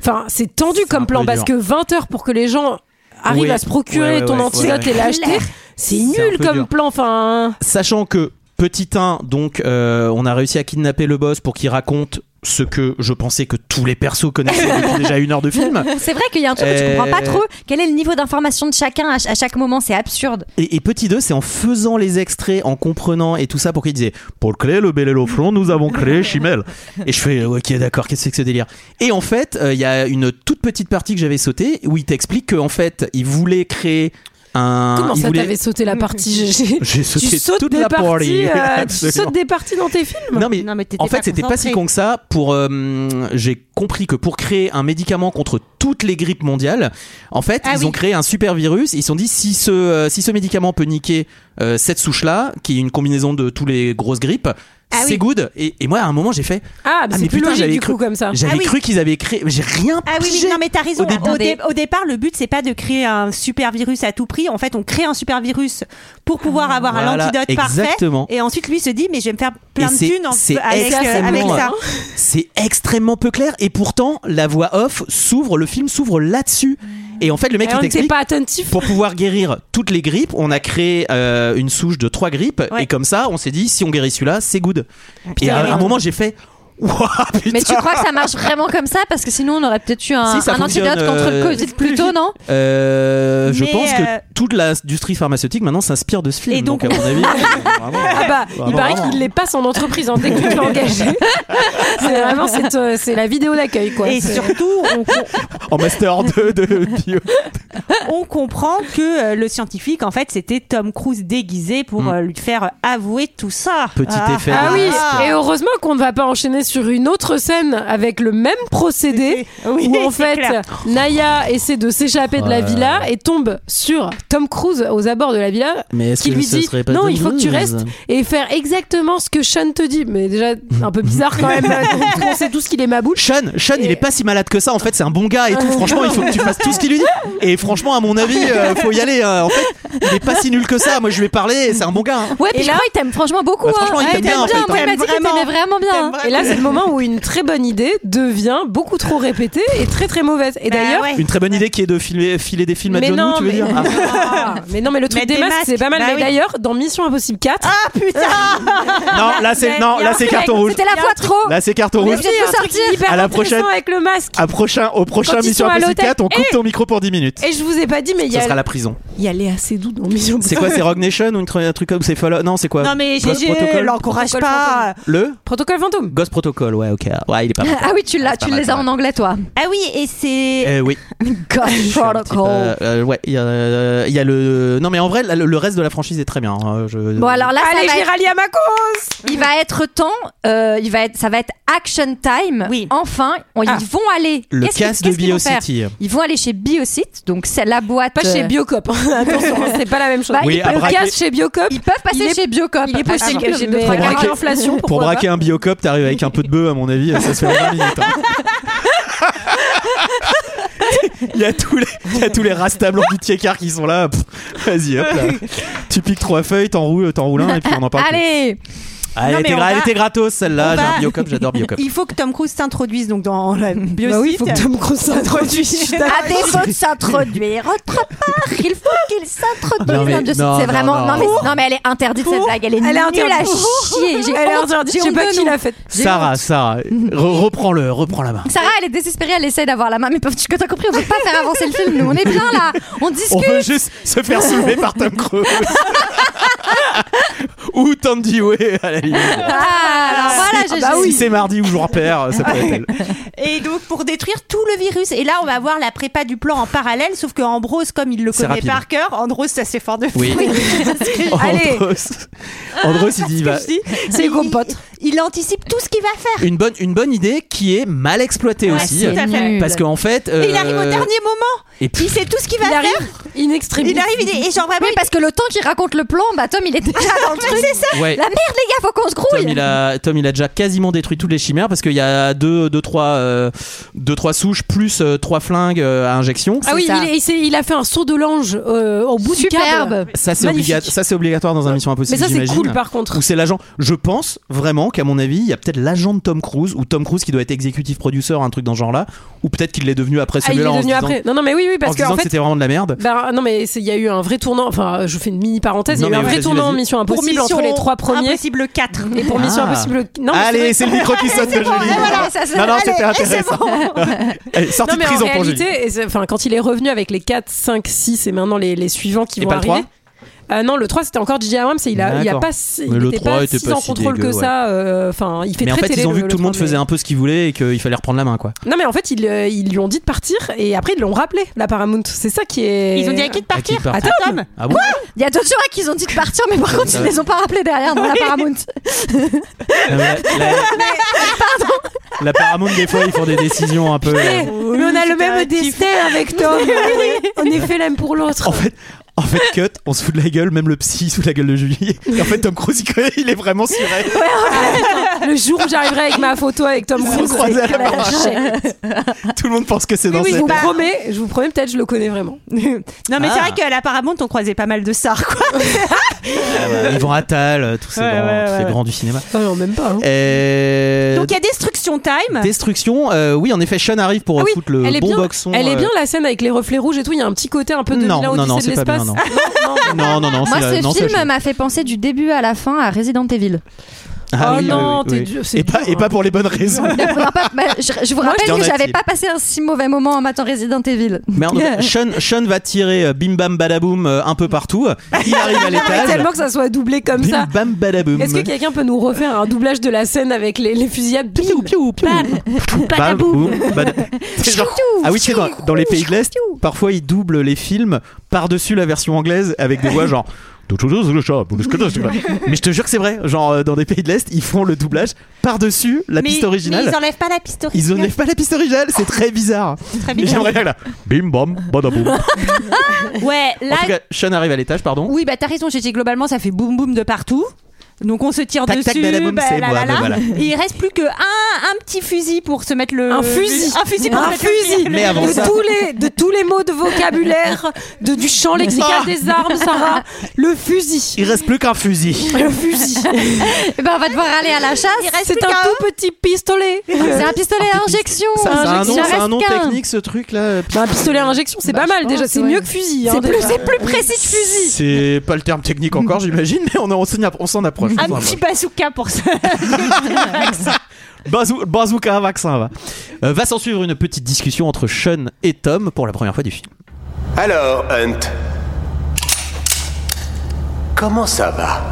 Speaker 5: Enfin, c'est tendu comme plan
Speaker 1: peu
Speaker 5: parce
Speaker 1: dur.
Speaker 5: que 20 heures pour que les gens arrivent
Speaker 1: Oui.
Speaker 5: à se procurer
Speaker 1: Ouais, ouais,
Speaker 5: ton
Speaker 1: ouais,
Speaker 5: antidote
Speaker 1: ouais.
Speaker 5: et l'acheter,
Speaker 1: Clair.
Speaker 5: c'est
Speaker 1: C'est un
Speaker 5: nul
Speaker 1: peu
Speaker 5: comme
Speaker 1: dur.
Speaker 5: plan. Enfin,
Speaker 1: Sachant que petit 1, donc euh, on a réussi à kidnapper le boss pour qu'il raconte ce que je pensais que tous les persos connaissaient depuis
Speaker 10: *laughs*
Speaker 1: déjà une heure de film.
Speaker 9: *laughs* C'est vrai qu'il y a un truc que je
Speaker 1: Euh,
Speaker 9: comprends pas trop. Quel est le niveau d'information de chacun à, ch- à chaque moment C'est absurde.
Speaker 1: Et, et petit 2, c'est en faisant les extraits, en comprenant et tout ça pour qu'il disait Pour créer le bel et le front, nous avons créé Chimel. Et je fais Ok, d'accord, qu'est-ce que c'est que ce délire Et en fait, euh, il y a une toute petite partie que j'avais sautée où il t'explique qu'en fait, il voulait créer un.
Speaker 5: comment
Speaker 1: il
Speaker 5: ça
Speaker 1: voulait-
Speaker 5: t'avais sauté la partie
Speaker 1: *laughs*
Speaker 5: GG
Speaker 1: J'ai sauté
Speaker 5: tu sautes
Speaker 1: toute
Speaker 5: des
Speaker 1: la partie,
Speaker 5: parties,
Speaker 1: *laughs*
Speaker 5: euh, Tu
Speaker 1: absolument.
Speaker 5: sautes des parties dans tes films
Speaker 1: Non mais, en fait c'était pas si con que ça. Pour euh, j'ai compris que pour créer un médicament contre toutes les grippes mondiales, en fait
Speaker 10: Ah
Speaker 1: ils
Speaker 10: oui.
Speaker 1: ont créé un super virus. Ils se sont dit si ce euh, si ce médicament peut niquer euh, cette souche là, qui est une combinaison de tous les grosses grippes.
Speaker 5: Ah
Speaker 1: c'est
Speaker 5: oui.
Speaker 1: good et, et moi à un moment j'ai fait
Speaker 5: Ah, mais c'est plus logique,
Speaker 1: j'avais
Speaker 5: du
Speaker 1: cru
Speaker 5: coup, comme ça.
Speaker 1: j'avais
Speaker 5: Ah oui.
Speaker 1: cru qu'ils avaient créé j'ai rien
Speaker 10: Ah oui, oui, non mais t'as raison.
Speaker 1: Au
Speaker 10: Au,
Speaker 1: début-
Speaker 10: dé- au départ, le but c'est pas de créer un super virus à tout prix. En fait, on crée un super virus pour pouvoir avoir un
Speaker 1: Voilà,
Speaker 10: antidote
Speaker 1: exactement.
Speaker 10: parfait. Et ensuite, lui se dit, mais je vais me faire
Speaker 1: Et
Speaker 10: plein de
Speaker 1: c'est-
Speaker 10: thunes en-
Speaker 1: c'est
Speaker 10: avec, euh,
Speaker 1: extrêmement-
Speaker 10: avec ça.
Speaker 1: C'est extrêmement peu clair et pourtant la voix off s'ouvre, le film s'ouvre là-dessus.
Speaker 10: Mm.
Speaker 1: Et en fait, le mec
Speaker 5: Et
Speaker 1: il
Speaker 5: on n'était
Speaker 1: t'explique.
Speaker 5: pas attentif.
Speaker 1: Pour pouvoir guérir toutes les grippes, on a créé euh, une souche de trois grippes et comme ça, on s'est dit si on guérit celui-là, c'est good. et
Speaker 9: putain,
Speaker 1: à
Speaker 9: mais
Speaker 1: un
Speaker 9: non.
Speaker 1: moment, j'ai fait. Ouah,
Speaker 9: Mais tu
Speaker 1: putain.
Speaker 9: crois que ça marche vraiment comme ça Parce que sinon, on aurait peut-être eu un,
Speaker 1: Si, ça
Speaker 9: un
Speaker 1: fonctionne,
Speaker 9: antidote contre le
Speaker 1: euh,
Speaker 9: Covid plus tôt, non
Speaker 1: Euh, je
Speaker 9: Mais,
Speaker 1: pense que
Speaker 9: euh,
Speaker 1: toute l'industrie pharmaceutique maintenant s'inspire de ce film.
Speaker 5: Et
Speaker 1: donc,
Speaker 5: donc,
Speaker 1: à mon
Speaker 10: *laughs*
Speaker 1: avis, euh,
Speaker 5: Ah bah,
Speaker 1: Vraiment,
Speaker 5: il paraît
Speaker 1: vraiment.
Speaker 5: qu'il les passe en entreprise en dès que tu
Speaker 1: *laughs*
Speaker 5: l'as engagé. C'est vraiment cette, euh, c'est la vidéo d'accueil quoi.
Speaker 10: Et
Speaker 5: C'est-
Speaker 10: surtout, on,
Speaker 1: en master 2 de bio.
Speaker 10: on comprend que euh, le scientifique, en fait, c'était Tom Cruise déguisé pour
Speaker 5: Mm.
Speaker 10: euh, lui faire avouer tout ça.
Speaker 1: Hmm. Petit effet
Speaker 5: Ah oui, et heureusement qu'on ne va pas enchaîner sur une autre scène avec le même procédé
Speaker 10: Oui,
Speaker 5: où en
Speaker 10: c'est
Speaker 5: fait
Speaker 10: clair.
Speaker 5: Naya essaie de s'échapper de la
Speaker 1: Ouais.
Speaker 5: villa et tombe sur Tom Cruise aux abords de la villa
Speaker 1: Mais est-ce
Speaker 5: qui
Speaker 1: que
Speaker 5: lui
Speaker 1: ce
Speaker 5: dit
Speaker 1: serait pas
Speaker 5: non
Speaker 1: Tom
Speaker 5: il faut que tu
Speaker 1: Cruise
Speaker 5: restes et faire exactement ce que Sean te dit mais déjà un peu bizarre quand *laughs* même on sait tous qu'il est maboule
Speaker 1: Sean, Sean, il est pas si malade que ça. En fait, c'est un bon gars et tout. Franchement, il faut que tu fasses tout ce qu'il lui dit. Et franchement, à mon avis, euh, faut y aller. hein. En fait, il est pas si nul que ça. Moi, je lui ai parlé. et C'est un bon gars. hein.
Speaker 9: Ouais, puis je crois qu'il t'aime franchement beaucoup.
Speaker 1: Bah,
Speaker 9: hein.
Speaker 1: franchement, il
Speaker 9: Ouais,
Speaker 1: t'aime bien, en fait,
Speaker 9: Moi, il m'a
Speaker 1: hein.
Speaker 9: dit qu'il
Speaker 5: Vraiment.
Speaker 9: t'aimait vraiment bien. hein.
Speaker 5: Et là, c'est le moment où une très bonne idée devient beaucoup trop répétée et très très mauvaise. Et d'ailleurs,
Speaker 1: Une très bonne idée qui est de filer, filer des films à
Speaker 5: Mais
Speaker 1: John Woo,
Speaker 5: non,
Speaker 1: tu veux
Speaker 5: mais-
Speaker 1: dire Ah.
Speaker 5: Ah, mais non, mais le truc
Speaker 10: Mettre
Speaker 5: des
Speaker 10: des
Speaker 5: masques,
Speaker 10: masques,
Speaker 5: c'est pas mal.
Speaker 10: bah
Speaker 5: mais
Speaker 10: oui.
Speaker 5: d'ailleurs, dans Mission Impossible 4.
Speaker 10: Ah putain
Speaker 1: Non, là, c'est- non, là, c'est carton rouge.
Speaker 5: C'était la fois trop.
Speaker 1: Là, c'est carton
Speaker 5: Mais
Speaker 1: rouge.
Speaker 5: si, il y a un truc hyper
Speaker 1: À la
Speaker 5: intéressant
Speaker 1: prochaine.
Speaker 5: Avec le masque.
Speaker 1: À prochain, au prochain
Speaker 5: Quand ils
Speaker 1: Mission
Speaker 5: sont à
Speaker 1: Impossible
Speaker 5: l'hôtel.
Speaker 1: 4, on coupe
Speaker 5: Eh
Speaker 1: ton micro pour 10 minutes.
Speaker 5: Et je vous ai pas dit, mais il y
Speaker 1: Ça
Speaker 5: a.
Speaker 1: sera la
Speaker 5: *laughs*
Speaker 1: prison.
Speaker 5: Il y a Léa Seydoux dans Mission
Speaker 1: C'est quoi, c'est Rogue Nation ou une tr- un truc comme c'est Fallout Non, c'est quoi
Speaker 5: Non, mais
Speaker 1: Ghost
Speaker 5: GG,
Speaker 1: Protocol
Speaker 5: l'encourage
Speaker 10: Protocole
Speaker 5: pas.
Speaker 1: Le
Speaker 5: Protocole fantôme.
Speaker 1: Ghost Protocol, ouais, ok. Ouais, il est pas mal.
Speaker 9: Ah oui, tu l'as,
Speaker 1: C'est pas
Speaker 9: tu
Speaker 1: mal,
Speaker 9: les
Speaker 1: c'est
Speaker 9: as
Speaker 1: mal.
Speaker 9: en anglais, toi.
Speaker 10: Ah oui, et
Speaker 5: Eh,
Speaker 10: c'est.
Speaker 1: Euh, oui.
Speaker 9: God
Speaker 1: Euh, euh, ouais, il y, a, euh, il y a le. Non, mais en vrai, le le reste de la franchise est très bien. hein, je-
Speaker 9: Bon alors là,
Speaker 5: Allez,
Speaker 9: ça va
Speaker 5: j'ai
Speaker 9: être-
Speaker 5: rallié à ma cause.
Speaker 9: Il va être temps. euh, il va être, ça va être action time. Enfin, on-
Speaker 5: Ah.
Speaker 9: ils vont aller.
Speaker 1: Le
Speaker 9: qu'est-ce qu'ils-
Speaker 1: casse de
Speaker 9: qu'est-ce qu'ils vont faire
Speaker 1: BioCity.
Speaker 9: Ils vont aller chez BioCity. Donc c'est la boîte.
Speaker 5: Pas chez
Speaker 9: euh,
Speaker 5: Biocop. hein. *laughs* Attention, c'est pas la même chose.
Speaker 9: Bah, Oui, ils à peuvent- braquer-
Speaker 5: casse chez Biocop.
Speaker 9: Ils peuvent passer
Speaker 5: Il est-
Speaker 9: chez Biocop.
Speaker 5: il est possible
Speaker 9: Ah,
Speaker 5: que j'ai deux,
Speaker 9: mais-
Speaker 5: trois Pour braquer- l'inflation,
Speaker 9: *laughs*
Speaker 1: Pour
Speaker 5: pourquoi
Speaker 1: braquer
Speaker 5: pas
Speaker 1: un biocop, t'arrives avec un peu de bœuf, à mon avis, ça se fait en 20 minutes. hein. *laughs* Il y, a tous les, il y a tous les rastas blancs du Tietcar qui sont là. Pff, Vas-y, hop là. Tu piques trois feuilles, t'en roules, t'en roules un et puis on en parle. plus.
Speaker 9: Allez.
Speaker 1: Ah, elle,
Speaker 10: Non, mais
Speaker 1: était,
Speaker 10: on
Speaker 1: gra- elle
Speaker 10: va-
Speaker 1: était gratos celle-là.
Speaker 10: on
Speaker 1: J'ai
Speaker 10: va-
Speaker 1: un biocop, j'adore biocop.
Speaker 10: *laughs* Il faut que Tom Cruise s'introduise donc dans la biocide.
Speaker 5: Bah oui, il faut que Tom Cruise s'introduise. Je suis d'accord. *laughs*
Speaker 9: À défaut de Ah, s'introduire autre part, il faut qu'il
Speaker 1: Non, mais-
Speaker 9: s'introduise. dans Biocity.
Speaker 1: non,
Speaker 9: C'est
Speaker 1: non,
Speaker 9: vraiment.
Speaker 1: non.
Speaker 9: Non, mais,
Speaker 1: Pour-
Speaker 9: non, mais elle est interdite cette
Speaker 5: pour-
Speaker 9: blague. Elle est,
Speaker 5: elle est
Speaker 9: nulle à
Speaker 5: interdite.
Speaker 9: chier. J'ai
Speaker 5: Elle est
Speaker 9: honte,
Speaker 5: interdite.
Speaker 9: j'ai
Speaker 5: Je sais
Speaker 9: honte
Speaker 5: pas
Speaker 9: de
Speaker 5: qui
Speaker 9: nous.
Speaker 5: l'a faite.
Speaker 9: J'ai
Speaker 1: Sarah, Sarah, re- reprends-le, reprends la main.
Speaker 9: Sarah, elle est désespérée, elle essaye d'avoir la main, mais tu t'as compris, on veut pas faire avancer le film, nous on est bien là, on discute.
Speaker 1: On veut juste se faire soulever par Tom Cruise. *laughs* Ou Tandy Way à la limite.
Speaker 9: Ah, alors voilà,
Speaker 1: si,
Speaker 9: j'ai
Speaker 5: bah
Speaker 1: si c'est mardi ou jour pair, ça peut être
Speaker 10: *laughs*
Speaker 1: elle.
Speaker 10: Et donc pour détruire tout le virus. Et là, on va voir la prépa du plan en parallèle, sauf que Ambrose, comme il le
Speaker 1: C'est
Speaker 10: connaît
Speaker 1: rapide.
Speaker 10: par cœur, Ambrose, ça c'est fort de
Speaker 1: Oui.
Speaker 10: fou. Parce que-
Speaker 1: Andros. Andros, il dit, bah,
Speaker 10: Allez.
Speaker 5: C'est compote.
Speaker 10: Il, il anticipe tout ce qu'il va faire.
Speaker 1: Une bonne, une bonne idée qui est mal exploitée
Speaker 10: Ouais,
Speaker 1: aussi.
Speaker 10: c'est nul.
Speaker 1: Parce qu'en fait. euh,
Speaker 10: Et il arrive au
Speaker 5: Euh,
Speaker 10: dernier moment.
Speaker 1: Et puis-
Speaker 10: il sait tout ce qu'il va
Speaker 9: Il arrive
Speaker 10: faire.
Speaker 5: in extremis.
Speaker 10: Il arrive, il est- et genre vraiment.
Speaker 9: Oui, parce que le temps qu'il raconte le plan, bah Tom, il est déjà dans le
Speaker 10: *laughs*
Speaker 9: truc. c'est
Speaker 1: ça. Ouais.
Speaker 9: La merde, les gars, faut qu'on se
Speaker 1: Tom
Speaker 9: grouille.
Speaker 1: il, a, Tom, il a déjà quasiment détruit toutes les chimères parce qu'il y a deux, deux, trois, euh, deux, trois souches plus euh, trois flingues euh, à injection.
Speaker 5: Ah oui, il, est- il s'est- il a fait un saut de l'ange euh, au bout du câble.
Speaker 1: Ça c'est,
Speaker 5: Magnifique.
Speaker 1: obliga- ça, c'est obligatoire dans un Mission Impossible.
Speaker 5: Mais ça, c'est
Speaker 1: j'imagine.
Speaker 5: cool, par contre.
Speaker 1: Ou c'est l'agent. Je pense vraiment qu'à mon avis, il y a peut-être l'agent de Tom Cruise ou Tom Cruise qui doit être exécutif producteur, un truc dans ce genre-là. Ou peut-être qu'il l'est devenu après
Speaker 5: Ah, il est
Speaker 1: celui-là. en se
Speaker 5: devenu
Speaker 1: disant-
Speaker 5: après. Non, non, mais oui, oui, parce
Speaker 1: en se
Speaker 5: que, en
Speaker 1: disant que
Speaker 5: fait-
Speaker 1: c'était vraiment de la merde.
Speaker 5: Ben, non mais c'est- il y a eu un vrai tournant. Enfin, je fais une mini parenthèse. Il y
Speaker 1: Non,
Speaker 5: a eu
Speaker 1: mais
Speaker 5: un vrai
Speaker 1: vas-y,
Speaker 5: tournant en
Speaker 1: vas-y.
Speaker 5: Mission
Speaker 10: Pour
Speaker 5: Impossible entre
Speaker 10: Mission
Speaker 5: les trois premiers.
Speaker 10: Impossible 4.
Speaker 5: Et pour Mission
Speaker 1: Ah.
Speaker 5: Impossible. Non, mais
Speaker 1: Allez,
Speaker 5: vrai.
Speaker 1: c'est le micro
Speaker 5: *laughs*
Speaker 1: qui sonne de Julie. Non, non, c'était intéressant. *laughs* Allez, sortie
Speaker 5: Non, mais
Speaker 1: de prison
Speaker 5: en
Speaker 1: pour Julie.
Speaker 5: réalité, et c'est- enfin, quand il est revenu avec les 4, 5, 6 et maintenant les, les suivants qui
Speaker 1: Et
Speaker 5: vont
Speaker 1: pas le
Speaker 5: arriver. Ah non, le 3 c'était encore J.J. Abrams et il a, il a
Speaker 1: D'accord.
Speaker 5: pas, si- il
Speaker 1: Mais le
Speaker 5: était
Speaker 1: 3
Speaker 5: pas
Speaker 1: était
Speaker 5: si
Speaker 1: pas
Speaker 5: en
Speaker 1: si
Speaker 5: contrôle
Speaker 1: dégueu,
Speaker 5: que ça. euh, Enfin, il fait
Speaker 1: Mais en
Speaker 5: très
Speaker 1: fait,
Speaker 5: télé,
Speaker 1: ils ont vu
Speaker 5: le-
Speaker 1: que tout le monde
Speaker 5: 3, mais-
Speaker 1: faisait un peu ce qu'il voulait et qu'il fallait reprendre la main, quoi.
Speaker 5: Non mais en fait ils, euh, ils lui ont dit de partir et après ils l'ont rappelé la Paramount. C'est ça qui est.
Speaker 1: Ils ont dit à qui de partir À qui de
Speaker 5: À
Speaker 1: partir.
Speaker 5: Tom.
Speaker 1: Ah bon
Speaker 9: Il y a d'autres gens à qui ils ont dit de partir, mais par contre, ils les ont pas rappelés derrière dans la Paramount.
Speaker 1: Non, mais
Speaker 5: *laughs*
Speaker 1: la, la- la Paramount, des fois, ils font des décisions un peu. euh,
Speaker 5: Eh, mais on a le même destin
Speaker 10: *laughs*
Speaker 5: avec Tom. on est fait l'un pour l'autre.
Speaker 1: En fait, en fait, cut, on se fout de la gueule, même le psy sous la gueule de Julie. Et en fait, Tom Cruise, il connaît- il est vraiment sur elle.
Speaker 10: Oh.
Speaker 5: Ah, putain, *laughs* le jour où j'arriverai avec ma photo avec Tom
Speaker 1: Ils se
Speaker 5: Cruise,
Speaker 1: croisent à la
Speaker 5: c'est
Speaker 1: barre.
Speaker 5: clash.
Speaker 1: Tout le monde pense que c'est dans
Speaker 5: Oui, je
Speaker 1: cette-
Speaker 5: vous promets, je vous promets, peut-être je le connais vraiment.
Speaker 10: *laughs* Non, mais
Speaker 1: Ah.
Speaker 10: c'est vrai qu'à la Paramount, on croisait pas mal de stars, quoi.
Speaker 1: Ah ouais, Yvan Attal, euh, tous ces,
Speaker 10: Ouais,
Speaker 1: grands,
Speaker 10: ouais,
Speaker 1: tous ces
Speaker 10: ouais.
Speaker 1: grands du cinéma.
Speaker 5: Ah, non, même pas. hein.
Speaker 1: Euh,
Speaker 10: Donc il y a Destruction Time.
Speaker 1: Destruction, euh, oui, en effet, Sean arrive pour euh,
Speaker 5: Ah oui,
Speaker 1: foutre le
Speaker 5: elle est
Speaker 1: bon
Speaker 5: bien,
Speaker 1: boxon.
Speaker 5: Elle est
Speaker 1: euh,
Speaker 5: bien la scène avec les reflets rouges et tout. Il y a un petit côté un peu de
Speaker 1: Non,
Speaker 5: Mila
Speaker 1: non, non,
Speaker 5: Odyssée de
Speaker 1: c'est pas bien,
Speaker 5: l'espace.
Speaker 1: non. Non, non, non, c'est
Speaker 9: Moi,
Speaker 1: la-
Speaker 9: ce
Speaker 1: non, c'est la
Speaker 9: film m'a fait penser du début à la fin à Resident
Speaker 10: *laughs*
Speaker 9: Evil.
Speaker 1: Ah
Speaker 5: Oh
Speaker 1: oui,
Speaker 5: non,
Speaker 1: oui, oui,
Speaker 5: t'es
Speaker 1: oui.
Speaker 5: dur, hein. c'est
Speaker 1: et, pas, et pas pour les bonnes
Speaker 5: *laughs*
Speaker 1: raisons.
Speaker 9: Il ne faudra pas- bah, je, je vous
Speaker 1: Moi,
Speaker 9: rappelle
Speaker 1: je-
Speaker 9: que
Speaker 1: Alternative.
Speaker 9: j'avais pas passé un si mauvais moment en matant Resident Evil.
Speaker 10: *laughs*
Speaker 1: Mais en tout cas, Sean, Sean va tirer euh, bim bam badaboum euh, un peu partout. Il arrive
Speaker 5: *laughs*
Speaker 1: à
Speaker 5: J'aimerais
Speaker 1: l'étage.
Speaker 5: tellement que ça soit doublé comme ça.
Speaker 1: Bim bam badaboum.
Speaker 5: Est-ce que quelqu'un peut nous refaire un doublage de la scène avec les, les fusillades Bim, bam,
Speaker 1: Bam, boum,
Speaker 5: badaboum.
Speaker 1: bada- C'est genre- Ah oui, c'est dans, dans les pays de l'Est, parfois ils doublent les films par-dessus la version anglaise avec des voix genre. *laughs* Mais je te jure que c'est vrai, genre euh, dans des pays de l'Est, ils font le doublage par-dessus la
Speaker 10: Mais-
Speaker 1: piste originale.
Speaker 10: Mais ils enlèvent pas la piste originale.
Speaker 1: Ils enlèvent pas la piste originale, c'est très bizarre.
Speaker 10: très
Speaker 1: Mais
Speaker 10: bizarre.
Speaker 1: J'aimerais bien que là. Bim bam badaboum.
Speaker 10: Ouais, là.
Speaker 1: En tout cas, Sean arrive à l'étage, pardon.
Speaker 10: Oui, bah t'as raison, GG, globalement, ça fait boum boum de partout. Donc on se tire
Speaker 1: Tac,
Speaker 10: dessus.
Speaker 1: tac, badaboum,
Speaker 10: bah,
Speaker 1: c'est
Speaker 10: là,
Speaker 1: moi,
Speaker 10: là,
Speaker 1: bah,
Speaker 10: là.
Speaker 1: voilà.
Speaker 10: Et il reste plus que un, un petit fusil pour se mettre le.
Speaker 9: Euh,
Speaker 10: *laughs*
Speaker 5: Un fusil.
Speaker 10: Un fusil pour
Speaker 5: Un
Speaker 10: se mettre le-
Speaker 5: fusil.
Speaker 10: le-
Speaker 1: Mais avant
Speaker 5: de
Speaker 1: ça-
Speaker 5: tous les de tous les mots de vocabulaire de du champ lexical
Speaker 1: Ah.
Speaker 5: des armes Sarah le fusil
Speaker 1: Il reste plus qu'un fusil.
Speaker 5: le fusil
Speaker 9: Eh ben, on va devoir aller à la chasse.
Speaker 5: c'est un tout petit pistolet
Speaker 9: C'est un pistolet à injection.
Speaker 1: Ça a un
Speaker 9: Il
Speaker 1: nom,
Speaker 9: en
Speaker 1: ça a un
Speaker 9: reste
Speaker 1: nom
Speaker 9: qu'un.
Speaker 1: technique ce truc là.
Speaker 5: Bah, un pistolet à injection c'est pas mal déjà c'est mieux que fusil hein,
Speaker 9: C'est plus,
Speaker 5: déjà.
Speaker 9: c'est plus précis que fusil.
Speaker 1: C'est pas le terme technique encore, j'imagine, mais on, en- on s'en app- on s'en approche.
Speaker 10: Un petit bazooka pour ça.
Speaker 1: bah, Bazou- bazooka, vaccin, va. Euh, va s'en suivre une petite discussion entre Sean et Tom pour la première fois du film.
Speaker 13: Alors, Hunt, comment ça va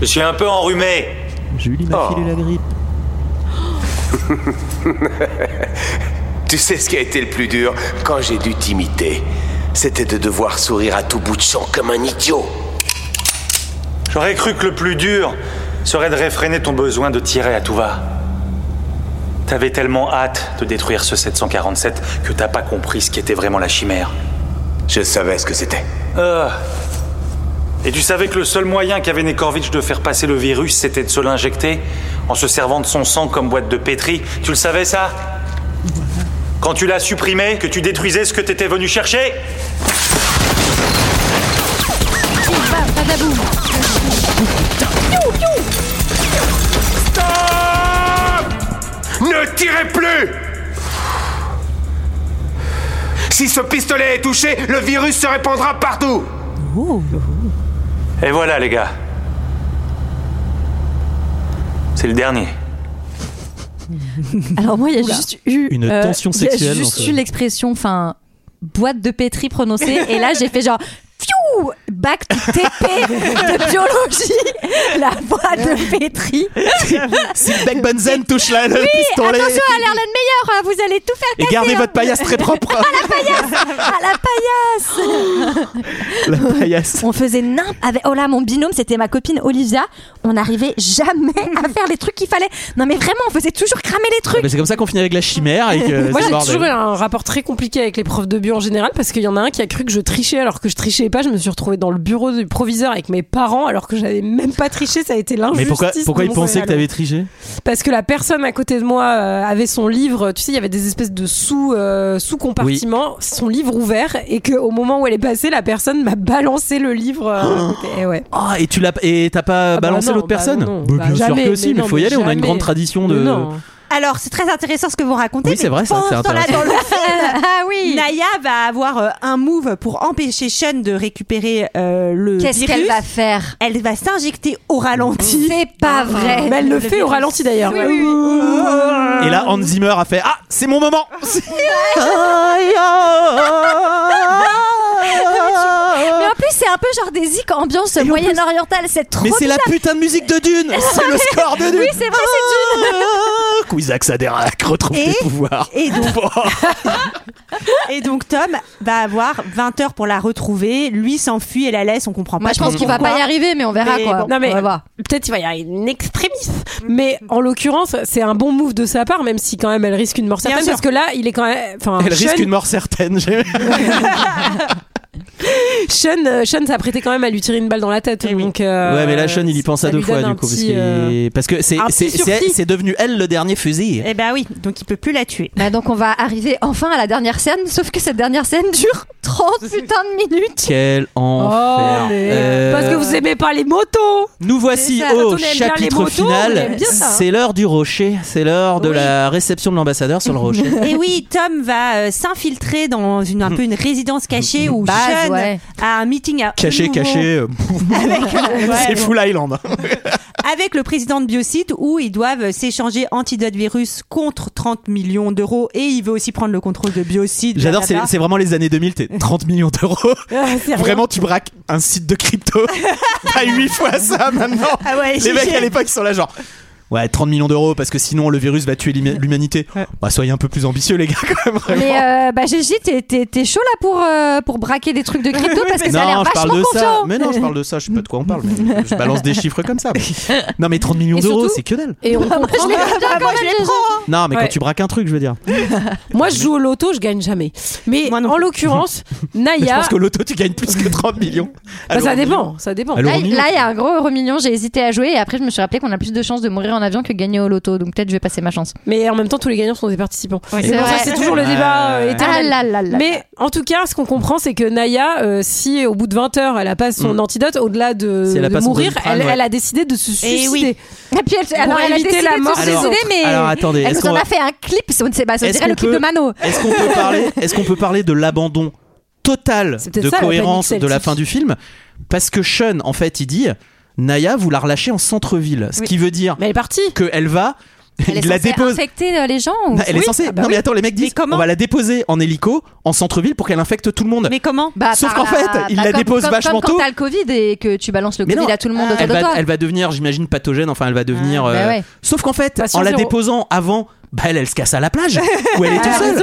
Speaker 8: Je suis un peu enrhumé.
Speaker 1: Julie m'a filé la grippe.
Speaker 13: Tu sais ce qui a été le plus dur quand j'ai dû t'imiter C'était de devoir sourire à tout bout de champ comme un idiot.
Speaker 8: J'aurais cru que le plus dur serait de réfréner ton besoin de tirer à tout va. T'avais tellement hâte de détruire ce 747 que t'as pas compris ce qu'était vraiment la chimère.
Speaker 13: Je savais ce que c'était.
Speaker 8: Euh, Et tu savais que le seul moyen qu'avait Nekorvitch de faire passer le virus, c'était de se l'injecter en se servant de son sang comme boîte de pétri. Tu le savais ça Quand tu l'as supprimé, que tu détruisais ce que t'étais venu chercher
Speaker 13: Ne tirez plus Si ce pistolet est touché, le virus se répandra partout
Speaker 8: Et voilà, les gars. C'est le dernier.
Speaker 9: Alors moi, il y a juste eu euh,
Speaker 1: Une tension
Speaker 9: il y a
Speaker 1: sexuelle,
Speaker 9: juste
Speaker 1: en fait.
Speaker 9: eu l'expression, enfin, boîte de pétri prononcée, et là j'ai fait genre. Fiou Ouh, bac to TP de biologie, la voix de Pétri.
Speaker 1: Si le bec Benzen touche la, le
Speaker 9: oui,
Speaker 1: pistolet.
Speaker 9: attention à l'air le meilleur, hein, vous allez tout faire
Speaker 1: Et
Speaker 9: casser,
Speaker 1: gardez
Speaker 9: hein.
Speaker 1: votre paillasse très propre.
Speaker 9: À
Speaker 5: Ah,
Speaker 9: la paillasse, *laughs* à la paillasse.
Speaker 1: La paillasse.
Speaker 9: On faisait n'importe avec oh là mon binôme c'était ma copine Olivia on n'arrivait jamais à faire les trucs qu'il fallait non mais vraiment on faisait toujours cramer les trucs
Speaker 1: Ah, bah, c'est comme ça qu'on finit avec la chimère. Et que
Speaker 5: Moi,
Speaker 1: c'est
Speaker 5: j'ai
Speaker 1: bordel.
Speaker 5: toujours eu un rapport très compliqué avec les profs de bio en général parce qu'il y en a un qui a cru que je trichais alors que je trichais pas. Je me suis retrouvée dans le bureau du proviseur avec mes parents alors que j'avais même pas triché. Ça a été l'injustice.
Speaker 1: Mais pourquoi,
Speaker 5: de
Speaker 1: pourquoi il
Speaker 5: mon
Speaker 1: pensait que
Speaker 5: cerveau.
Speaker 1: t'avais trigé
Speaker 5: Parce que la personne à côté de moi euh, avait son livre. Tu sais, il y avait des espèces de sous euh, sous compartiments. Son livre ouvert et que au moment où elle est passée, la personne m'a balancé le livre. euh, à côté. Eh ouais.
Speaker 1: Ah, et tu l'as et t'as pas
Speaker 5: bah
Speaker 1: balancé
Speaker 5: non,
Speaker 1: l'autre
Speaker 5: bah
Speaker 1: personne
Speaker 5: non, non.
Speaker 1: Bah,
Speaker 5: Bah,
Speaker 1: Bien
Speaker 5: jamais,
Speaker 1: sûr que si,
Speaker 5: mais
Speaker 1: mais
Speaker 5: non,
Speaker 1: faut y
Speaker 5: mais
Speaker 1: aller. On a une
Speaker 5: jamais.
Speaker 1: grande tradition de.
Speaker 5: Mais non.
Speaker 10: Alors, c'est très intéressant ce que vous racontez.
Speaker 1: Oui, c'est
Speaker 10: mais
Speaker 1: vrai, ça,
Speaker 10: pendant
Speaker 1: c'est
Speaker 10: ce temps-là,
Speaker 1: intéressant.
Speaker 10: dans le
Speaker 1: ben,
Speaker 9: *laughs*
Speaker 10: film,
Speaker 9: Ah
Speaker 10: Naya va avoir euh, un move pour empêcher Sean de récupérer euh, le
Speaker 9: Qu'est-ce
Speaker 10: virus.
Speaker 9: qu'elle va faire
Speaker 10: Elle va s'injecter au ralenti.
Speaker 9: C'est pas vrai.
Speaker 5: Mais elle le fait au ralenti, d'ailleurs.
Speaker 10: Oui, oui, oui.
Speaker 1: Et là, Hans Zimmer a fait Ah, c'est mon
Speaker 5: *laughs*
Speaker 1: moment Ah.
Speaker 9: mais en plus c'est un peu genre des zik ambiance moyenne-orientale c'est trop
Speaker 1: Mais c'est la
Speaker 9: bizarre.
Speaker 1: putain de musique de
Speaker 5: *laughs*
Speaker 1: Dune C'est le score de Dune
Speaker 9: oui c'est vrai c'est
Speaker 1: *laughs*
Speaker 9: une
Speaker 1: Quizak Saderac retrouve
Speaker 10: Et-
Speaker 1: des pouvoirs. *laughs*
Speaker 10: Et donc, et donc Tom va avoir 20 heures pour la retrouver. Lui s'enfuit et la laisse. On comprend pas.
Speaker 9: Moi, je pense
Speaker 10: trop
Speaker 9: qu'il va
Speaker 10: pourquoi.
Speaker 9: pas y arriver, mais on verra, quoi.
Speaker 10: bon,
Speaker 9: Non, mais-
Speaker 10: on va voir.
Speaker 5: Peut-être il va y avoir une extrémiste. Mais en l'occurrence, c'est un bon move de sa part, même si quand même elle risque une mort certaine.
Speaker 1: sûr.
Speaker 5: Parce que là, il est quand même. Enfin,
Speaker 1: Elle risque
Speaker 5: Sean-
Speaker 1: une mort certaine. j'ai-
Speaker 5: Sean, euh, Sean s'est apprêté quand même à lui tirer une balle dans la tête. donc, euh,
Speaker 1: ouais, mais là, Sean, il y pense
Speaker 5: ça
Speaker 1: à deux
Speaker 5: lui
Speaker 1: fois,
Speaker 5: donne
Speaker 1: du
Speaker 5: un
Speaker 1: coup. Parce,
Speaker 5: petit,
Speaker 1: qu'il-
Speaker 5: euh,
Speaker 1: parce que c'est-
Speaker 5: un
Speaker 1: c'est
Speaker 5: petit
Speaker 1: c'est elle-
Speaker 5: sursis.
Speaker 1: c'est devenu elle le dernier fusil.
Speaker 10: Eh ben oui, donc il peut plus la tuer.
Speaker 9: Bah, donc on va arriver enfin à la dernière scène, sauf que cette dernière scène dure *laughs* 30 putains de minutes.
Speaker 1: Quel enfer. Euh,
Speaker 5: Oh, Parce que vous aimez pas les motos.
Speaker 1: Nous voici
Speaker 5: C'est ça, quand on
Speaker 1: au
Speaker 5: aime bien les
Speaker 1: chapitre
Speaker 5: motos, on
Speaker 1: final.
Speaker 5: aime bien ça. hein.
Speaker 1: C'est l'heure du rocher. C'est l'heure de la réception de l'ambassadeur sur le rocher.
Speaker 5: *laughs*
Speaker 10: Et Eh oui, Tom va euh, s'infiltrer dans une, un peu une résidence cachée où
Speaker 9: Base,
Speaker 10: Sean
Speaker 9: ouais.
Speaker 10: a un meeting à
Speaker 1: Caché,
Speaker 10: nouveau
Speaker 1: caché. euh,
Speaker 10: avec,
Speaker 1: *laughs*
Speaker 10: euh, ouais,
Speaker 1: C'est
Speaker 10: bon,
Speaker 1: Full Island. hein.
Speaker 10: avec le président de Biocite où ils doivent s'échanger antidote virus contre 30 millions d'euros et il veut aussi prendre le contrôle de Biocite.
Speaker 1: J'adore, c'est
Speaker 10: blablabla.
Speaker 1: c'est vraiment les années 2000, t'es 30 millions
Speaker 5: *laughs*
Speaker 1: d'euros. Vraiment, tu braques un site de crypto. T'as 8 fois ça maintenant.
Speaker 10: Ah ouais,
Speaker 1: les mecs
Speaker 10: j'ai-
Speaker 1: à l'époque ils sont là genre. Ouais, 30 millions d'euros parce que sinon le virus va tuer l'huma- l'humanité. Bah, soyez un peu plus ambitieux, les gars, quand même. vraiment.
Speaker 9: Mais euh, bah Gigi, t'es- t'es t'es chaud là pour, euh, pour braquer des trucs de crypto parce que ça a l'air
Speaker 1: non, je
Speaker 9: vachement
Speaker 1: parle de ça.
Speaker 9: confiant.
Speaker 1: Mais non, je parle de ça. Je sais pas de quoi on parle. Mais je balance des chiffres comme
Speaker 9: *laughs*
Speaker 1: ça. Non, mais 30 millions
Speaker 5: Et
Speaker 1: d'euros,
Speaker 5: surtout-
Speaker 1: c'est que dalle.
Speaker 5: Et on
Speaker 9: Bah, moi, je
Speaker 5: comprend-
Speaker 9: les aime bien quand même, Gigi.
Speaker 1: Non, mais
Speaker 5: Ouais.
Speaker 1: quand tu braques un truc, je veux dire.
Speaker 5: Moi, je joue au loto, je gagne jamais. Mais en l'occurrence,
Speaker 1: *laughs* Mais je
Speaker 5: Naya.
Speaker 1: pense que l'auto, tu gagnes plus que 30 millions.
Speaker 5: Bah,
Speaker 1: Alors,
Speaker 5: ça
Speaker 1: on-
Speaker 5: dépend, ça dépend.
Speaker 1: Allô,
Speaker 9: Là,
Speaker 1: Romignon
Speaker 9: là, il y a un gros euro mignon, j'ai hésité à jouer et après je me suis rappelé qu'on a plus de chances de mourir en avion que de gagner au loto, donc peut-être je vais passer ma chance.
Speaker 5: Mais en même temps, tous les gagnants sont des participants.
Speaker 9: Ouais,
Speaker 5: Et
Speaker 9: c'est
Speaker 5: donc ça,
Speaker 9: vrai.
Speaker 5: c'est toujours le débat euh,
Speaker 1: Ouais.
Speaker 5: éternel.
Speaker 9: Ah là là là *laughs*
Speaker 5: Mais en tout cas, ce qu'on comprend, c'est que Naya, euh, si au bout de 20 heures, elle a pas son
Speaker 1: Mm.
Speaker 5: antidote, au-delà de,
Speaker 1: Si elle a
Speaker 5: de
Speaker 1: pas son
Speaker 5: mourir,
Speaker 1: Doliprane,
Speaker 5: elle,
Speaker 1: ouais.
Speaker 5: elle a décidé de se suicider.
Speaker 10: Eh oui.
Speaker 9: Et puis elle,
Speaker 5: Pour
Speaker 9: alors, elle a
Speaker 5: éviter
Speaker 9: décidé
Speaker 5: la
Speaker 9: de
Speaker 5: mort
Speaker 9: se
Speaker 5: des
Speaker 9: suicider,
Speaker 5: autres.
Speaker 9: mais
Speaker 1: Alors, attendez,
Speaker 9: elle
Speaker 1: est-ce
Speaker 9: nous en
Speaker 1: qu'on
Speaker 9: a
Speaker 1: va-
Speaker 9: fait un clip, c'est on- c'est- bah, ça
Speaker 1: Est-ce
Speaker 9: dirait le
Speaker 1: qu'on
Speaker 9: clip
Speaker 1: peut-
Speaker 9: de Mano.
Speaker 1: Est-ce qu'on peut parler Est-ce qu'on peut parler de l'abandon total
Speaker 5: C'est peut-être
Speaker 1: de
Speaker 5: ça, la
Speaker 1: cohérence
Speaker 5: panique
Speaker 1: de la
Speaker 5: celtique.
Speaker 1: fin du film Parce que Sean, en fait, il dit Naya, vous la relâchez en centre-ville, ce
Speaker 5: Oui.
Speaker 1: qui veut dire
Speaker 5: Mais elle est partie.
Speaker 1: qu'elle va,
Speaker 9: Elle est
Speaker 1: *laughs* il la
Speaker 9: censée
Speaker 1: dépose.
Speaker 9: infecter euh, les gens ou-
Speaker 1: Non, elle est
Speaker 9: Oui.
Speaker 1: censée.
Speaker 9: Ah bah
Speaker 1: non
Speaker 9: oui.
Speaker 1: mais attends, les mecs disent
Speaker 10: comment
Speaker 1: on va la déposer en hélico en centre-ville pour qu'elle infecte tout le monde.
Speaker 10: Mais comment
Speaker 9: Bah,
Speaker 1: Sauf
Speaker 9: par
Speaker 1: qu'en fait, il la
Speaker 9: comme-
Speaker 1: dépose
Speaker 9: comme-
Speaker 1: vachement
Speaker 9: comme
Speaker 1: tôt.
Speaker 9: quand t'as le Covid et que tu balances le
Speaker 1: Mais
Speaker 9: Covid
Speaker 1: non,
Speaker 9: à tout le monde autour
Speaker 1: elle,
Speaker 9: de
Speaker 1: va,
Speaker 9: toi.
Speaker 1: elle va devenir, j'imagine, pathogène. Enfin, elle va devenir.
Speaker 9: Ah, bah
Speaker 1: euh,
Speaker 9: ouais.
Speaker 1: Sauf qu'en
Speaker 10: Bah,
Speaker 1: fait,
Speaker 5: Patient
Speaker 1: en la
Speaker 5: zéro.
Speaker 1: déposant avant, bah elle, elle se casse à la plage où
Speaker 10: *laughs*
Speaker 1: elle est
Speaker 10: Ah,
Speaker 1: toute seule.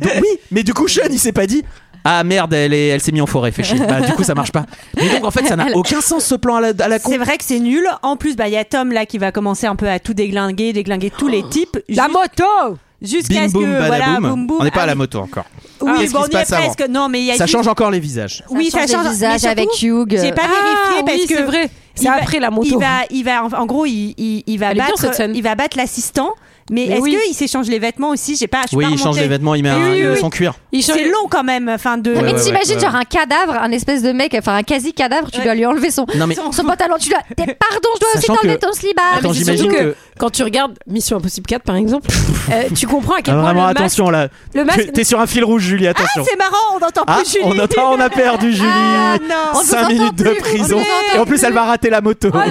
Speaker 1: Donc oui, mais du coup, Sean, il s'est pas dit. Ah merde, elle est- elle s'est mise en forêt, fait chier. Bah, du coup, ça marche pas. Mais donc, en fait, ça n'a aucun sens ce plan à la, à
Speaker 5: Bah,
Speaker 1: la con.
Speaker 10: C'est vrai que c'est nul. En plus, bah il y a Tom là qui va commencer un peu à tout déglinguer, déglinguer tous
Speaker 5: *gasps*
Speaker 10: les types.
Speaker 5: La
Speaker 10: ju-
Speaker 5: moto
Speaker 10: Jusqu'à
Speaker 1: Bim
Speaker 10: ce que
Speaker 1: boum,
Speaker 10: voilà,
Speaker 1: badaboum.
Speaker 10: boum, boum.
Speaker 1: On n'est pas
Speaker 10: Ah
Speaker 1: à la
Speaker 10: oui.
Speaker 1: moto encore.
Speaker 10: Oui,
Speaker 1: Qu'est-ce
Speaker 10: bon,
Speaker 1: qui
Speaker 10: on
Speaker 1: se
Speaker 10: y est
Speaker 1: passe avant
Speaker 10: presque. Non, mais il y a
Speaker 1: Ça
Speaker 10: juste-
Speaker 1: change encore les visages.
Speaker 10: oui, ça
Speaker 9: change les
Speaker 10: change. mais
Speaker 9: visages
Speaker 10: surtout,
Speaker 9: avec Hugh.
Speaker 10: J'ai pas
Speaker 5: Ah,
Speaker 10: vérifié parce
Speaker 5: oui,
Speaker 10: que
Speaker 5: c'est vrai.
Speaker 10: il
Speaker 5: C'est
Speaker 10: va-
Speaker 5: après la moto.
Speaker 10: Il va, il va, en en gros, il, il, il va
Speaker 5: Elle est bien,
Speaker 10: battre,
Speaker 5: cette scène.
Speaker 10: il va battre l'assistant. Mais,
Speaker 5: Mais
Speaker 10: est-ce
Speaker 5: oui.
Speaker 10: qu'il s'échange les vêtements aussi J'ai pas. je suis
Speaker 1: Oui,
Speaker 10: pas
Speaker 1: il change
Speaker 10: remontée.
Speaker 1: les vêtements, il met
Speaker 10: Oui,
Speaker 1: un,
Speaker 10: oui,
Speaker 1: il met
Speaker 10: oui.
Speaker 1: son cuir.
Speaker 5: Il change-
Speaker 10: C'est long quand même. Enfin de.
Speaker 1: Ouais,
Speaker 9: mais
Speaker 1: ouais,
Speaker 9: t'imagines
Speaker 1: ouais,
Speaker 9: genre un cadavre, un espèce de mec, enfin un quasi cadavre, tu dois lui enlever son,
Speaker 1: Non, mais- *laughs*
Speaker 9: son pantalon, tu dois. t'es- Pardon, je dois aussi
Speaker 1: Sachant
Speaker 9: t'enlever
Speaker 1: que-
Speaker 9: ton slibard.
Speaker 1: Attends,
Speaker 10: Ah,
Speaker 5: mais c'est
Speaker 1: j'imagine
Speaker 5: surtout
Speaker 1: que,
Speaker 5: que *laughs* quand tu regardes Mission Impossible 4 par exemple,
Speaker 1: *laughs*
Speaker 5: euh, tu comprends à quel
Speaker 1: Ah,
Speaker 5: point
Speaker 1: vraiment,
Speaker 5: le masque-
Speaker 1: attention là.
Speaker 5: le masque- Ah,
Speaker 1: Tu- T'es sur un fil rouge, Julie, attention.
Speaker 11: marrant, on n'entend
Speaker 1: Ah, on, entend, on a perdu Julie.
Speaker 11: Ah, non. On ne vous
Speaker 1: 5
Speaker 11: entend
Speaker 1: minutes de
Speaker 11: plus,
Speaker 1: prison.
Speaker 11: on ne vous
Speaker 1: Et en
Speaker 11: entend
Speaker 1: plus, elle va rater la moto.
Speaker 5: Ah,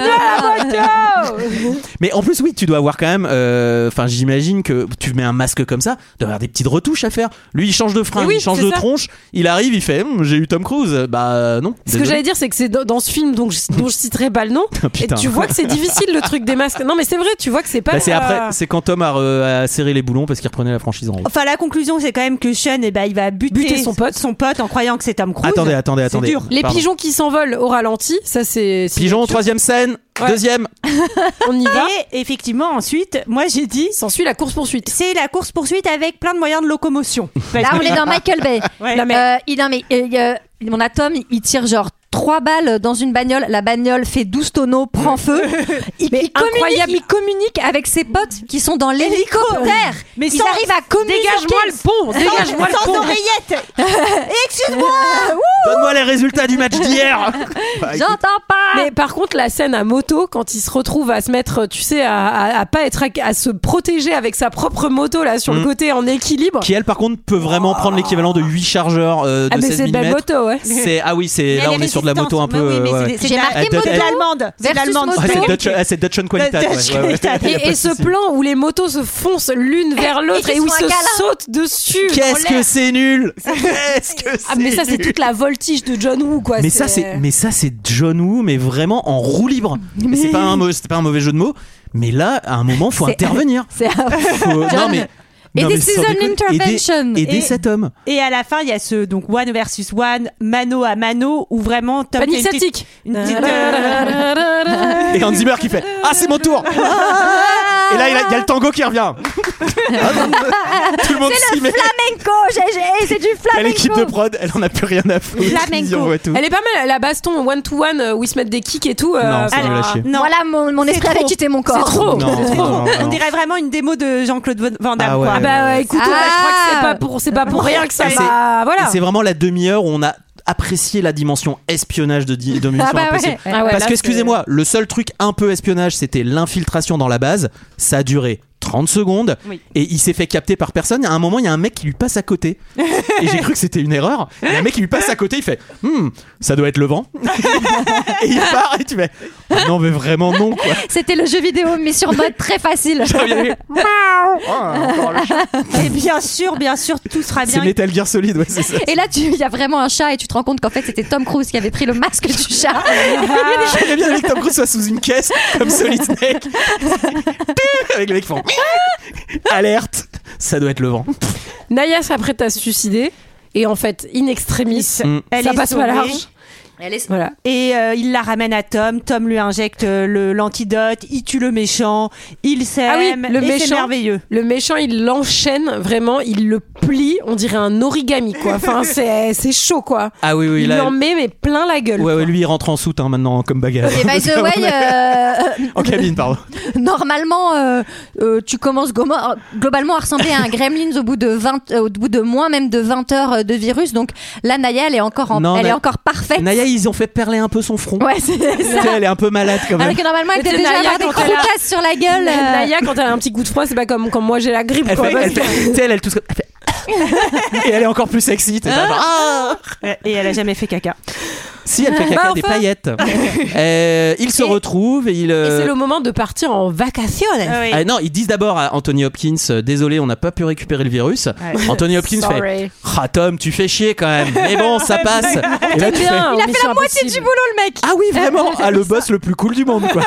Speaker 9: Ah,
Speaker 5: moto
Speaker 1: Mais en plus, oui, tu dois avoir quand même. euh, Enfin, j'imagine que tu mets un masque comme ça, tu dois avoir des petites retouches à faire. Lui, il change de fringue,
Speaker 5: Mais Eh oui,
Speaker 1: il change
Speaker 5: c'est
Speaker 1: de
Speaker 5: ça.
Speaker 1: tronche, il arrive, il fait Hum, J'ai eu Tom Cruise. Bah non.
Speaker 5: Ce que j'allais dire, c'est que c'est dans- dans ce film donc, je- dont je citerai pas le nom.
Speaker 1: Ah,
Speaker 5: et
Speaker 1: putain. Bah,
Speaker 5: tu vois que c'est difficile le truc des masques. Non, mais c'est vrai, tu vois que c'est pas.
Speaker 1: c'est
Speaker 5: euh, Oh,
Speaker 1: après, c'est quand Tom a, re- a serré les boulons parce qu'il reprenait la franchise en route.
Speaker 10: Enfin, la conclusion, c'est quand même que Sean, eh ben, il va buter,
Speaker 5: Buter son
Speaker 10: pote. en croyant que c'est Tom Cruise.
Speaker 1: Attendez, attendez,
Speaker 10: C'est
Speaker 1: attendez.
Speaker 10: dur.
Speaker 5: Les
Speaker 1: Pardon.
Speaker 5: pigeons qui s'envolent au ralenti, ça c'est. c'est
Speaker 1: Pigeon,
Speaker 5: sûr.
Speaker 1: troisième scène,
Speaker 5: Ouais.
Speaker 1: deuxième.
Speaker 5: On y va.
Speaker 10: Et effectivement, ensuite, moi j'ai dit.
Speaker 5: S'ensuit la course-poursuite.
Speaker 10: C'est la course-poursuite avec plein de moyens de
Speaker 1: *laughs*
Speaker 10: locomotion.
Speaker 9: Là,
Speaker 10: *laughs*
Speaker 9: on est dans Michael Bay.
Speaker 10: Ouais.
Speaker 9: Non, mais- Euh, il, non, mais, euh, il, euh, on a Tom, il tire genre trois balles dans une bagnole, la bagnole fait 12 tonneaux,
Speaker 10: *laughs*
Speaker 9: prend feu. Il, il communique,
Speaker 5: incroyable.
Speaker 9: il communique avec ses potes qui sont dans l'hélicoptère.
Speaker 10: Mais
Speaker 9: Ils
Speaker 10: sans-
Speaker 9: arrivent à communiquer.
Speaker 5: Dégage-moi le pont, dégage-moi le
Speaker 9: Sans
Speaker 5: pont.
Speaker 9: oreillette.
Speaker 10: Excuse-moi
Speaker 1: Donne-moi les résultats du match
Speaker 5: *laughs*
Speaker 1: d'hier. Bah, écoute,
Speaker 9: pas
Speaker 10: Ah.
Speaker 5: Mais par contre, la scène à moto, quand il se retrouve à se mettre, tu sais, à, à- à pas être, ac- à, se protéger avec sa propre moto là sur le
Speaker 1: Mm.
Speaker 5: côté en équilibre.
Speaker 1: Qui elle par contre peut vraiment prendre l'équivalent de 8 chargeurs euh, de
Speaker 5: Ah, mais
Speaker 1: 16
Speaker 5: c'est de la
Speaker 1: 000 mètres.
Speaker 5: moto, ouais.
Speaker 1: *laughs* C'est ah oui c'est là on est sur de la moto un peu.
Speaker 10: Oui, mais
Speaker 1: euh, ouais,
Speaker 10: c'est-
Speaker 1: ouais.
Speaker 10: c'est
Speaker 9: J'ai
Speaker 10: de la-
Speaker 9: marqué
Speaker 10: c'est de
Speaker 1: moto
Speaker 10: l'allemande. C'est de
Speaker 9: versus
Speaker 10: l'allemande.
Speaker 1: Ah, c'est
Speaker 10: *laughs*
Speaker 1: Dutch, ah, c'est Dutch and Qualitat.
Speaker 10: Dutch
Speaker 1: ouais, ouais, ouais.
Speaker 10: Qualitat.
Speaker 1: Y a
Speaker 5: Et,
Speaker 1: pas
Speaker 5: et
Speaker 1: de
Speaker 5: ce
Speaker 1: souci.
Speaker 5: plan où les motos se foncent l'une vers l'autre
Speaker 9: Et
Speaker 5: et,
Speaker 9: qui
Speaker 5: où ils
Speaker 9: sont
Speaker 5: se
Speaker 9: un câlin.
Speaker 5: sautent dessus.
Speaker 1: Qu'est-ce
Speaker 5: en
Speaker 1: que
Speaker 5: l'air.
Speaker 1: c'est nul Qu'est-ce que c'est
Speaker 5: Ah mais ça c'est
Speaker 1: nul
Speaker 5: toute la voltige de John Woo quoi.
Speaker 1: mais ça c'est mais ça c'est John Woo mais vraiment en roue libre. Mais c'est pas un mau- c'est pas un mauvais jeu de mots. Mais là à un moment faut
Speaker 9: C'est-
Speaker 1: intervenir.
Speaker 5: *laughs*
Speaker 9: C'est
Speaker 1: Faut- non mais
Speaker 9: Aidez
Speaker 1: non, mais
Speaker 9: ces
Speaker 1: sans
Speaker 9: hommes
Speaker 1: déconner,
Speaker 9: d'intervention.
Speaker 1: Aider, aider
Speaker 9: Et-
Speaker 1: cet homme.
Speaker 10: Et à la fin, il y a ce donc one versus one, mano à mano, où vraiment Tom
Speaker 5: Panique
Speaker 10: fait une petite-
Speaker 5: statique.
Speaker 10: une petite, euh,
Speaker 1: Et Hans Zimmer qui fait Ah, c'est mon tour Et là, il a- il y a le tango qui revient. Ah, non, Tout le monde s'y met.
Speaker 9: flamenco, GG, eh, c'est du
Speaker 1: Il y a l'équipe de
Speaker 9: flamenco.
Speaker 1: prod, elle en a plus rien à foutre. Ils
Speaker 9: Flamenco.
Speaker 1: envoient tout.
Speaker 5: Elle est pas mal la baston one to one où ils se mettent des kicks et tout. euh,
Speaker 1: Non, ça
Speaker 5: enfin,
Speaker 1: me lâche.
Speaker 10: Non.
Speaker 9: Voilà mon, mon esprit avait
Speaker 10: trop.
Speaker 9: quitté mon
Speaker 5: c'est
Speaker 9: corps.
Speaker 5: trop.
Speaker 1: Non,
Speaker 5: c'est trop.
Speaker 1: non, non,
Speaker 10: On
Speaker 1: non.
Speaker 10: dirait vraiment une démo de Jean-Claude Van Damme.
Speaker 1: Ah ouais.
Speaker 10: quoi.
Speaker 5: Ah bah écoute,
Speaker 9: Ah.
Speaker 5: ouais, je crois que c'est pas pour c'est pas pour rien que ça.
Speaker 1: Et c'est-
Speaker 5: va-
Speaker 1: Et
Speaker 5: voilà.
Speaker 1: C'est vraiment la demi-heure où on a apprécié la dimension espionnage de, di- de Mission
Speaker 9: Ah bah ouais.
Speaker 1: Impossible.
Speaker 5: Ah ouais,
Speaker 1: Parce
Speaker 5: là,
Speaker 1: que,
Speaker 5: c'est-
Speaker 1: excusez-moi, le seul truc un peu espionnage, c'était l'infiltration dans la base. Ça a duré 30 secondes
Speaker 10: Oui.
Speaker 1: et il s'est fait capter par personne. À un moment, il y a un mec qui lui passe à
Speaker 5: *laughs*
Speaker 1: côté. et j'ai cru que c'était une erreur. Il y a un mec qui lui passe à côté, il fait Hmm, ça doit être le vent. *laughs* et il part et tu fais Ah Non, mais vraiment non, quoi.
Speaker 9: C'était le jeu vidéo mais sur mode très facile.
Speaker 5: Ah
Speaker 10: Et bien sûr, bien sûr, tout sera
Speaker 1: C'est
Speaker 10: bien.
Speaker 1: Metal Gear Solid, ouais, c'est ça.
Speaker 9: Et là, tu- il y a vraiment un chat et tu te rends compte qu'en fait, c'était Tom Cruise qui avait pris le masque du chat.
Speaker 1: J'aimerais bien aimé que Tom Cruise soit sous une caisse comme Solid *laughs* Snake. Avec les mecs qui font alerte. Ça doit être le vent.
Speaker 5: Naya s'apprête à se suicider et en fait in extremis
Speaker 1: Mm.
Speaker 10: Elle
Speaker 5: ça
Speaker 10: est
Speaker 5: passe pas
Speaker 10: sauvée.
Speaker 5: large.
Speaker 9: Elle est-
Speaker 5: Voilà.
Speaker 10: *laughs* Et euh, il la ramène à Tom. Tom lui injecte euh, le- l'antidote. Il tue le méchant. Il s'aime.
Speaker 5: Ah oui, le
Speaker 10: et C'est
Speaker 5: méchant.
Speaker 10: merveilleux.
Speaker 5: Le méchant, il l'enchaîne vraiment, il le plie, on dirait un origami *laughs* quoi. Enfin, c'est c'est chaud quoi.
Speaker 1: Ah oui, oui,
Speaker 5: il
Speaker 1: là.
Speaker 5: en met mais plein la gueule.
Speaker 1: Ouais, ouais, lui il rentre en soute hein, maintenant comme bagage.
Speaker 9: Et
Speaker 1: *laughs*
Speaker 9: by the way, euh, *laughs*
Speaker 1: En cabine, pardon.
Speaker 9: normalement, euh, euh, tu commences gomo- globalement à ressembler à un Gremlins au bout de 20, euh, au bout de moins même de 20 heures euh, de virus. Donc là, Naya, elle est encore, en-
Speaker 1: Non,
Speaker 9: elle
Speaker 1: Na-
Speaker 9: est encore parfaite.
Speaker 1: Naya, ils ont fait perler un peu son front.
Speaker 9: *laughs* Ouais, c'est
Speaker 1: Tu sais,
Speaker 9: ça.
Speaker 1: Elle est un peu malade quand même.
Speaker 9: Alors que normalement, elle
Speaker 5: Mais
Speaker 9: devait
Speaker 5: c'est
Speaker 9: déjà
Speaker 5: Naya
Speaker 9: avoir des
Speaker 5: quand elle a-
Speaker 9: croquasses sur la
Speaker 5: Oh
Speaker 9: gueule. euh.
Speaker 5: Naya, quand elle a un petit coup de froid, c'est pas comme quand moi j'ai la grippe.
Speaker 1: Elle
Speaker 5: quoi,
Speaker 1: fait,
Speaker 5: parce
Speaker 1: elle
Speaker 5: que-
Speaker 1: fait- tu sais, elle, elle tousse comme- elle fait- Et elle est encore plus sexy. t'es là, genre, Ah
Speaker 10: Ouais, Et elle a jamais fait caca.
Speaker 1: si elle fait caca
Speaker 5: Bah,
Speaker 1: des
Speaker 5: enfin.
Speaker 1: paillettes. Euh, ils se
Speaker 5: Et-
Speaker 1: retrouvent et ils.
Speaker 5: Et
Speaker 1: euh,
Speaker 5: c'est le moment de partir en vacations.
Speaker 10: Ah oui.
Speaker 1: Ah, non, ils disent d'abord à Anthony Hopkins, euh, désolé, on n'a pas pu récupérer le virus.
Speaker 10: Ouais.
Speaker 1: Anthony Hopkins fait,
Speaker 5: Sorry.
Speaker 1: ah Tom, tu fais chier quand même. Mais bon,
Speaker 5: *laughs*
Speaker 1: ça passe. Et là, tu fais,
Speaker 5: il a fait la moitié
Speaker 9: du boulot, le mec.
Speaker 1: ah oui,
Speaker 5: *laughs*
Speaker 1: vraiment, ah le boss le plus cool du monde, quoi.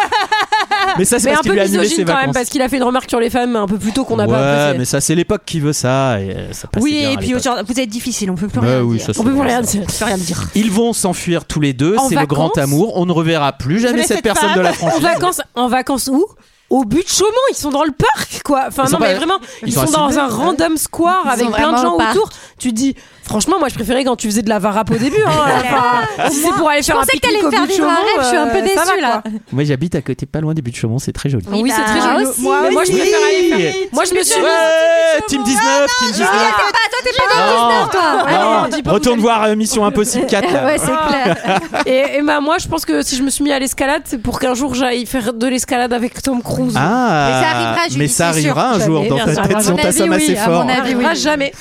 Speaker 1: Mais ça, c'est
Speaker 5: Mais
Speaker 1: parce
Speaker 5: un
Speaker 1: qu'il
Speaker 5: peu
Speaker 1: lui a annulé ses
Speaker 5: misogyne quand même
Speaker 1: vacances.
Speaker 5: parce qu'il a fait une remarque sur les femmes un peu plus tôt qu'on n'a pas.
Speaker 1: ouais,
Speaker 5: apprécié.
Speaker 1: mais ça, c'est l'époque qui veut ça. Et euh, ça passait
Speaker 10: Oui,
Speaker 1: bien à
Speaker 10: et puis
Speaker 1: l'époque.
Speaker 10: aujourd'hui, vous êtes difficile. On peut plus
Speaker 1: Ouais,
Speaker 10: rien
Speaker 1: oui,
Speaker 10: dire.
Speaker 1: ça, c'est
Speaker 5: On peut
Speaker 1: vrai.
Speaker 5: rien dire.
Speaker 10: On peut rien dire.
Speaker 1: Ils vont s'enfuir tous les deux,
Speaker 5: En
Speaker 1: c'est le grand
Speaker 5: vacances.
Speaker 1: amour. On ne reverra plus jamais
Speaker 10: voulais
Speaker 1: cette
Speaker 10: cette
Speaker 1: personne de
Speaker 10: femme.
Speaker 1: la
Speaker 5: En
Speaker 1: franchise.
Speaker 5: vacances, en vacances où au but de Chaumont, ils sont dans le parc, quoi. Enfin,
Speaker 1: Ils
Speaker 5: non,
Speaker 1: sont
Speaker 5: mais
Speaker 1: pas-
Speaker 5: vraiment,
Speaker 1: ils
Speaker 5: ils,
Speaker 1: sont
Speaker 5: sont,
Speaker 1: à
Speaker 5: dans
Speaker 1: Sydney.
Speaker 5: un random square
Speaker 9: Ils
Speaker 5: avec
Speaker 9: sont
Speaker 5: plein de
Speaker 9: vraiment
Speaker 5: gens
Speaker 9: au parc.
Speaker 5: autour. Tu te dis, franchement, moi, je préférais quand tu faisais de la varap au début.
Speaker 9: *laughs*
Speaker 5: Hein. Enfin, si c'est pour aller
Speaker 9: Je
Speaker 5: faire un
Speaker 9: pensais que t'allais
Speaker 5: pique-nique au
Speaker 9: faire
Speaker 5: but de
Speaker 9: vivre un
Speaker 5: Chaumont,
Speaker 9: rêve, je suis un peu
Speaker 5: euh, ça va,
Speaker 9: déçue, là.
Speaker 5: quoi.
Speaker 1: Moi, j'habite à côté, pas loin des buts de Chaumont, c'est très joli.
Speaker 5: Oui,
Speaker 9: bah,
Speaker 5: c'est très joli.
Speaker 9: aussi.
Speaker 5: Moi, moi, je
Speaker 1: Oui.
Speaker 5: préfère aller faire. Moi, je me suis
Speaker 1: Ouais,
Speaker 5: mise-
Speaker 1: Team 19, Team 19.
Speaker 5: Ah,
Speaker 9: Julie, elle fait pas- toi,
Speaker 5: t'es pas
Speaker 1: Non.
Speaker 5: dans le 19, toi Allez,
Speaker 1: Non.
Speaker 5: Ah, on dit pas que
Speaker 1: Retourne voir euh, Mission Impossible 4. là.
Speaker 5: *laughs* ouais, c'est clair. Et, et bah, moi, je pense que si je me suis mis à l'escalade, c'est pour qu'un jour j'aille faire de l'escalade avec Tom Cruise.
Speaker 1: Ah, Mais ça arrivera, Julie, mais ça c'est sûr. arrivera un jour dans
Speaker 5: bien
Speaker 1: ta
Speaker 5: sûr.
Speaker 1: tête,
Speaker 5: À
Speaker 1: si
Speaker 5: mon
Speaker 1: on t'assomme
Speaker 5: avis,
Speaker 1: assez
Speaker 5: oui, à
Speaker 1: fort.
Speaker 5: mon avis,
Speaker 9: Ah
Speaker 5: oui. Arrivera jamais.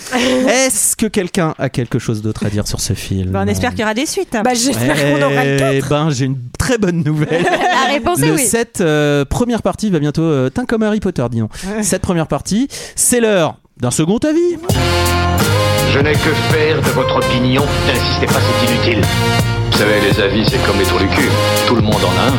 Speaker 1: Est-ce que quelqu'un a quelque chose d'autre à dire sur ce film
Speaker 10: Ben, on espère qu'il y aura des suites.
Speaker 5: Bah, j'espère qu'on aura le
Speaker 1: Eh ben, j'ai une très bonne
Speaker 5: *laughs*
Speaker 1: nouvelle.
Speaker 5: La réponse est
Speaker 1: Le
Speaker 5: oui.
Speaker 1: set, euh, première partie va bientôt. euh, Tain comme Harry Potter, disons. Cette première partie, c'est l'heure d'un second avis.
Speaker 7: Je n'ai que faire de votre opinion. N'insistez pas, c'est inutile.
Speaker 4: Vous savez, les avis, c'est comme les trous du cul. Tout le monde en a un.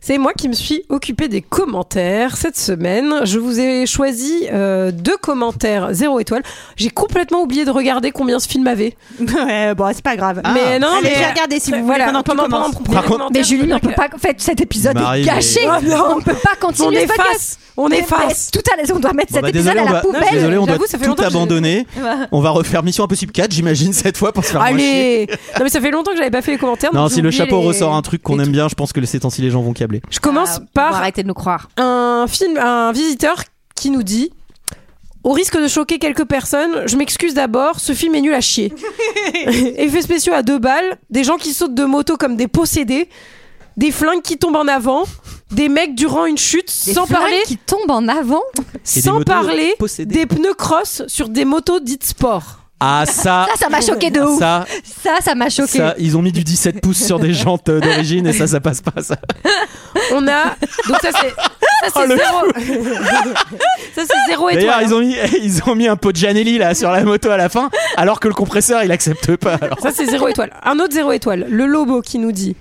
Speaker 5: C'est moi qui me suis occupée des commentaires cette semaine. Je vous ai choisi euh, deux commentaires zéro étoile. J'ai complètement oublié de regarder combien ce film avait.
Speaker 10: bon, c'est pas grave.
Speaker 5: Mais non,
Speaker 10: Ah. Allez,
Speaker 5: mais euh,
Speaker 10: j'ai regardé, s'il vous plaît, pendant que tu commences.
Speaker 9: Par contre- Mais Julie, on peut pas-
Speaker 5: En fait, cet épisode
Speaker 9: est Marie, gâché. mais- On peut pas continuer
Speaker 5: On
Speaker 9: ce podcast.
Speaker 5: efface. On
Speaker 9: Mais-
Speaker 5: efface.
Speaker 9: mais tout à l'heure, on doit mettre
Speaker 1: Bon, bah, désolé, on va, désolé, on doit tout abandonner. On va refaire Mission Impossible 4, j'imagine, cette fois pour se faire moins chier.
Speaker 5: Allez. Non mais ça fait longtemps que j'avais pas fait les commentaires.
Speaker 1: Non,
Speaker 5: donc
Speaker 1: si
Speaker 5: j'ai
Speaker 1: le
Speaker 5: oublié
Speaker 1: chapeau
Speaker 5: les-
Speaker 1: ressort
Speaker 9: hein.
Speaker 1: un truc qu'on aime bien, je pense que ces temps-ci, les gens vont câbler.
Speaker 5: Je
Speaker 10: Ah,
Speaker 5: commence par arrêter de nous croire. Un film, un visiteur qui nous dit. Au risque de choquer quelques personnes, je m'excuse d'abord, ce film est nul
Speaker 1: *laughs*
Speaker 5: à chier. Effets spéciaux à deux balles, des gens qui sautent de moto comme des possédés, des flingues qui tombent en avant, des mecs durant une chute,
Speaker 9: Des
Speaker 5: sans
Speaker 9: flingues
Speaker 5: parler.
Speaker 9: qui tombent en avant.
Speaker 1: Et des
Speaker 5: Sans
Speaker 1: motos
Speaker 5: parler
Speaker 1: possédées.
Speaker 5: des pneus cross sur des motos dites sport.
Speaker 1: Ah, ça.
Speaker 9: Ça, ça m'a choqué de ouf.
Speaker 1: Ça,
Speaker 9: Ça, ça m'a choqué.
Speaker 1: ça, ils ont mis du 17 pouces sur des jantes euh, d'origine et ça, ça passe pas, ça.
Speaker 5: On a. Donc ça, c'est. Ça, c'est
Speaker 1: Oh, le
Speaker 5: zéro. *laughs* ça, c'est zéro étoile.
Speaker 1: D'ailleurs, ils ont mis, *laughs* ils ont mis un pot de Janelli là sur la moto à la fin, alors que le compresseur il accepte pas. alors.
Speaker 5: Ça, c'est zéro étoile. Un autre zéro étoile, le Lobo qui nous dit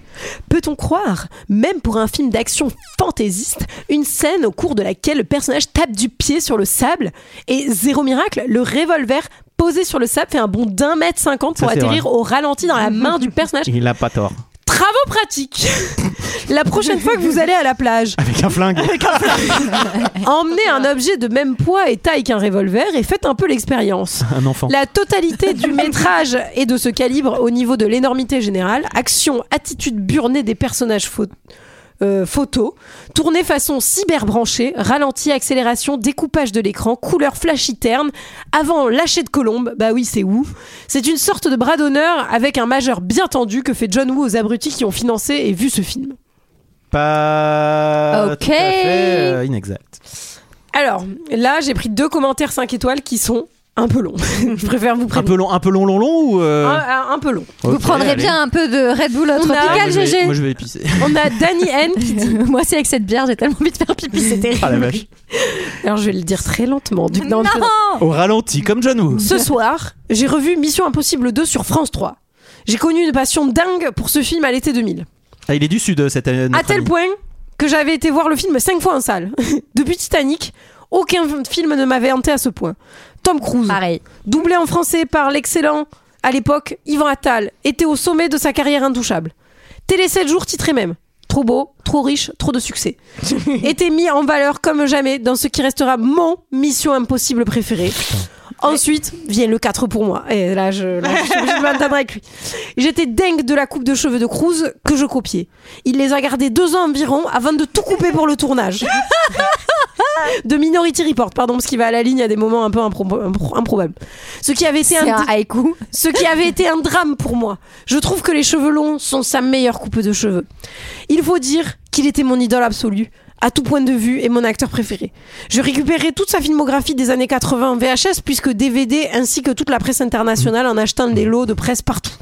Speaker 5: Peut-on croire, même pour un film d'action fantaisiste, une scène au cours de laquelle le personnage tape du pied sur le sable Et zéro miracle, le revolver posé sur le sable fait un bond d'un mètre cinquante pour
Speaker 1: Ça, c'est
Speaker 5: atterrir
Speaker 1: vrai.
Speaker 5: au ralenti dans la main
Speaker 1: *laughs*
Speaker 5: du personnage.
Speaker 1: Il a pas tort.
Speaker 5: Travaux pratiques La prochaine fois que vous allez à la plage,
Speaker 1: Avec un flingue.
Speaker 5: emmenez un objet de même poids et taille qu'un revolver et faites un peu l'expérience.
Speaker 1: Un enfant.
Speaker 5: La totalité du métrage *laughs* est de ce calibre au niveau de l'énormité générale. Action, attitude burnée des personnages photos. photo, tournée façon cyberbranchée, ralenti, accélération, découpage de l'écran, couleur flashy terne, avant lâcher de colombe, bah oui c'est où C'est une sorte de bras d'honneur avec un majeur bien tendu que fait John Woo aux abrutis qui ont financé et vu ce film.
Speaker 1: Pas.
Speaker 5: Ok.
Speaker 1: tout à fait, euh, inexact.
Speaker 5: Alors, là j'ai pris deux commentaires 5 étoiles qui sont un peu longs. *laughs* Je préfère vous
Speaker 1: Un
Speaker 5: prévenir.
Speaker 1: peu long, un peu long, long, long ou. euh,
Speaker 5: Un, un peu long.
Speaker 1: Vous Ok, prendrez allez. bien
Speaker 5: un peu de Red Bull
Speaker 1: moi,
Speaker 5: tropical,
Speaker 1: je vais- Moi je vais épicer. *laughs*
Speaker 5: On a Danny N qui
Speaker 9: *laughs*
Speaker 5: dit Moi, c'est avec cette bière, j'ai tellement envie de faire pipi, *laughs* c'est terrible.
Speaker 1: Ah la vache.
Speaker 5: Alors, je vais le dire très lentement. Du... Non,
Speaker 1: Au ralenti, comme John Woo.
Speaker 5: Ce soir, j'ai revu Mission Impossible 2 sur France 3. J'ai connu une passion dingue pour ce film à l'été 2000.
Speaker 1: Ah, il est du sud euh, cette année.
Speaker 5: À tel point que j'avais été voir le film cinq fois en salle. *laughs* Depuis Titanic, aucun film ne m'avait hanté à ce point. Tom Cruise, doublé en français par l'excellent, à l'époque, Yvan Attal, était au sommet de sa carrière intouchable. Télé 7 jours titré même. Trop beau, trop riche, trop de succès. était mis en valeur comme jamais dans ce qui restera mon Mission Impossible préféré. Ensuite vient le 4 pour moi. Et là, je, là, je suis obligée de m'entendre avec lui. J'étais dingue de la coupe de cheveux de Cruz que je copiais. Il les a gardés deux ans environ avant de tout couper pour le tournage. De Minority Report, pardon, parce qu'il va à la ligne à des moments un peu impro- impro- improbables. Ce qui avait été
Speaker 9: C'est un
Speaker 5: haïku. Ce qui avait été un drame pour moi. Je trouve que les cheveux longs sont sa meilleure coupe de cheveux. Il faut dire qu'il était mon idole absolue à tout point de vue et mon acteur préféré. Je récupérais toute sa filmographie des années 80 en VHS puisque DVD ainsi que toute la presse internationale en achetant des lots de presse partout.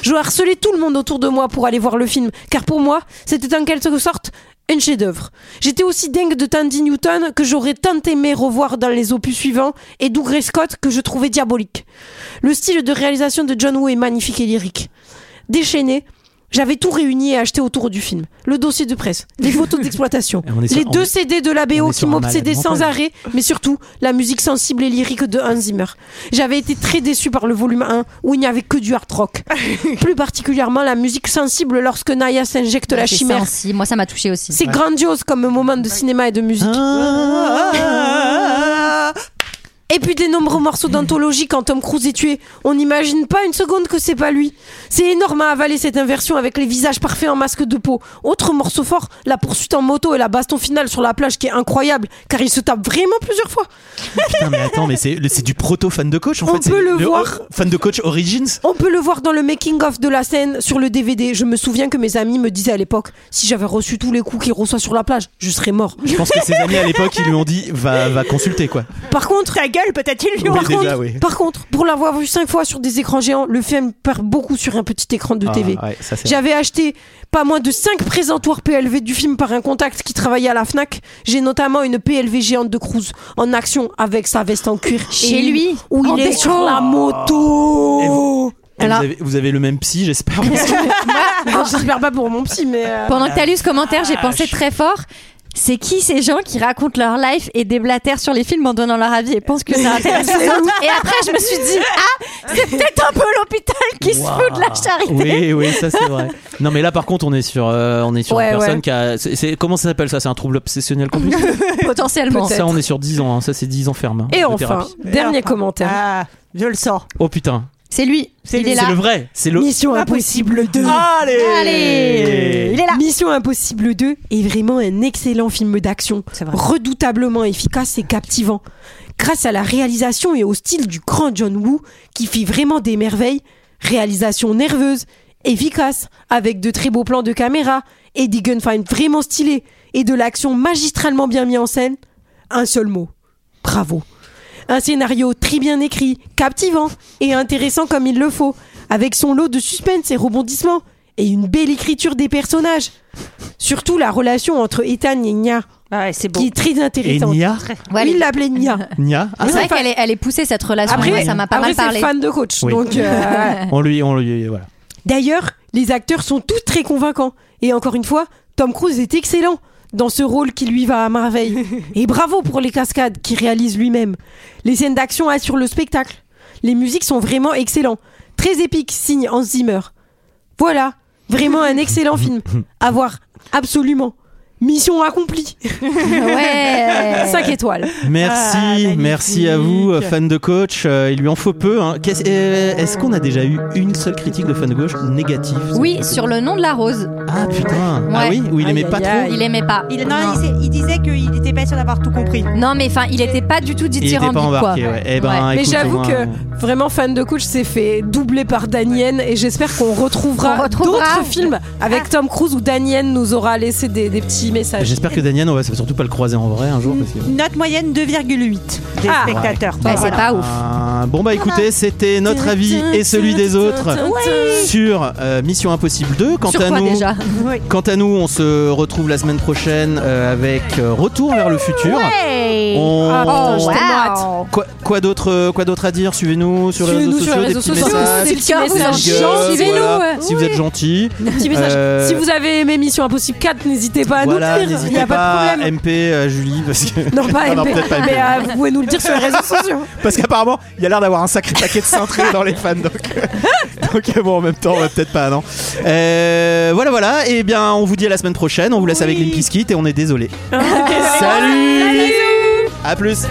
Speaker 5: Je harcelais tout le monde autour de moi pour aller voir le film car pour moi c'était en quelque sorte un chef-d'œuvre. J'étais aussi dingue de Tandy Newton que j'aurais tant aimé revoir dans les opus suivants et d'Ougray Scott que je trouvais diabolique. Le style de réalisation de John Woo est magnifique et lyrique. Déchaîné, j'avais tout réuni et acheté autour du film. Le dossier de presse, les
Speaker 1: *laughs*
Speaker 5: photos d'exploitation,
Speaker 1: Et on est sur-
Speaker 5: les
Speaker 1: on
Speaker 5: deux
Speaker 1: est-
Speaker 5: CD de la BO
Speaker 1: on est
Speaker 5: qui
Speaker 1: sur un
Speaker 5: m'obsédaient
Speaker 1: malade
Speaker 5: sans
Speaker 1: mental.
Speaker 5: arrêt, mais surtout la musique sensible et lyrique de Hans Zimmer. J'avais été très déçu par le volume 1 où il n'y avait que du hard rock. Plus particulièrement la musique sensible lorsque Naya s'injecte la
Speaker 9: C'est
Speaker 5: chimère.
Speaker 9: sensi. Moi, ça m'a touché aussi.
Speaker 5: C'est
Speaker 1: Ah.
Speaker 5: grandiose comme moment de cinéma et de musique. Et puis des nombreux morceaux d'anthologie quand Tom Cruise est tué. On n'imagine pas une seconde que c'est pas lui. C'est énorme à avaler cette inversion avec les visages parfaits en masque de peau. Autre morceau fort, la poursuite en moto et la baston finale sur la plage qui est incroyable car il se tape vraiment plusieurs fois.
Speaker 1: Putain, mais attends, mais c'est c'est du proto fan de coach en
Speaker 5: On
Speaker 1: fait. c'est
Speaker 5: peut le voir.
Speaker 1: Fan de coach Origins.
Speaker 5: On peut le voir dans le making of de la scène sur le DVD. Je me souviens que mes amis me disaient à l'époque si j'avais reçu tous les coups qu'il reçoit sur la plage, je serais mort.
Speaker 1: Je pense que ses amis à l'époque ils lui ont dit va, va consulter quoi.
Speaker 5: Par contre, ta gueule peut-être il
Speaker 1: Oui,
Speaker 5: par,
Speaker 1: déjà,
Speaker 5: contre,
Speaker 1: oui.
Speaker 5: par contre, pour l'avoir vu cinq fois sur des écrans géants, le film perd beaucoup sur un petit écran de
Speaker 1: Ah,
Speaker 5: TV.
Speaker 1: ouais, ça, c'est
Speaker 5: J'avais acheté pas moins de 5 présentoirs PLV du film par un contact qui travaillait à la Fnac. J'ai notamment une PLV géante de Cruz en action avec sa veste en cuir
Speaker 9: Chez
Speaker 5: Et il-
Speaker 9: lui,
Speaker 5: où
Speaker 9: en
Speaker 5: il est
Speaker 9: déco.
Speaker 5: sur la moto.
Speaker 1: Et vous, et
Speaker 5: Voilà.
Speaker 1: vous avez, vous avez le même psy j'espère. parce que-
Speaker 5: Moi, Ah, J'espère pas pour mon psy, mais. euh,
Speaker 9: Pendant que t'as lu ce commentaire, j'ai pensé très fort. C'est qui ces gens qui racontent leur life et déblatèrent sur les films en donnant leur avis et pensent que
Speaker 5: *laughs*
Speaker 9: ça intéresse les
Speaker 5: C'est
Speaker 9: autres
Speaker 5: nous.
Speaker 9: Et après, je me
Speaker 5: *laughs*
Speaker 9: suis dit, ah, c'est peut-être un peu l'hôpital qui se fout de la charité.
Speaker 1: Oui, oui, ça c'est
Speaker 9: *laughs*
Speaker 1: vrai. Non, mais là par contre, on est sur, euh, on est sur
Speaker 9: Ouais,
Speaker 1: une personne
Speaker 9: ouais.
Speaker 1: qui a. c'est- c'est- comment ça s'appelle ça C'est un trouble obsessionnel complexe
Speaker 9: *laughs* Potentiellement.
Speaker 1: Ça, on est sur 10 ans. hein. Ça, c'est 10 ans ferme. hein,
Speaker 5: Et
Speaker 1: de
Speaker 5: enfin, Ah,
Speaker 1: thérapie.
Speaker 5: dernier commentaire. je le sens.
Speaker 1: Oh putain.
Speaker 9: C'est lui.
Speaker 5: C'est
Speaker 9: Il est là.
Speaker 1: C'est le vrai. C'est le.
Speaker 5: Mission Impossible 2.
Speaker 1: Allez Allez
Speaker 5: Ah, Il est là. Mission Impossible 2 est vraiment un excellent film d'action, redoutablement efficace et captivant. Grâce à la réalisation et au style du grand John Woo, qui fit vraiment des merveilles, réalisation nerveuse, efficace, avec de très beaux plans de caméra et des gunfights vraiment stylés et de l'action magistralement bien mis en scène, un seul mot. Bravo. Un scénario très bien écrit, captivant et intéressant comme il le faut, avec son lot de suspense et rebondissements, et une belle écriture des personnages. Surtout la relation entre Ethan et Nya, qui est très intéressante.
Speaker 1: Et Nya
Speaker 5: Oui, il l'appelait Nya.
Speaker 9: *laughs*
Speaker 1: Nya. Ah,
Speaker 9: C'est vrai qu'elle est, elle est poussée cette relation.
Speaker 5: Après-
Speaker 9: Moi, Ah, ça m'a pas
Speaker 5: après,
Speaker 9: mal
Speaker 5: c'est
Speaker 9: parlé.
Speaker 5: fan de coach,
Speaker 1: oui.
Speaker 5: donc,
Speaker 9: *laughs*
Speaker 5: euh,
Speaker 1: on lui, on lui, voilà.
Speaker 5: D'ailleurs, les acteurs sont tous très convaincants. Et encore une fois, Tom Cruise est excellent dans ce rôle qui lui va à merveille.
Speaker 9: *laughs*
Speaker 5: Et bravo pour les cascades qu'il réalise lui-même. Les scènes d'action assurent le spectacle. Les musiques sont vraiment excellentes. Très épiques, signe Hans Zimmer. Voilà, vraiment un
Speaker 1: *laughs*
Speaker 5: excellent film. À voir, absolument. Mission accomplie. *laughs*
Speaker 9: Ouais.
Speaker 5: 5 étoiles.
Speaker 9: Ah,
Speaker 1: Merci, merci à vous, euh, fans de coach. Euh, il lui en faut peu. hein. Qu'est-ce- euh, Est-ce qu'on a déjà eu une seule critique de fan de gauche négative
Speaker 9: Oui, sur le nom de la rose.
Speaker 1: Ah putain. Ah oui, ou il aimait pas trop.
Speaker 9: Il aimait pas.
Speaker 10: Il, non, il s'est- il disait qu'il n'était pas sûr d'avoir tout compris.
Speaker 9: Non, mais enfin, il était pas du tout
Speaker 1: Il était pas
Speaker 9: dithyrambique.
Speaker 1: embarqué,
Speaker 9: quoi.
Speaker 1: ouais. Eh ben,
Speaker 5: Mais
Speaker 1: écoute,
Speaker 5: j'avoue
Speaker 1: au moins, euh,
Speaker 5: que vraiment fan de coach s'est fait doubler par Danienne et j'espère qu'on retrouvera, Ah.
Speaker 9: On retrouvera.
Speaker 5: d'autres films avec Tom Cruise où Danienne nous aura laissé des, des petits messages.
Speaker 1: J'espère que Daniel, on va surtout pas le croiser en vrai un jour. Parce que...
Speaker 10: Note moyenne 2,8 des
Speaker 1: Ah.
Speaker 10: spectateurs.
Speaker 1: Ouais. Ah, Bon bah écoutez, c'était notre avis et celui des autres
Speaker 5: Ah.
Speaker 10: Ouais.
Speaker 1: sur euh, Mission Impossible 2. Quant
Speaker 9: Sur
Speaker 1: à
Speaker 9: quoi,
Speaker 1: nous,
Speaker 9: déjà Oui.
Speaker 1: quant à nous, on se retrouve la semaine prochaine euh, avec euh, Retour vers le futur.
Speaker 9: Ouais.
Speaker 1: On-
Speaker 9: Ah, putain, j'ai tellement hâte.
Speaker 1: Quoi, quoi d'autre, euh, quoi d'autre à dire Suivez-nous sur les réseaux
Speaker 5: Suivez-nous sur
Speaker 1: sociaux,
Speaker 5: les
Speaker 1: des
Speaker 5: réseaux
Speaker 1: petits
Speaker 5: sociaux,
Speaker 1: messages.
Speaker 5: des petits messages.
Speaker 1: des gueules,
Speaker 5: Suivez-nous,
Speaker 1: voilà.
Speaker 5: ouais.
Speaker 1: Si vous êtes gentil.
Speaker 5: Petit message.
Speaker 1: Euh,
Speaker 5: Si vous avez aimé Mission Impossible 4, n'hésitez pas à
Speaker 1: voilà,
Speaker 5: nous le dire. Il n'y
Speaker 1: n'hésitez
Speaker 5: a
Speaker 1: pas,
Speaker 5: pas,
Speaker 1: à
Speaker 5: de problème.
Speaker 1: MP à Julie parce que
Speaker 5: Non, pas
Speaker 1: Ah
Speaker 5: MP,
Speaker 1: peut-être pas MP.
Speaker 5: mais euh, vous pouvez nous le dire sur les réseaux
Speaker 1: *laughs*
Speaker 5: sociaux. *laughs*
Speaker 1: Parce qu'apparemment, il y a l'air d'avoir un sacré paquet de cintrés dans les fans. Donc, euh, donc bon, en même temps, on va peut-être pas, non Euh, Voilà, voilà. Et bien, on vous dit à la semaine prochaine. On vous laisse avec Limp Bizkit et on est désolé.
Speaker 5: Ah,
Speaker 1: Salut À plus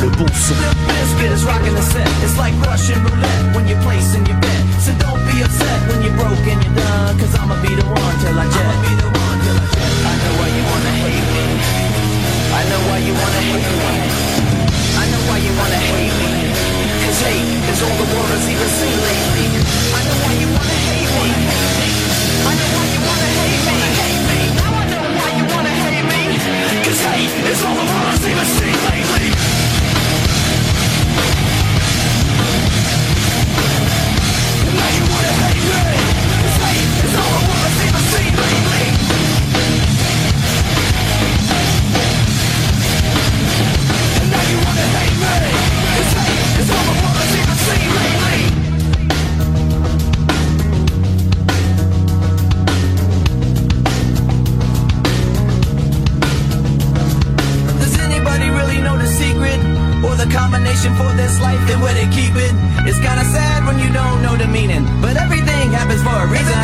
Speaker 1: Le bon son.
Speaker 14: Biscuit is rocking the set. It's like Russian roulette when you're placing your bet. So don't be upset when you're broke and you're done. Cause I'ma be the one till I jet. I'ma be the one till I jet. I know why you wanna hate me. I know why you wanna hate me. I know why you wanna hate me. Cause hate is all the world has even seen lately. I know why you wanna hate me. I know why you wanna hate me. Now I know why you wanna hate me. Cause hate is all the world has even seen lately. Does anybody really know the secret or the combination for this life and where to keep it? It's kinda sad when you don't know the meaning, but everything happens for a reason.